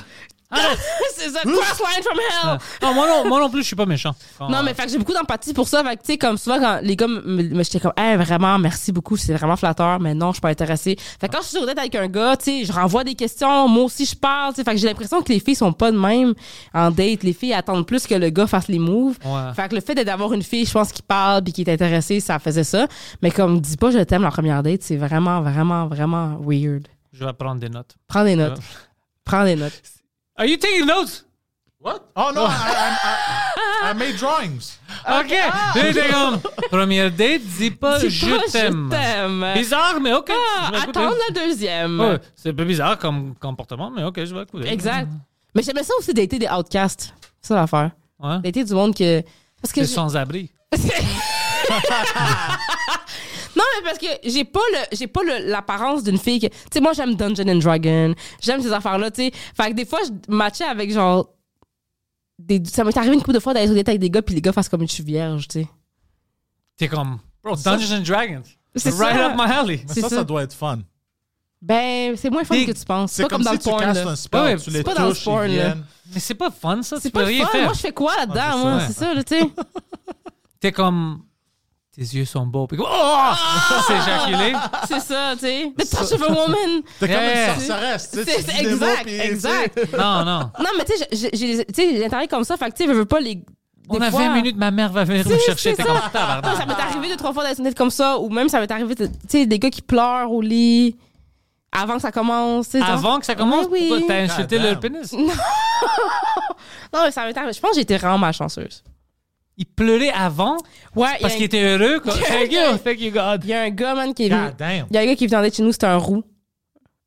B: Arrête!
C: c'est ça. Crossline from hell.
B: Non, moi non, moi non plus, je suis pas méchant. Quand-
C: Non, mais fait que j'ai beaucoup d'empathie pour ça. Fait que, tu sais, comme souvent, quand les gars, me- me- j'étais comme, hey, vraiment, merci beaucoup, c'est vraiment flatteur, mais non, je suis pas intéressée. Fait que quand je suis sur date avec un gars, tu sais, je renvoie des questions, moi aussi, je parle, tu sais. Fait que j'ai l'impression que les filles sont pas de même en date. Les filles attendent plus que le gars fasse les moves.
B: Ouais.
C: Fait que le fait d'être- d'avoir une fille, je pense, qui parle puis qui est intéressée, ça faisait ça. Mais comme, dis pas je t'aime la première date, c'est vraiment, vraiment, vraiment weird.
B: Je vais prendre des notes.
C: Prends des notes.
B: Ouais.
C: Prends des notes.
B: Are you taking notes?
D: What? Oh no, I, I- I- I made drawings.
B: OK. Deux secondes. Première date, dis pas
C: Ah. Dis pas,
B: je t'aime. Bizarre, mais OK.
C: Euh, Ah,
B: Je vais écouter.
C: attendre la deuxième.
B: Ouais, c'est un peu bizarre comme comportement, mais OK, je vais écouter.
C: Exact. Mais j'aimais ça aussi d'été des outcasts. C'est ça l'affaire.
B: Ouais.
C: D'été du monde que. Parce que.
B: C'est
C: j'ai-
B: sans-abri.
C: <laughs> Non, mais parce que j'ai pas le j'ai pas le- l'apparence d'une fille que. Tu sais, moi, j'aime Dungeon and Dragon. J'aime ces affaires-là, tu sais. Fait que des fois, je matchais avec genre. Des, ça m'est arrivé une couple de fois d'aller sur des dates avec des gars, puis les gars fassent comme une suis vierge, tu sais.
B: T'es comme, bro, Dungeons and Dragons.
C: C'est
B: right
C: ça.
B: up my alley.
C: <laughs>
D: Mais
C: C'est
D: ça, ça,
C: ça.
D: doit être fun.
C: Ben, c'est moins fun
B: Des-
C: que tu penses.
D: C'est
C: pas
D: comme,
C: comme, dans
D: si
C: le
D: tu
C: porn,
D: castes
C: là.
D: un spell,
B: Ouais,
D: tu
B: c'est
D: les
C: pas dans le
D: touches,
C: porn, là.
D: ils viennent.
B: Mais c'est pas fun, ça.
C: C'est
B: tu peux
C: pas le
B: rien
C: fun.
D: Ah,
B: faire.
C: Moi, je fais quoi là-dedans,
D: Ouais,
C: moi?
D: c'est
C: C'est
D: ça.
C: ça, là, tu sais.
B: T'es comme, t'es- tes yeux sont beaux. Puis, oh!
C: Ah!
B: C'est éjaculé.
C: C'est ça, tu
D: <laughs>
C: sais. The touch of a woman.
D: T'es comme
B: Yeah.
D: une sorceresse, tu sais.
C: C'est-
D: tu dis
C: c'est
D: des mots,
C: exact,
D: puis, tu sais.
C: exact.
B: Non, non.
C: Non, mais tu sais, j'ai- j'ai des- tu sais, j'ai l'intérêt comme ça. Fait que tu sais, je veux pas les. des
B: On a
C: fois-
B: 20 minutes, ma mère va venir
C: C'est-
B: nous chercher.
C: c'est
B: T'es
C: ça.
B: comme
C: Non, <laughs>
B: tabarnak.
C: ça m'est arrivé deux, trois fois d'être honnête comme ça, ou même ça m'est arrivé, tu sais, des gars qui pleurent au lit avant que ça commence. tu sais, genre-
B: Avant que ça commence,
C: Oui, oui.
B: pourquoi t'as insulté
D: Goddamn.
B: le pénis?
C: Non, mais ça m'est arrivé. Je pense que j'étais vraiment malchanceuse.
B: Il pleurait avant
C: Ouais, <laughs> il y a
B: parce
C: un-
B: qu'il était heureux. quoi. Thank you, thank you God.
C: il y a un gars, man, qui est venu.
D: God damn.
C: Il y a un gars qui est venu en chez nous, c'était un roux.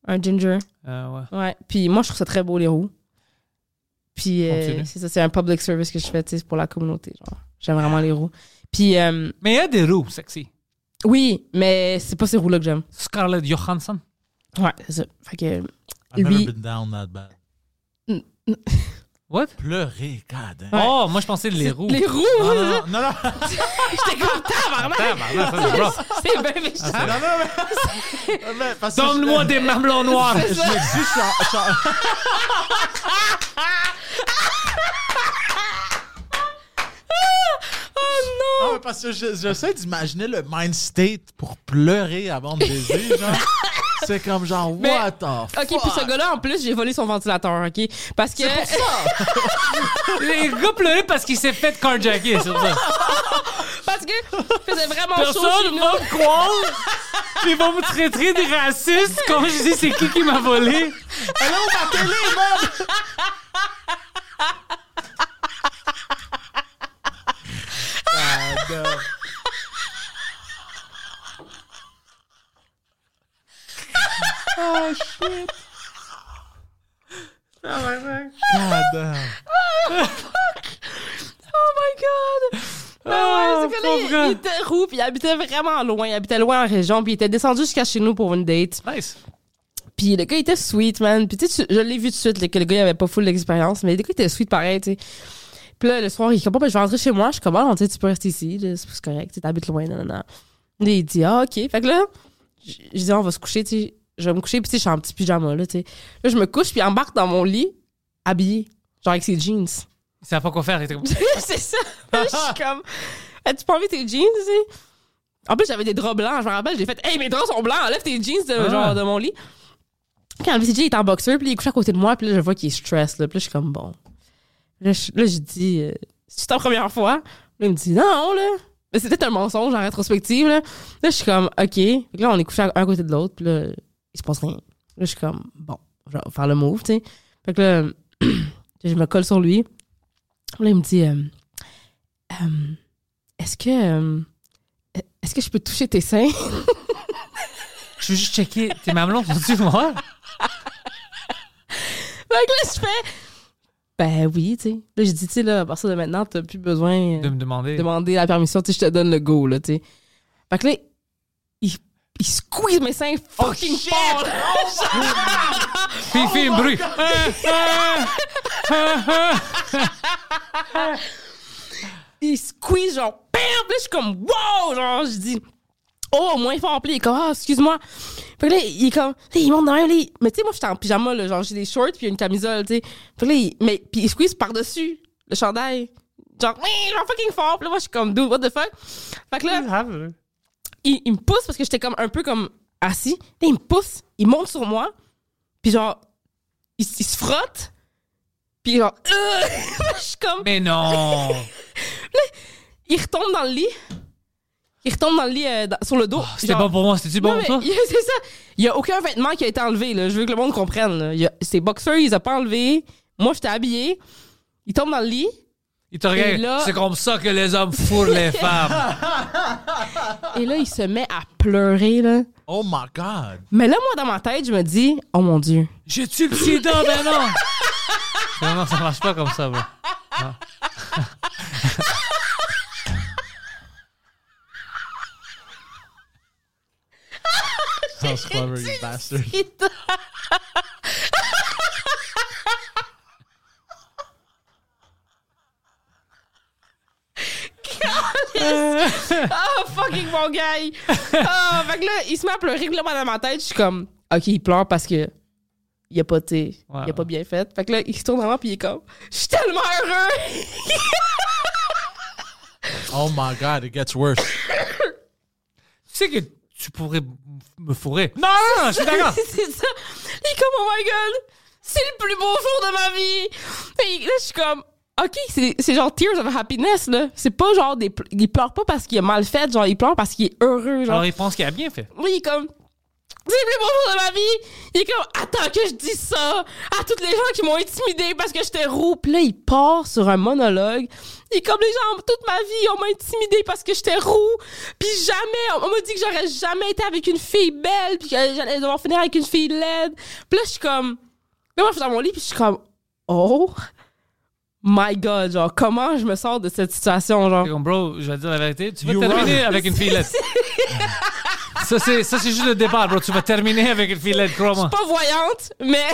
C: Un ginger.
B: Euh, ouais.
C: Ouais. Puis moi, je trouve ça très beau, les roux. Puis euh,
B: Continue.
C: c'est ça, c'est un public service que je fais, tu sais, c'est pour la communauté. genre. J'aime vraiment les roux. Puis euh,
B: Mais il y a des roues sexy.
C: oui, mais c'est pas ces roux-là que j'aime.
B: Scarlett Johansson.
C: Ouais, c'est ça. Fait que.
D: I've
C: Oui.
D: never been down that bad.
B: What?
D: Pleurer, god damn.
B: Oh, moi je pensais les roues.
C: Les roux, <laughs>
D: Non, non, non, non, non,
C: j'étais comme tabarnak!
B: Tabarnak, ça, <laughs> c'est rough.
C: C'est bien méchant.
D: non, non, mais- mais parce que je-
B: Donne-moi des mamelons noirs.
D: <laughs> Je m'excuse, je suis en- je suis en-
C: Oh
D: Non, mais parce que je- j'essaie d'imaginer le mind state pour pleurer avant de baiser, genre.
C: <laughs>
D: C'est comme genre,
C: Mais-
D: what the
C: non!
D: fuck?
C: Ok, puis ce gars-là, en plus, j'ai volé son ventilateur, ok? Parce que.
B: les gars pleuraient parce qu'il s'est fait carjacker, c'est pour ça.
C: <laughs> Parce que faisait vraiment chaud chez
B: Personne
C: nous.
B: va me croire. Puis Ils vont me traiter de raciste quand je dis c'est qui qui m'a volé.
D: Allô, ma télé, man! Ah, non. Ah, non.
C: Oh my god! Ah ouais, c'est que là,
B: pauvre gars.
C: il, il était roux, puis il habitait vraiment loin. Il habitait loin en région, puis il était descendu jusqu'à chez nous pour une date.
B: Nice.
C: Puis le gars, il était sweet, man. Puis tu sais, tu- je l'ai vu tout de suite, là, que le gars, il avait pas full d'expérience, mais le gars, il était sweet pareil, tu sais. Puis là, le soir, il est comme, bon, ben, je vais rentrer chez moi. Je suis comme, bon, tu sais, tu peux rester ici, là, c'est c'est correct, tu sais, t'habites loin, non, non, non. Là, il dit, ah, OK. Fait que là, je je dis, on va se coucher, tu sais. Je vais me coucher, puis tu sais, je suis en petit pyjama, là, tu sais. Là, je me couche, puis il embarque dans mon lit, habillé, genre avec ses jeans. <laughs>
B: Il savait pas quoi faire. il était comme-
C: c'est ça. je suis comme, as-tu pas enlevé tes jeans, tu sais? En plus, j'avais des draps blancs, je me rappelle, j'ai fait, hey, mes draps sont blancs, enlève tes jeans de,
B: Ah.
C: genre, de mon lit. Quand le VCJ est en boxeur, puis il est couché à côté de moi, puis là, je vois qu'il est stress, là, puis là, je suis comme, bon. Là, je, là, je dis, euh, c'est ta première fois? Là, il me dit, non, là. Mais c'était un mensonge en rétrospective, là. Là, je suis comme, OK. Fait que là, on est couché à un côté de l'autre, puis là, il se passe rien. Là, je suis comme, bon, je vais faire le move, tu sais. Fait que là, <clears throat> je me colle sur lui. Là, il me dit euh, Euh, Est-ce que. euh, est-ce que je peux toucher tes seins? <laughs>
B: Je veux juste checker tes mamelons, sont-tu noirs?
C: Fait que là, je fais. Ben oui, tu sais. Là, j'ai dit, tu sais, là, à partir de maintenant, t'as plus besoin euh,
B: De
C: de
B: me demander.
C: demander la permission, tu sais, je te donne le go, là, tu sais. Fait que là, il, il squeeze mes seins
B: Oh,
C: fucking fort, là.
B: Puis il
C: Oh
B: fait un bruit. Ah, ah, ah, ah.
C: il squeeze, genre, bam! Puis là, je suis comme, wow! Genre, je dis, oh, moins fort. Puis là, il est comme, ah, excuse-moi. Puis là, il est comme, là, il monte dans même, là, il- Mais tu sais, moi, j'étais en pyjama, là, genre, j'ai des shorts, puis une camisole, tu sais. Puis là, il, mais, puis il squeeze par-dessus le chandail. Genre, oui, genre, fucking fort. Puis là, moi, je suis comme, dude, what the fuck? Fait que là, il, il me pousse parce que j'étais comme un peu comme assis. Là, il me pousse, il monte sur moi, puis genre, il, s- il se frotte, puis genre, <laughs> euh, je suis comme,
B: Mais non.
C: il retombe dans le lit. Il retombe dans le lit euh, dans- sur le dos.
B: Ah, C'était
C: Genre-
B: bon pour moi. C'était-tu bon
C: Non,
B: pour toi?
C: mais- <laughs> C'est ça. Il y a aucun vêtement qui a été enlevé. là. Je veux que le monde comprenne. là. Il y a- Ces boxeurs, ils ont pas enlevé. Moi, j'étais habillée. Il tombe dans le lit.
B: Il te
C: Et là-
B: regarde. C'est comme ça que les hommes fourrent les femmes.
C: Et là, il se met à pleurer. Là.
D: Oh my god.
C: Mais là, moi, dans ma tête, je me dis Oh mon Dieu.
B: J'ai tué le sida, ben non. <laughs> Non, non, ça marche pas comme ça, bro.
D: Sounds clever, you bastard.
C: Oh, fucking mon gars. Ah, fait que là, il se met à pleurer. Puis là, moi, dans ma tête, je suis comme Ok, il pleure parce que. Il a pas, tu sais,
B: Ouais,
C: il a pas
B: ouais.
C: bien fait. Fait que là, il se tourne vraiment puis il est comme, je suis tellement heureux!
D: Oh my god, it gets worse.
B: sais que tu pourrais m- me fourrer. Non, non, non, je suis d'accord.
C: <laughs> c'est ça. Il est comme, oh my god, c'est le plus beau jour de ma vie. Et là, je suis comme, ok, c'est c'est genre Tears of Happiness, là. C'est pas genre des. ple- Il pleure pas parce qu'il est mal fait, genre, il pleure parce qu'il est heureux, genre.
B: Alors, il pense qu'il a bien fait.
C: Lui, il est comme. C'est le plus beau jour de ma vie! Il est comme, attends que je dise ça à toutes les gens qui m'ont intimidé parce que j'étais roux. Puis là, il part sur un monologue. Il est comme, les gens, toute ma vie, on m'a intimidé parce que j'étais roux. Puis jamais, on on m'a dit que j'aurais jamais été avec une fille belle, puis que j'allais devoir finir avec une fille laide. Puis là, je suis comme, là, moi, je suis dans mon lit, puis je suis comme, oh my god, genre, comment je me sors de cette situation, genre.
B: Fait comme, bro, je vais te dire la vérité, tu vas
D: You
B: terminer
D: wrong.
B: avec une filette. <laughs> ça, c'est, ça, c'est juste le départ, bro. Tu vas terminer avec une filette, crois-moi.
C: pas voyante, mais <laughs>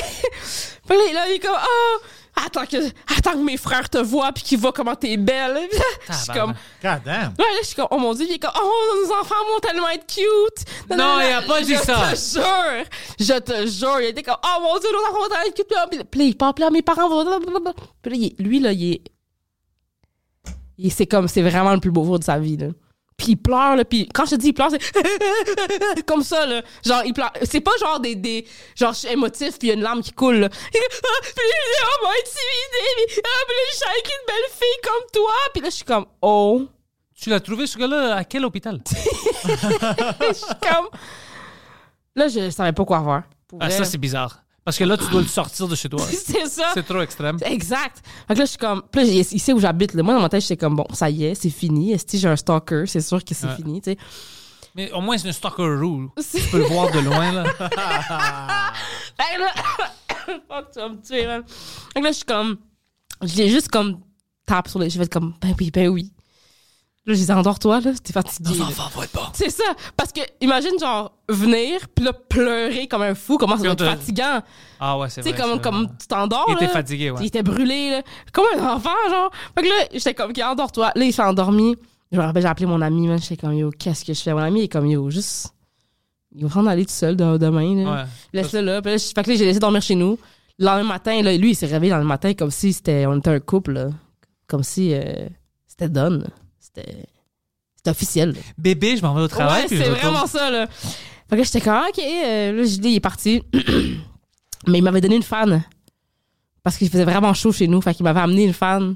C: Puis là, là, il est comme oh attends que attends que mes frères te voient puis qu'ils voient comment t'es belle. <laughs> Puis là, je suis comme
B: Tabarnak.
D: God damn.
C: Ouais, là, je suis comme, oh mon dieu, il est comme, oh, nos enfants vont tellement être cute.
B: Non, il a pas dit ça.
C: Je te jure, je te jure, il était comme, oh mon dieu, nos enfants vont tellement être cute. Puis là, Puis là, il part, puis là, mes parents vont. blablabla. Puis là, il- lui, là, il est. il- c'est comme, c'est vraiment le plus beau jour de sa vie, là. Puis il pleure, là, puis quand je te dis il pleure, c'est <laughs> comme ça, là. Genre, il pleure. C'est pas genre des, des. Genre, je suis émotif, puis il y a une larme qui coule, là. <laughs> Puis il dit, oh, m'a intimidé, puis ah, puis là, je suis avec une belle fille comme toi. Puis là, je suis comme, oh.
B: Tu l'as trouvé, ce gars-là, à quel hôpital?
C: <laughs> Je suis comme. Là, je savais pas quoi faire. Pour
B: Ah,
C: vrai.
B: ça, c'est bizarre. Parce que là, tu dois le sortir de chez toi.
C: Ben- <laughs> c'est ça.
B: C'est trop extrême.
C: Exact. Fait que là, je suis comme. Puis là, il il sait où j'habite. là. Moi, dans ma tête, j'étais comme, bon, ça y est, c'est fini. Est-ce que j'ai un stalker? C'est sûr que c'est
B: Ouais.
C: fini, tu sais. <coughs>
B: Mais au moins, c'est une stalker rule.
C: C'est-
B: Tu peux le voir de loin, là.
C: <laughs> Fait que là- <coughs> Fuck, tu vas me tuer, man. Fait que là, je suis comme. Je l'ai juste comme. Tape sur les. Je vais être comme, ben oui, ben oui. Là, je dis, endors-toi, là. T'es fatigué. là.
B: vont être bons.
C: C'est ça. Parce que, imagine, genre, venir, puis là, pleurer comme un fou, comment ça
B: Puis
C: doit
B: on
C: être
B: te-
C: fatigant.
B: Ah ouais, c'est
C: Tu
B: vrai.
C: sais, comme,
B: c'est
C: comme
B: vrai.
C: tu t'endors.
B: Il était
C: là.
B: fatigué, ouais.
C: Il était brûlé, là. Comme un enfant, genre. Fait que là, j'étais comme, OK, endors-toi. Là, il s'est endormi. Je me rappelle, j'ai appelé mon ami, man. J'étais comme, yo, qu'est-ce que je fais? Mon ami, il est comme, yo, juste. Il va s'en aller tout seul de- demain, là.
B: Ouais.
C: Laisse-le là. Puis là, je- fait que là, j'ai laissé dormir chez nous. Le lendemain matin, là, lui, il s'est réveillé dans le matin comme si c'était, on était un couple, là. Comme si euh, c'était done. C'était. C'était officiel, là.
B: Bébé, je m'en vais au travail.
C: Ouais,
B: puis je
C: c'est
B: retourne.
C: vraiment ça, là. Fait que là, j'étais comme, ah, OK, euh, là, je dis, il est parti. <clears throat> Mais il m'avait donné une fan. Parce qu'il faisait vraiment chaud chez nous. Fait qu'il m'avait amené une fan.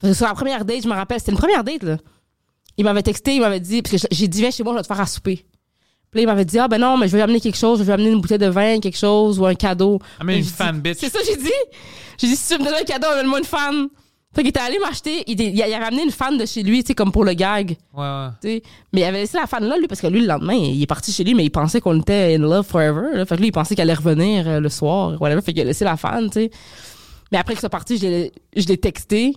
C: Parce que sur la première date, je me rappelle, c'était une première date, là. Il m'avait texté, il m'avait dit, parce que j'ai dit, viens chez moi, je vais te faire à souper. Puis là, il m'avait dit, ah ben non, mais je vais lui amener quelque chose, je vais lui amener une bouteille de vin, quelque chose, ou un cadeau.
B: Amène Ah, une
C: J'ai dit-
B: fan, bitch.
C: C'est ça, j'ai dit. J'ai dit, si tu veux me donnes un cadeau, amène-moi une fan. Fait qu'il était allé m'acheter, il, était- il avait amené une fan de chez lui, tu sais, comme pour le gag
B: Ouais, ouais.
C: tu sais. Mais il avait laissé la fan là, lui, parce que lui, le lendemain, il est parti chez lui, mais il pensait qu'on était in love forever. Là. Fait que lui, il pensait qu'elle allait revenir euh, le soir, whatever. Fait qu'il a laissé la fan, tu sais. Mais après qu'il soit parti, je l'ai- je l'ai texté.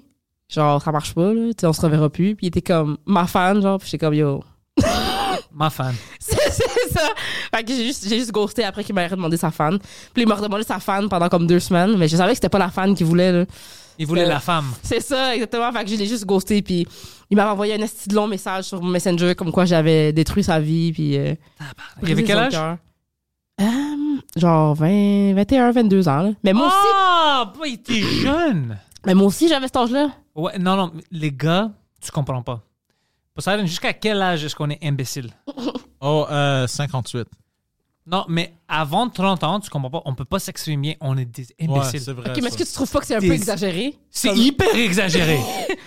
C: Genre, ça marche pas, là. Tu sais, on se reverra plus. Puis il était comme ma fan, genre. Puis j'étais comme, yo. <laughs>
B: Ma fan.
C: C'est c'est ça. Fait que j'ai juste, j'ai juste ghosté après qu'il m'avait redemandé sa fan. Puis il m'a redemandé sa fan pendant comme deux semaines. Mais je savais que c'était pas la fan qu'il voulait, là.
B: Il voulait
C: Euh,
B: la femme.
C: C'est ça, exactement. Fait que je l'ai juste ghosté, puis il m'avait envoyé un esti de long message sur Messenger comme quoi j'avais détruit sa vie, puis... euh,
B: Il avait
C: brisé
B: quel
C: son
B: âge?
C: cœur. Hum, genre 20, 21, 22 ans. là. Mais moi aussi,
B: Ah, bah, il était jeune.
C: mais moi aussi j'avais cet âge-là.
B: Ouais, non, non, les gars, tu comprends pas. Poseidon, jusqu'à quel âge est-ce qu'on est imbécile?
D: Oh, euh, 58.
B: Non, mais avant 30 ans, tu comprends pas, on peut pas s'exprimer, on est des
D: Ouais,
B: imbéciles.
D: c'est vrai.
C: Ok, mais est-ce
D: ça.
C: que tu trouves pas que c'est un
B: Des-
C: peu exagéré?
B: c'est
C: Comme-
B: hyper
D: <laughs>
B: exagéré.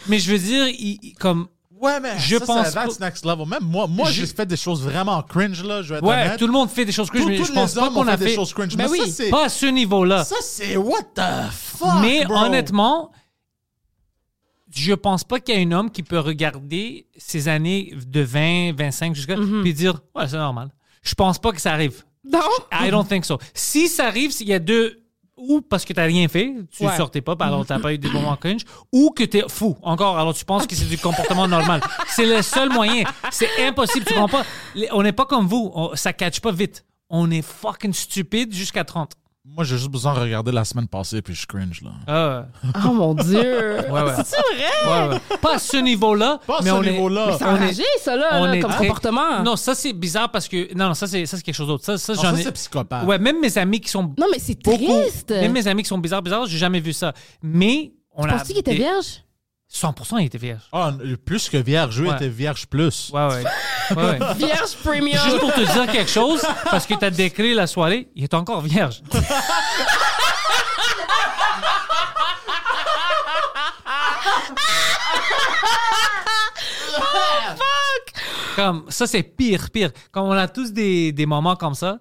B: mais je veux dire, il- il- comme,
D: Ouais, mais
B: Je
D: ça,
B: pense
D: c'est- that's
B: pas-
D: next level. Même moi, moi
B: Je-
D: j'ai fait des choses vraiment cringe, là. Je vais être
B: ouais,
D: honnête.
B: tout le monde fait des choses cringe,
D: Tous-
B: mais
D: tous
B: je pense
D: les
B: pas
D: hommes
B: qu'on
D: ont fait
B: a
D: des
B: fait.
D: choses cringe.
B: Ben
D: Mais ça,
B: oui,
D: c'est-
B: pas à ce niveau-là.
D: Ça, c'est what the fuck.
B: mais
D: bro?
B: honnêtement, je pense pas qu'il y a un homme qui peut regarder ses années de 20, 25 jusqu'à
D: Mhm.
B: puis dire ouais c'est normal. Je pense pas que ça arrive.
C: Non?
B: I don't think so. Si ça arrive, s'il y a deux ou parce que t'as rien fait, tu
C: Ouais.
B: sortais pas, puis alors t'as pas eu des moments cringe, ou que t'es fou encore, alors tu penses que c'est du comportement normal. C'est le seul moyen. C'est impossible, tu comprends pas. Les- On n'est pas comme vous, On- ça catch pas vite. On est fucking stupide jusqu'à 30.
D: Moi, j'ai juste besoin de regarder la semaine passée, puis je cringe, là.
B: Ah
C: Oh mon Dieu!
B: Ouais, ouais.
C: C'est vrai?
B: Ouais, ouais. Pas à ce niveau-là.
D: Pas à
B: mais
D: ce
B: Ah, on est-
D: niveau-là. Mais
C: C'est
D: On
C: enragé, ça, là, là, comme
B: très-
C: comportement.
B: Non, ça c'est bizarre parce que non, non ça c'est ça c'est quelque chose d'autre. Ça, ça,
D: Non,
B: j'en
D: Ah, ça,
B: ai.
D: c'est psychopathe.
B: Ouais, même mes amis qui sont
C: Non, mais c'est
B: beaucoup.
C: triste!
B: Même mes amis qui sont bizarres bizarres, j'ai jamais vu ça. Mais on a.
C: Penses-tu qu'il était
B: des-
C: vierge?
B: 100% il était vierge.
D: Ah, plus que vierge, eux
B: Ouais.
D: étaient vierge plus.
B: Ouais, ouais. ouais,
D: <laughs>
B: ouais.
C: Vierge premium.
B: Juste pour te dire quelque chose, parce que t'as décrit la soirée, il est encore vierge. Comme, ça, c'est pire, pire. Comme on a tous des, des moments comme ça,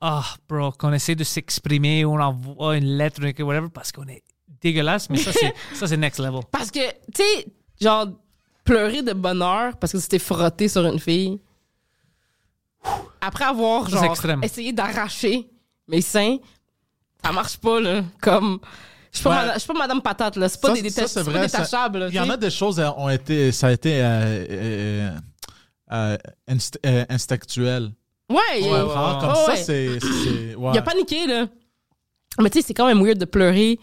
B: ah, bro, qu'on essaie de s'exprimer, on envoie une lettre, whatever, parce qu'on est dégueulasse, mais ça, c'est, ça, c'est next level.
C: Parce que, tu sais, genre, pleurer de bonheur parce que tu t'es frotté sur une fille. Après avoir,
B: Ça, c'est
C: genre,
B: extrême.
C: essayé d'arracher mes seins, ça marche pas, là. Comme. Je suis pas,
D: Ouais.
C: madame- je suis pas Madame Patate, là. C'est pas
D: Ça,
C: des
D: ça,
C: déta-
D: c'est
C: c'est pas
D: vrai, ça-
C: détachable, là,
D: Il y en
C: tu
D: a
C: sais.
D: des choses euh, ont été, ça a été euh, euh, euh, inst- euh, instinctuel.
C: Ouais, il-
D: Tu comprends?
B: ouais,
D: Comme
C: ouais.
D: ça,
C: Ouais.
D: c'est. c'est- ouais.
C: il a paniqué, là. Mais tu sais, c'est quand même weird de pleurer.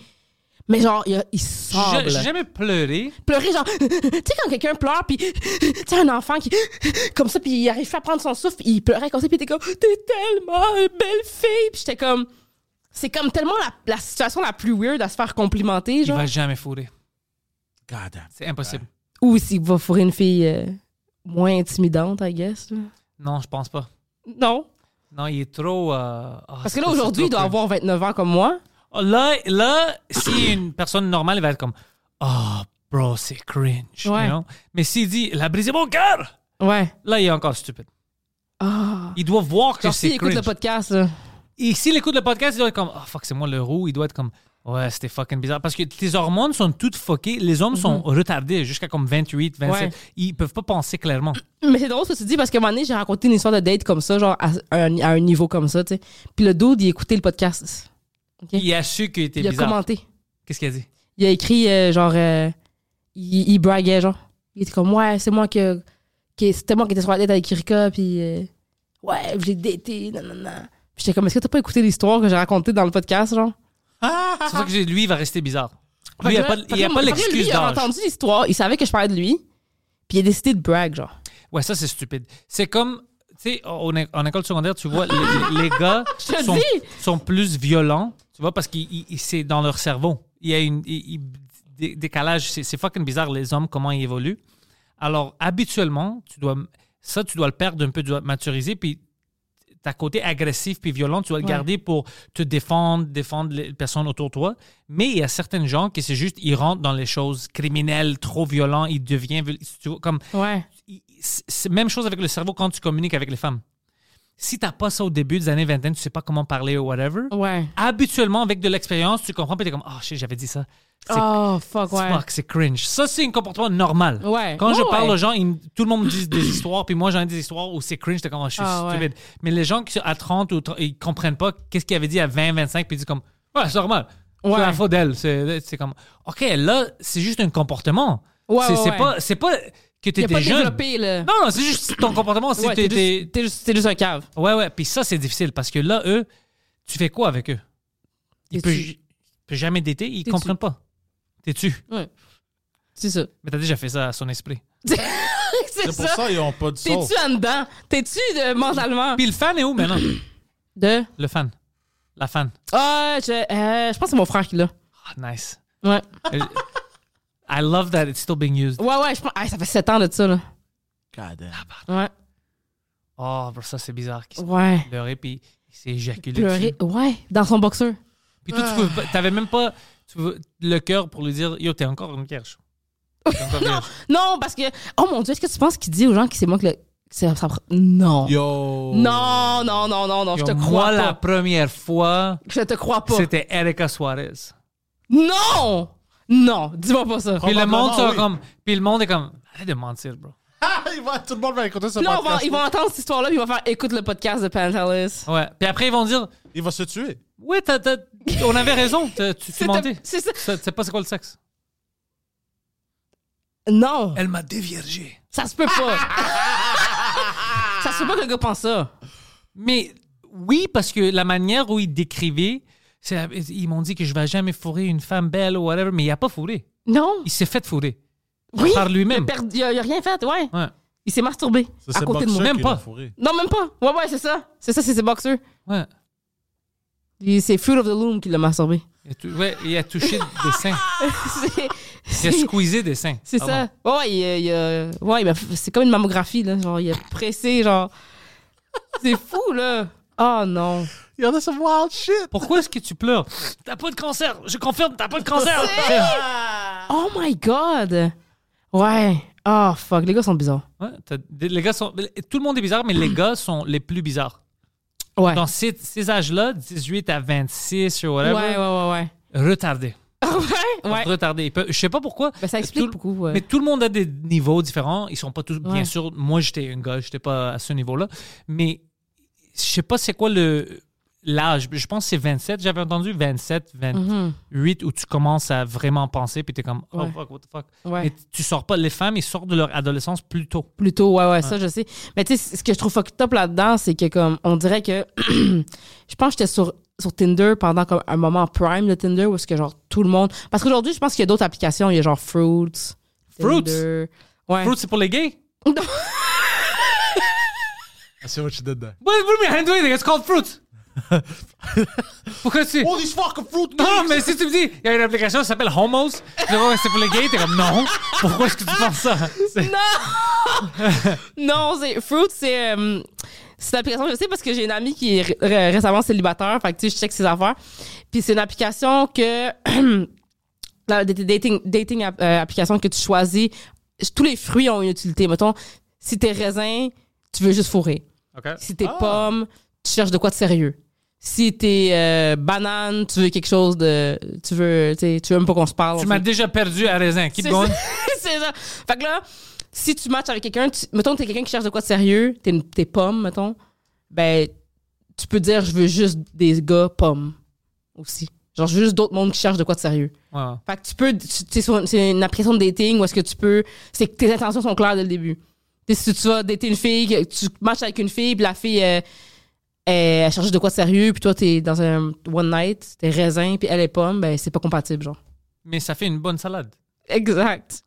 C: Mais genre, il, a- il
B: J'ai-
C: semble.
B: J'ai jamais pleuré.
C: pleurer genre <laughs> tu sais quand quelqu'un pleure puis <laughs> tu sais un enfant qui <laughs> comme ça puis il arrive pas à prendre son souffle puis il pleurait comme ça puis t'es comme t'es tellement une belle fille puis j'étais comme c'est comme tellement la, la situation la plus weird à se faire complimenter
B: Il
C: genre
B: va jamais fourrer.
D: God damn.
B: C'est impossible.
C: ou s'il va fourrer une fille euh, moins intimidante I guess là.
B: Non, je pense pas.
C: non
B: Non, il est trop. euh, ah,
C: parce
B: c'est
C: que là
B: pas- c'est
C: aujourd'hui il
B: trop
C: doit
B: cringe.
C: avoir 29 ans comme moi
B: Oh, Là, là si une personne normale, elle va être comme Oh, bro, c'est cringe.
C: Ouais.
B: you know? Mais s'il dit La brisé mon cœur,
C: ouais
B: là, il est encore stupide.
C: ah
B: Il doit voir que
C: genre s'il
B: c'est
C: écoute
B: cringe.
C: le podcast là.
B: Et s'il écoute le podcast, il doit être comme Oh, fuck, c'est moi le roux. Il doit être comme Ouais, c'était fucking bizarre. Parce que tes hormones sont toutes fuckées. Les hommes sont retardés jusqu'à comme 28, 27.
C: Mhm. Ouais.
B: Ils peuvent pas penser clairement.
C: Mais c'est drôle ce que tu dis parce qu'à un moment donné, j'ai raconté une histoire de date comme ça, genre à un, à un niveau comme ça, tu sais. Puis le dude, il écoutait le podcast.
B: Il a su qu'il était
C: il a
B: bizarre.
C: commenté.
B: Qu'est-ce qu'il a dit
C: Il a écrit, euh, genre, euh, il, il braguait, genre. Il était comme, ouais, c'est moi qui. qui C'était moi qui était sur la date avec Kirika, puis. euh, ouais, j'ai daté, nanana. Puis j'étais comme, est-ce que t'as pas écouté l'histoire que j'ai racontée dans le podcast, genre?
B: C'est pour ça que j'ai- lui, il va rester bizarre. Lui, il
C: Fait que
B: n'y a
C: là-
B: pas,
C: fait
B: il a
C: que
B: pas
C: là, lui,
B: l'excuse
C: Il a
B: d'âge.
C: entendu l'histoire, il savait que je parlais de lui, puis il a décidé de brag, genre.
B: Ouais, ça, c'est stupide. C'est comme, tu sais, en, en école secondaire, tu vois, les, les- les
C: <laughs>
B: gars
C: te
B: sont,
C: dis.
B: sont plus violents, tu vois, parce que c'est dans leur cerveau. Il y a une il- il- dé- décalage. C'est c'est fucking bizarre, les hommes, comment ils évoluent. Alors, habituellement, tu dois, ça, tu dois le perdre un peu, tu dois maturiser, puis ta côté agressif puis violent, tu dois le
C: Ouais.
B: garder pour te défendre, défendre les personnes autour de toi. Mais il y a certaines gens qui, c'est juste, ils rentrent dans les choses criminelles, trop violents, ils deviennent, viol- tu vois, comme
C: Ouais.
B: il- c'est c'est même chose avec le cerveau quand tu communiques avec les femmes. Si t'as pas ça au début des années 20, tu sais pas comment parler ou whatever.
C: Ouais.
B: Habituellement, avec de l'expérience, tu comprends, puis t'es comme, oh shit, j'avais dit ça. C'est
C: Oh, fuck, ouais.
B: fuck, c'est cringe. Ça, c'est un comportement normal.
C: Ouais.
B: Quand je
C: Ouais,
B: parle
C: ouais.
B: aux gens, ils me- tout le monde me dit des histoires, puis moi, j'en ai des histoires où c'est cringe, t'es comme, oh, je suis
C: Ah, ouais.
B: stupide. Mais les gens qui sont à 30 ou 30, ils comprennent pas qu'est-ce qu'il avait dit à 20, 25, puis ils disent comme, ouais, c'est normal.
C: Ouais.
B: C'est la faute d'elle. C'est c'est comme, ok, là, c'est juste un comportement.
C: Ouais,
B: c'est
C: ouais,
B: c'est
C: ouais.
B: pas, c'est pas que
C: Il a
B: t'étais
C: pas
B: jeune.
C: développé, là.
B: Non, non, c'est juste ton comportement. Si
C: Ouais,
B: t'es-
C: t'es
B: t'es-
C: juste, t'es juste- t'es juste un cave.
B: Ouais, ouais. Puis ça, c'est difficile parce que là, eux, tu fais quoi avec eux? Ils
C: T'es
B: peuvent
C: tu.
B: ils peuvent jamais d'été, ils
C: T'es
B: comprennent pas. T'es-tu?
C: C'est ça.
B: Mais t'as déjà fait ça à son esprit.
C: C'est
D: C'est pour
C: ça.
D: ça qu'ils n'ont pas de sauce.
C: T'es-tu en dedans? T'es-tu de- mentalement?
B: Puis le fan est où
C: <clears throat>
B: maintenant?
C: De.
B: Le fan. La fan.
C: Ah, je, euh, je pense que c'est mon frère qui l'a.
B: Ah, nice.
C: Ouais.
B: Euh, I love that it's still being used.
C: Ouais, ouais, je pense. ah, ça fait 7 ans de ça, là.
D: God
C: Ah
D: damn.
C: Ouais.
B: Oh, bro, ça, c'est bizarre. qu'il s'est
C: Ouais.
B: pleuré puis il s'est éjaculé.
C: Pleurer.
B: dessus.
C: Ouais, dans son boxeur.
B: Puis toi, tu pouvais pas- t'avais même pas tu veux- le cœur pour lui dire Yo, t'es encore une
C: <laughs>
B: vierge. T'es encore vierge.
C: Non, parce que. Oh mon dieu, est-ce que tu penses qu'il dit aux gens que c'est moi qui le. c'est- ça- Non.
D: Yo.
C: Non, non, non, non, non, je
B: Yo,
C: te
B: moi,
C: crois
B: la
C: pas.
B: première fois,
C: Je te crois pas.
B: c'était Erika Suarez.
C: Non! Non, dis-moi pas ça.
B: Puis le monde
D: Probablement,
B: sera
D: oui.
B: comme. Puis le monde est comme. Arrête de mentir, bro.
D: Ah, <laughs> il va- tout le monde va écouter ce
C: Puis Là, on va-
D: podcast.
C: ils vont entendre cette histoire-là, puis ils vont faire écoute le podcast de Pantelis.
B: Ouais. Puis après, ils vont dire.
D: Il va se tuer.
B: Ouais, t'as- t'as- on avait raison. t'as- Tu, tu mentais.
C: <laughs> C'est ça.
B: Tu sais pas c'est quoi le sexe.
C: Non,
B: Elle m'a déviergé.
C: ça se
B: <laughs>
C: peut pas. ça se peut pas que le gars pense ça.
B: Mais oui, parce que la manière où ils décrivaient. c'est la- Ils m'ont dit que je vais jamais fourrer une femme belle ou whatever, mais il a pas fourré.
C: Non.
B: Il s'est fait fourrer.
C: Oui.
B: Par lui-même.
C: Il a, perdu- il a- il a rien fait, ouais.
B: Ouais.
C: Il s'est masturbé
D: Ça,
C: à
D: c'est
C: côté de moi.
D: Boxer
B: Même
D: qui
B: pas.
D: l'a fourré.
C: Non, même pas. Ouais, ouais, c'est ça. C'est ça, c'est ses boxeurs.
B: Ouais.
C: Puis C'est Fruit of the Loom qui l'a
B: <laughs>
C: masturbé.
B: Il a, tou- ouais, il a touché des
C: <laughs>
B: seins.
C: C'est-
B: Il a
C: c'est
B: squeezé des seins.
C: c'est
B: Pardon.
C: ça. Ouais, ouais, il a- il a- ouais, il a- c'est comme une mammographie, là. Genre, il a pressé, genre. C'est fou, là. Oh non.
D: Il y en a some wild shit.
B: Pourquoi est-ce que tu pleures? T'as pas de cancer. Je confirme, t'as pas de cancer.
C: Oh my god. Ouais. Oh fuck, les gars sont bizarres.
B: Ouais, t'as- les gars sont, tout le monde est bizarre, mais les gars sont les plus bizarres.
C: Ouais.
B: Dans ces, ces âges-là, 18 à 26 ou
C: ouais,
B: whatever,
C: ouais, ouais, ouais.
B: retardés.
C: Ouais, <laughs> ouais.
B: Retardés. Ils peuvent- Je sais pas pourquoi.
C: Ben, ça
B: Tout
C: explique
B: le-
C: beaucoup. ouais.
B: Mais tout le monde a des niveaux différents. Ils sont pas tous, bien
C: Ouais.
B: sûr. Moi, j'étais un gars, j'étais pas à ce niveau-là. Mais je sais pas c'est quoi le l'âge. Je pense que c'est 27. J'avais entendu 27, 28
C: Mhm.
B: où tu commences à vraiment penser puis t'es comme oh
C: Ouais.
B: fuck, what the fuck.
C: Ouais.
B: Mais tu sors pas. Les femmes, ils sortent de leur adolescence plus tôt.
C: Plutôt, ouais, ouais, ça, je sais. Mais tu sais, ce que je trouve fucked up là-dedans, c'est que, comme, on dirait que. <clears throat> je pense que j'étais sur, sur Tinder pendant comme un moment prime de Tinder où est-ce que, genre, tout le monde. Parce qu'aujourd'hui, je pense qu'il y a d'autres applications. Il y a genre Fruits.
B: Fruits?
C: Tinder. Ouais.
B: Fruit, c'est pour les gays.
D: I see Ah, what you did there.
B: What what am I doing? It's called
C: <laughs>
B: fruit. Pourquoi tu...
D: All these fucking fruit
B: Non, mais si tu me dis, il y a une application qui s'appelle Homos, tu dis, Ouais, c'est pour les gays, t'es comme non. Pourquoi est-ce que tu penses ça? C'est-
C: Non, c'est Fruit, c'est euh, c'est une application. Je sais parce que j'ai une amie qui est ré- ré- récemment célibataire. Fait que tu sais, je check ses affaires. Puis c'est une application que <clears throat> la d- dating dating app- euh, application que tu choisis. Tous les fruits ont une utilité. Mettons, si t'es raisin, tu veux juste fourrer.
B: Ok.
C: Si t'es pomme, tu cherches de quoi de sérieux. Si t'es euh, banane, tu veux quelque chose de, tu veux, tu sais, tu veux même pas qu'on se parle.
B: Tu
C: en
B: m'as
C: fait.
B: déjà perdu à raisin. Keep
C: C'est
B: going.
C: ça. <laughs> c'est ça. Fait que là, si tu matches avec quelqu'un, tu- mettons, t'es quelqu'un qui cherche de quoi de sérieux, t'es, une- t'es pomme, mettons, ben, tu peux dire, je veux juste des gars pommes aussi. Genre, je veux juste d'autres mondes qui cherchent de quoi de sérieux.
B: Ouais, ouais.
C: Fait que tu peux, tu- tu sais, sur une- c'est une application de dating où est-ce que tu peux, c'est que tes intentions sont claires dès le début. Tu sais, si tu vas dater une fille, que tu matches avec une fille, puis la fille, euh, elle, elle cherche de quoi de sérieux, puis toi, t'es dans un one night, t'es raisin, puis elle est pomme, ben, c'est pas compatible, genre.
B: Mais ça fait une bonne salade.
C: Exact.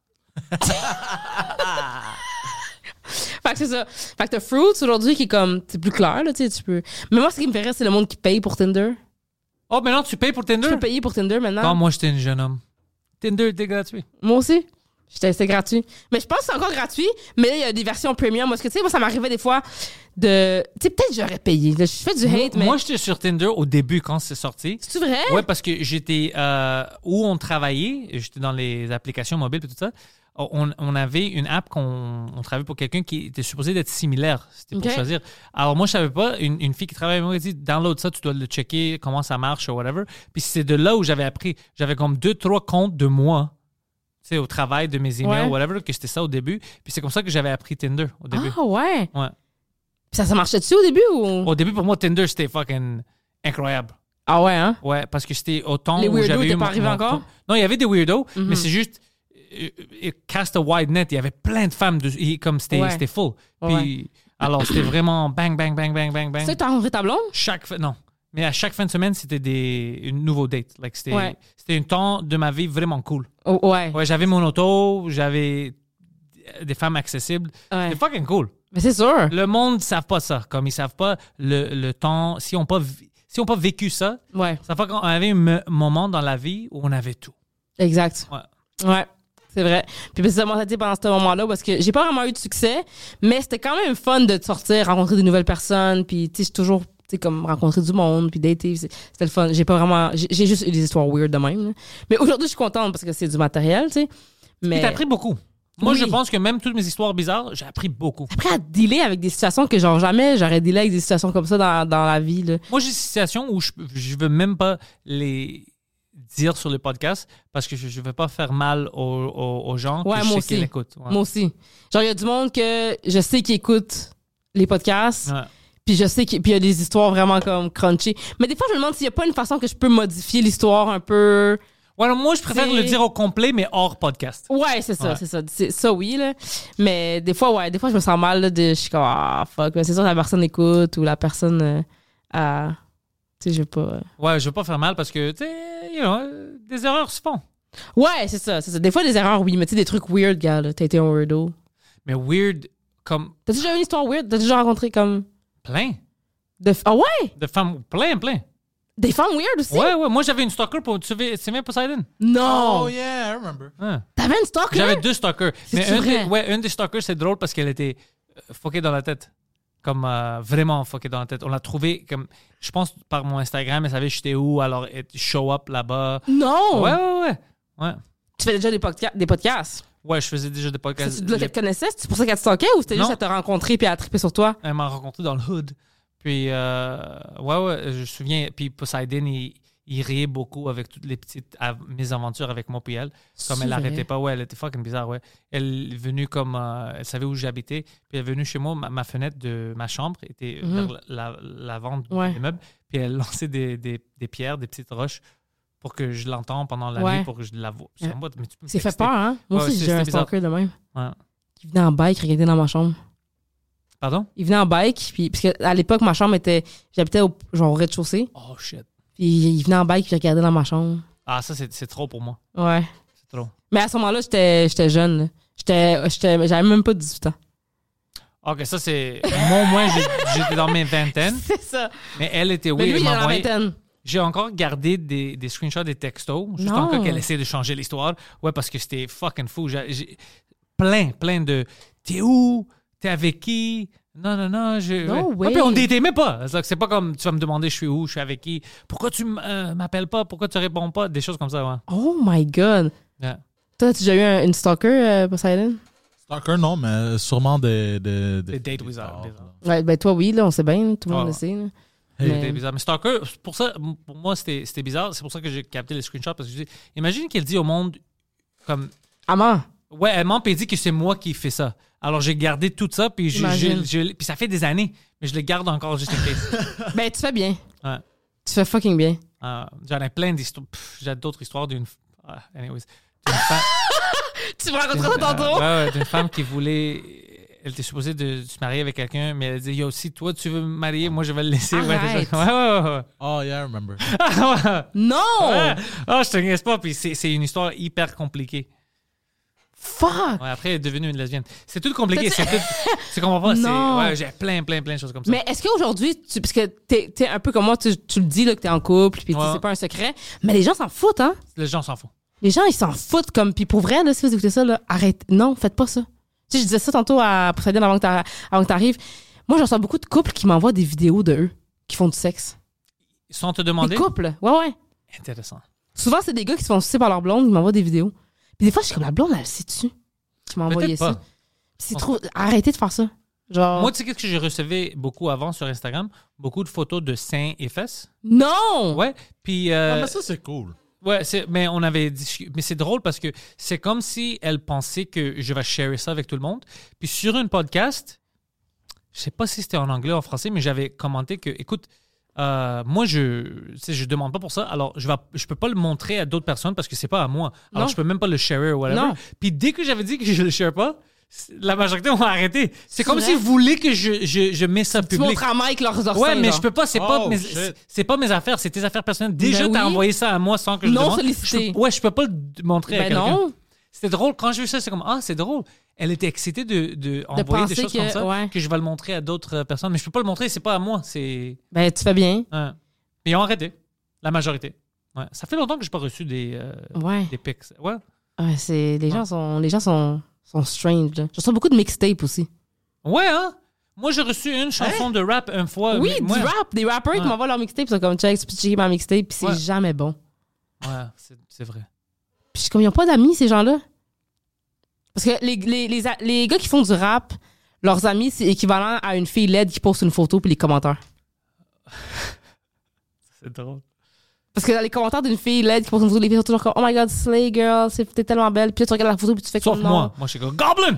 C: fait que c'est ça. Fait que t'as Fruits aujourd'hui qui est comme, c'est plus clair, là, tu sais, tu peux. Mais moi, ce qui me fait rire, c'est le monde qui paye pour Tinder.
B: Oh, maintenant tu payes pour Tinder?
C: Tu hein? peux payer pour Tinder maintenant.
B: Non, moi j'étais un jeune homme. Tinder était gratuit.
C: Moi aussi. J'étais- C'était gratuit. Mais je pense que c'est encore gratuit, mais là, il y a des versions premium. Parce que, tu sais, moi, ça m'arrivait des fois de. Tu sais, peut-être que j'aurais payé. Là, je fais du hate, mais.
B: Moi j'étais sur Tinder au début quand c'est sorti.
C: C'est-tu vrai?
B: Ouais, parce que j'étais euh, où on travaillait, j'étais dans les applications mobiles et tout ça. On, on avait une app qu'on on travaillait pour quelqu'un qui était supposé d'être similaire. C'était pour
C: Ok.
B: choisir. Alors moi, je savais pas. Une, une fille qui travaillait avec moi elle dit download ça, tu dois le checker, comment ça marche ou whatever. Puis c'est de là où j'avais appris. J'avais comme deux, trois comptes de moi, tu sais, au travail de mes emails
C: Ouais.
B: ou whatever, que c'était ça au début. Puis c'est comme ça que j'avais appris Tinder au début.
C: Ah, ouais. Puis
B: Ouais.
C: ça, ça marchait-tu au début ou.
B: Au début, pour moi, Tinder, c'était fucking incroyable.
C: Ah, ouais, hein?
B: Ouais, parce que c'était autant
C: Les
B: où
C: weirdos
B: j'avais
C: étaient
B: eu
C: pas
B: mon-
C: arrivés
B: mon-
C: encore? Mhm.
B: Non, il y avait des weirdos, mais c'est juste euh, euh, cast a wide net, il y avait plein de femmes de- et comme c'était
C: Ouais.
B: c'était full. Puis alors c'était vraiment bang bang bang bang bang bang.
C: Tu sais, t'as rencontré ta blonde?
B: Chaque fin- non, mais à chaque fin de semaine, c'était des une nouveau date. Like, c'était
C: Ouais.
B: c'était un temps de ma vie vraiment cool.
C: Oh, ouais.
B: Ouais, j'avais mon auto, j'avais des femmes accessibles.
C: Ouais.
B: C'était fucking cool.
C: Mais c'est sûr.
B: Le monde ne savent pas ça, comme ils savent pas le, le temps si on pas vi- si on pas vécu ça,
C: Ouais.
B: ça fait qu'on avait un me- moment dans la vie où on avait tout.
C: Exact.
B: Ouais.
C: Ouais, c'est vrai. Puis ben, c'est ça, moi, ça a été pendant ce moment-là parce que j'ai pas vraiment eu de succès, mais c'était quand même fun de sortir, rencontrer de nouvelles personnes, puis tu sais, j'ai toujours tu sais, comme rencontrer du monde, puis dater, c'est- c'était le fun. J'ai pas vraiment... J'ai j'ai juste eu des histoires weird de même. là. Mais aujourd'hui, je suis contente parce que c'est du matériel, tu sais. Mais
B: Puis t'as appris beaucoup. Moi,
C: Oui.
B: je pense que même toutes mes histoires bizarres, j'ai appris beaucoup.
C: prêt à dealer avec des situations que genre jamais j'aurais dealé avec des situations comme ça dans, dans la vie. Là.
B: Moi, j'ai des situations où je, je veux même pas les dire sur le podcast parce que je, je veux pas faire mal aux, aux- aux gens
C: Ouais,
B: que je
C: moi
B: sais
C: aussi.
B: qu'ils écoutent. Ouais.
C: Moi aussi. Genre, il y a du monde que je sais qui écoute les podcasts,
B: Ouais.
C: Puis je sais qu'il puis il y a des histoires vraiment comme crunchy. Mais des fois, je me demande s'il n'y a pas une façon que je peux modifier l'histoire un peu.
B: Ouais, alors moi, je préfère
C: C'est-
B: le dire au complet, mais hors podcast.
C: Ouais, c'est ça,
B: Ouais.
C: c'est ça. C'est ça, oui, là. Mais des fois, ouais, des fois, je me sens mal, là, de, je suis comme, ah, fuck, mais c'est sûr que la personne écoute ou la personne, euh, a- tu sais, je veux pas. euh.
B: Ouais, je veux pas faire mal parce que, tu sais, you know, euh, des erreurs se font.
C: Ouais, c'est ça, c'est ça. Des fois, des erreurs, oui, mais tu sais, des trucs weird, gars, là. T'as été un weirdo.
B: Mais weird, comme
C: T'as-tu déjà eu une histoire weird? T'as déjà rencontré comme.
B: plein
C: De... Ah ouais?
B: de femmes, plein, plein.
C: Des femmes weird aussi?
B: Ouais, ouais. Moi, j'avais une stalker pour. Tu sais, tu sais bien Poseidon?
C: Non!
D: Oh, yeah, I remember.
B: Hein.
C: T'avais une stalker?
B: J'avais deux stalkers. Mais
C: C'est-tu
B: un
C: vrai?
B: des, ouais, un des stalkers, c'est drôle parce qu'elle était euh, fuckée dans la tête. Comme euh, vraiment fuckée dans la tête. On l'a trouvée, comme, je pense, par mon Instagram, elle savait j'étais où, alors elle show up là-bas.
C: Non!
B: Ouais, ouais, ouais. Ouais.
C: Tu faisais déjà des, podca- des podcasts.
B: Ouais, je faisais déjà des
C: Ça,
B: podcasts.
C: tu là, qu'elle te connaissait? C'est pour ça qu'elle te stalkait ou c'était
B: Non.
C: juste qu'elle t'a rencontré puis elle a trippé sur toi?
B: Elle m'a rencontré dans le hood. Puis, euh, ouais, ouais, je me souviens. Puis Poseidon, il, il riait beaucoup avec toutes les petites av- mésaventures avec moi puis elle. Comme
C: C'est
B: elle
C: vrai.
B: n'arrêtait pas, ouais, elle était fucking bizarre, ouais. Elle est venue comme. euh, elle savait où j'habitais. Puis elle est venue chez moi, ma, ma fenêtre de ma chambre était
C: Mhm.
B: vers la, la- l'avant de
C: Ouais.
B: l'immeuble. Puis elle lançait des, des, des pierres, des petites roches pour que je l'entende pendant la
C: Ouais.
B: nuit, pour que je la vois. Je suis en mode, mais tu peux me
C: C'est fait
B: texter.
C: peur, hein? Moi
B: Ouais,
C: aussi,
B: c'est-
C: j'ai un
B: c'était bizarre.
C: stalker de même.
B: Ouais.
C: Qui venait en bike, regardait dans ma chambre.
B: Pardon?
C: Il venait en bike, puis, parce que à l'époque, ma chambre était. J'habitais au genre, au rez-de-chaussée,
B: Oh shit.
C: puis il venait en bike, puis il regardait dans ma chambre.
B: Ah, ça, c'est, c'est trop pour moi.
C: Ouais.
B: C'est trop.
C: Mais à ce moment-là, j'étais j'étais jeune. là. J'étais- j'étais- J'avais même pas 18 ans.
B: Ok, ça c'est. Moi, au moins, j'ai- j'étais dans mes
C: <laughs>
B: vingtaines,
C: <laughs> C'est ça.
B: mais elle était
C: Mais
B: oui.
C: lui,
B: elle
C: il est
B: m'a
C: dans la
B: envoyé-
C: vingtaine.
B: J'ai encore gardé des, des screenshots des textos, juste
C: Non.
B: en cas qu'elle essaie de changer l'histoire. Ouais, parce que c'était fucking fou. J'ai j'ai plein, plein de. T'es où? T'es avec qui? Non, non, non. Je...
C: No
B: Ouais,
C: way.
B: puis on datait même pas. C'est-à-dire que C'est pas comme tu vas me demander je suis où, je suis avec qui. Pourquoi tu m- euh, m'appelles pas? Pourquoi tu réponds pas? Des choses comme ça, ouais.
C: Oh my god.
B: Ouais.
C: Toi, tu as déjà eu un- une stalker, euh, Poseidon?
D: Stalker, non, mais euh, sûrement des. Des,
B: Des date wizards, des-
D: stars,
C: Ouais, ben toi, oui, là, on sait bien, tout le monde
B: Ah.
C: le sait. là.
D: Hey,
C: Mais-
B: C'était bizarre. Mais Stalker, pour ça, m- pour moi, c'était c'était bizarre. C'est pour ça que j'ai capté les screenshots. Parce que je dis, imagine qu'elle dit au monde, comme,
C: Amant.
B: ouais, elle ment, puis elle dit que c'est moi qui fais ça. Alors j'ai gardé tout ça, puis, je,
C: Imagine.
B: je- je- puis ça fait des années, mais je le garde encore juste en
C: <laughs>
B: case.
C: Ben, tu fais bien.
B: Ouais.
C: Tu fais fucking bien.
B: Ah, J'en ai plein d'histoires. Pff, J'ai d'autres histoires d'une. ah, anyways.
C: <laughs>
B: D'une femme-
C: Tu me raconteras
B: d'une-
C: ça tantôt.
B: euh, ouais, ouais, d'une femme qui voulait. Elle était supposée de se marier avec quelqu'un, mais elle dit Yo, si toi tu veux me marier, moi je vais le laisser. Ouais, des choses- ouais,
C: <laughs>
B: ouais, ouais.
D: Oh, yeah, I remember.
C: Non!
B: Ah, ah, je te niaise pas. Puis c'est c'est une histoire hyper compliquée.
C: Fuck!
B: Ouais, après, elle est devenue une lesbienne. C'est tout compliqué. C'est tout. Tu comprends pas? c'est-
C: <laughs> Non.
B: Ouais, j'ai plein, plein, plein de choses comme ça.
C: Mais est-ce qu'aujourd'hui, tu, parce que t'es t'es un peu comme moi, tu, tu le dis là, que t'es en couple, puis tu-
B: Ouais.
C: c'est pas un secret, mais les gens s'en foutent, hein?
B: Les gens s'en foutent.
C: Les gens, ils s'en foutent comme. Puis pour vrai, là, si vous écoutez ça, là, arrête. Non, faites pas ça. Tu sais, je disais ça tantôt à Poseidon avant que t'a- avant que t'arrives. Moi, j'en reçois beaucoup de couples qui m'envoient des vidéos de eux, qui font du sexe.
B: Sans te
C: Des
B: demander.
C: couples, ouais, ouais.
B: Intéressant.
C: Souvent, c'est des gars qui se font sucer par leur blonde, qui m'envoient des vidéos. Puis des fois, je suis comme la blonde, elle sait-tu? Qui m'a envoyé
B: Peut-être
C: ça.
B: pas.
C: Puis c'est trop. Arrêtez de faire ça. Genre.
B: Moi, tu sais qu'est-ce que j'ai recevais beaucoup avant sur Instagram? Beaucoup de photos de seins et fesses.
C: non!
B: Ouais. Puis. euh,
D: Ah, mais ça, c'est cool.
B: Ouais, c'est- mais on avait discu- mais c'est drôle parce que c'est comme si elle pensait que je vais share ça avec tout le monde. Puis sur une podcast, je sais pas si c'était en anglais ou en français, mais j'avais commenté que, écoute, euh, moi je, tu sais, je demande pas pour ça, alors je vais, je peux pas le montrer à d'autres personnes parce que c'est pas à moi. Alors
C: Non.
B: je peux même pas le share ou whatever.
C: Non.
B: Puis dès que j'avais dit que je le share pas. c'est- La majorité ont arrêté. C'est comme
C: vrai?
B: s'ils voulaient que je, je, je mets ça
C: Tu
B: public.
C: montres à Mike leurs orteils.
B: Ouais, mais
C: genre.
B: je peux pas, c'est pas
D: Oh,
B: mes,
D: shit.
B: c'est- c'est pas mes affaires, c'est tes affaires personnelles. Déjà
C: Ben
B: t'as
C: oui.
B: envoyé ça à moi sans que je
C: Non
B: demande.
C: sollicité.
B: Je peux- ouais, je peux pas le d- montrer à
C: Ben
B: quelqu'un.
C: non.
B: C'était drôle quand j'ai vu ça, c'est comme ah, c'est drôle. Elle était excitée de, de envoyer des
C: penser
B: choses
C: que-
B: comme ça
C: ouais.
B: que je vais le montrer à d'autres euh, personnes, mais je peux pas le montrer, c'est pas à moi, c'est
C: Ben, tu fais bien.
B: hein. Mais ils ont arrêté la majorité. Ouais, ça fait longtemps que j'ai pas reçu des euh,
C: Ouais.
B: des Ah. pics. Ouais.
C: Ouais, c'est les
B: Ouais.
C: gens sont les gens sont sont strange. là. Je sens beaucoup de mixtapes aussi.
B: Ouais, hein. Moi, j'ai reçu une chanson de rap une fois.
C: Hein? oui,
B: Ah, mais-
C: du
B: ouais.
C: rap, des rappers
B: Ouais.
C: qui m'envoient leur mixtape, ils sont comme check, tu peux checker ma mixtape, puis c'est
B: Ouais.
C: jamais bon.
B: Ouais, c'est- c'est vrai.
C: Puis je suis comme ils ont pas d'amis ces gens-là. Parce que les, les, les, a- les gars qui font du rap, leurs amis c'est équivalent à une fille laide qui poste une photo puis les commentaires.
B: C'est drôle.
C: Parce que dans les commentaires d'une fille laide qui poste une photo, les filles sont toujours comme oh my god slay girl, c'est- t'es tellement belle. Puis là, tu regardes la photo puis tu fais
B: Sauf
C: comme non.
B: moi, moi je suis comme
C: <laughs>
B: Goblin.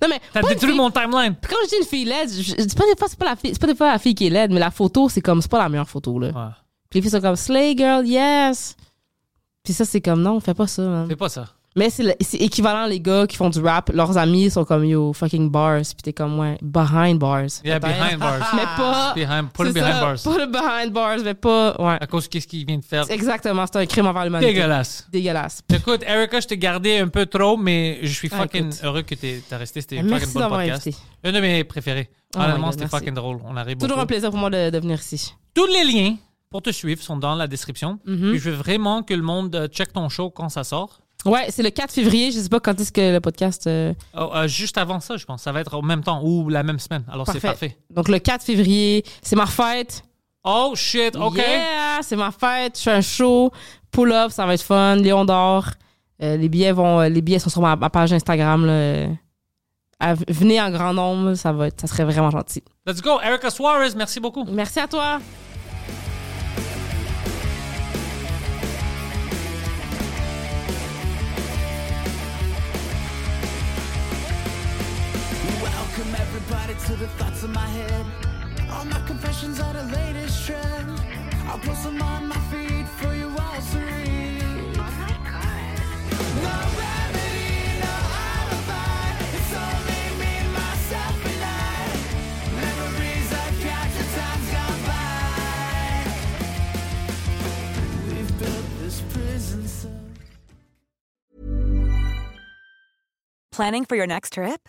C: Non mais
B: T'as
C: pas une
B: détruit
C: fille-
B: mon timeline.
C: Puis quand je dis une fille laide, je, je dis pas des fois c'est pas la fille, c'est pas des fois la fille qui est laide, mais la photo c'est comme c'est pas la meilleure photo là.
B: Ouais.
C: Puis les filles sont comme Slay Girl, yes. Puis ça, c'est comme non, fais pas ça. man.
B: C'est pas ça.
C: Mais c'est le- c'est équivalent, les gars qui font du rap, leurs amis sont comme yo, fucking bars, puis t'es comme ouais, behind bars.
B: Yeah,
C: peut-être.
B: behind bars.
C: Ah. Mais pas.
B: Behind- pas le
C: c'est
B: behind
C: ça,
B: bars.
C: Pas le behind bars, mais pas. Ouais.
B: À cause de qu'est-ce qu'il vient de faire.
C: Exactement, c'est un crime envers l'humanité.
B: Dégueulasse.
C: Dégueulasse.
B: Écoute, Erica, je t'ai gardé un peu trop, mais je suis
C: Ah,
B: fucking
C: écoute.
B: heureux que t'es t'as resté. C'était un
C: Merci
B: fucking bon
C: d'avoir
B: podcast.
C: invité.
B: Un de mes préférés.
C: Oh my
B: Honnêtement,
C: God,
B: c'était
C: merci.
B: fucking drôle. On arrive
C: Toujours
B: beaucoup.
C: un plaisir pour moi de, de venir ici.
B: Tous les liens pour te suivre sont dans la description.
C: Mhm.
B: Puis je veux vraiment que le monde euh, check ton show quand ça sort.
C: Ouais, c'est le 4 février, je sais pas quand est-ce que le podcast. euh,
B: Oh, euh, juste avant ça, je pense. Ça va être au même temps ou la même semaine. Alors c'est parfait.
C: Donc le 4 février, c'est ma fête.
B: Oh shit, OK.
C: Yeah, c'est ma fête. Je fais un show. Pull up, ça va être fun. Léon d'or. Euh, les billets vont, euh, les billets sont sur ma, ma page Instagram. là. Euh, à- venez en grand nombre, ça va être, ça serait vraiment gentil.
B: Let's go. Erica Suarez, merci beaucoup.
C: Merci à toi.
A: Welcome everybody to the thoughts in my head. All my confessions are the latest trend. I'll post them on my feed for you all to read. Oh my god. No remedy, no alibi. It's only me, myself, and I. Memories I catch as time's gone by. We've built this prison cell.
E: Planning for your next trip?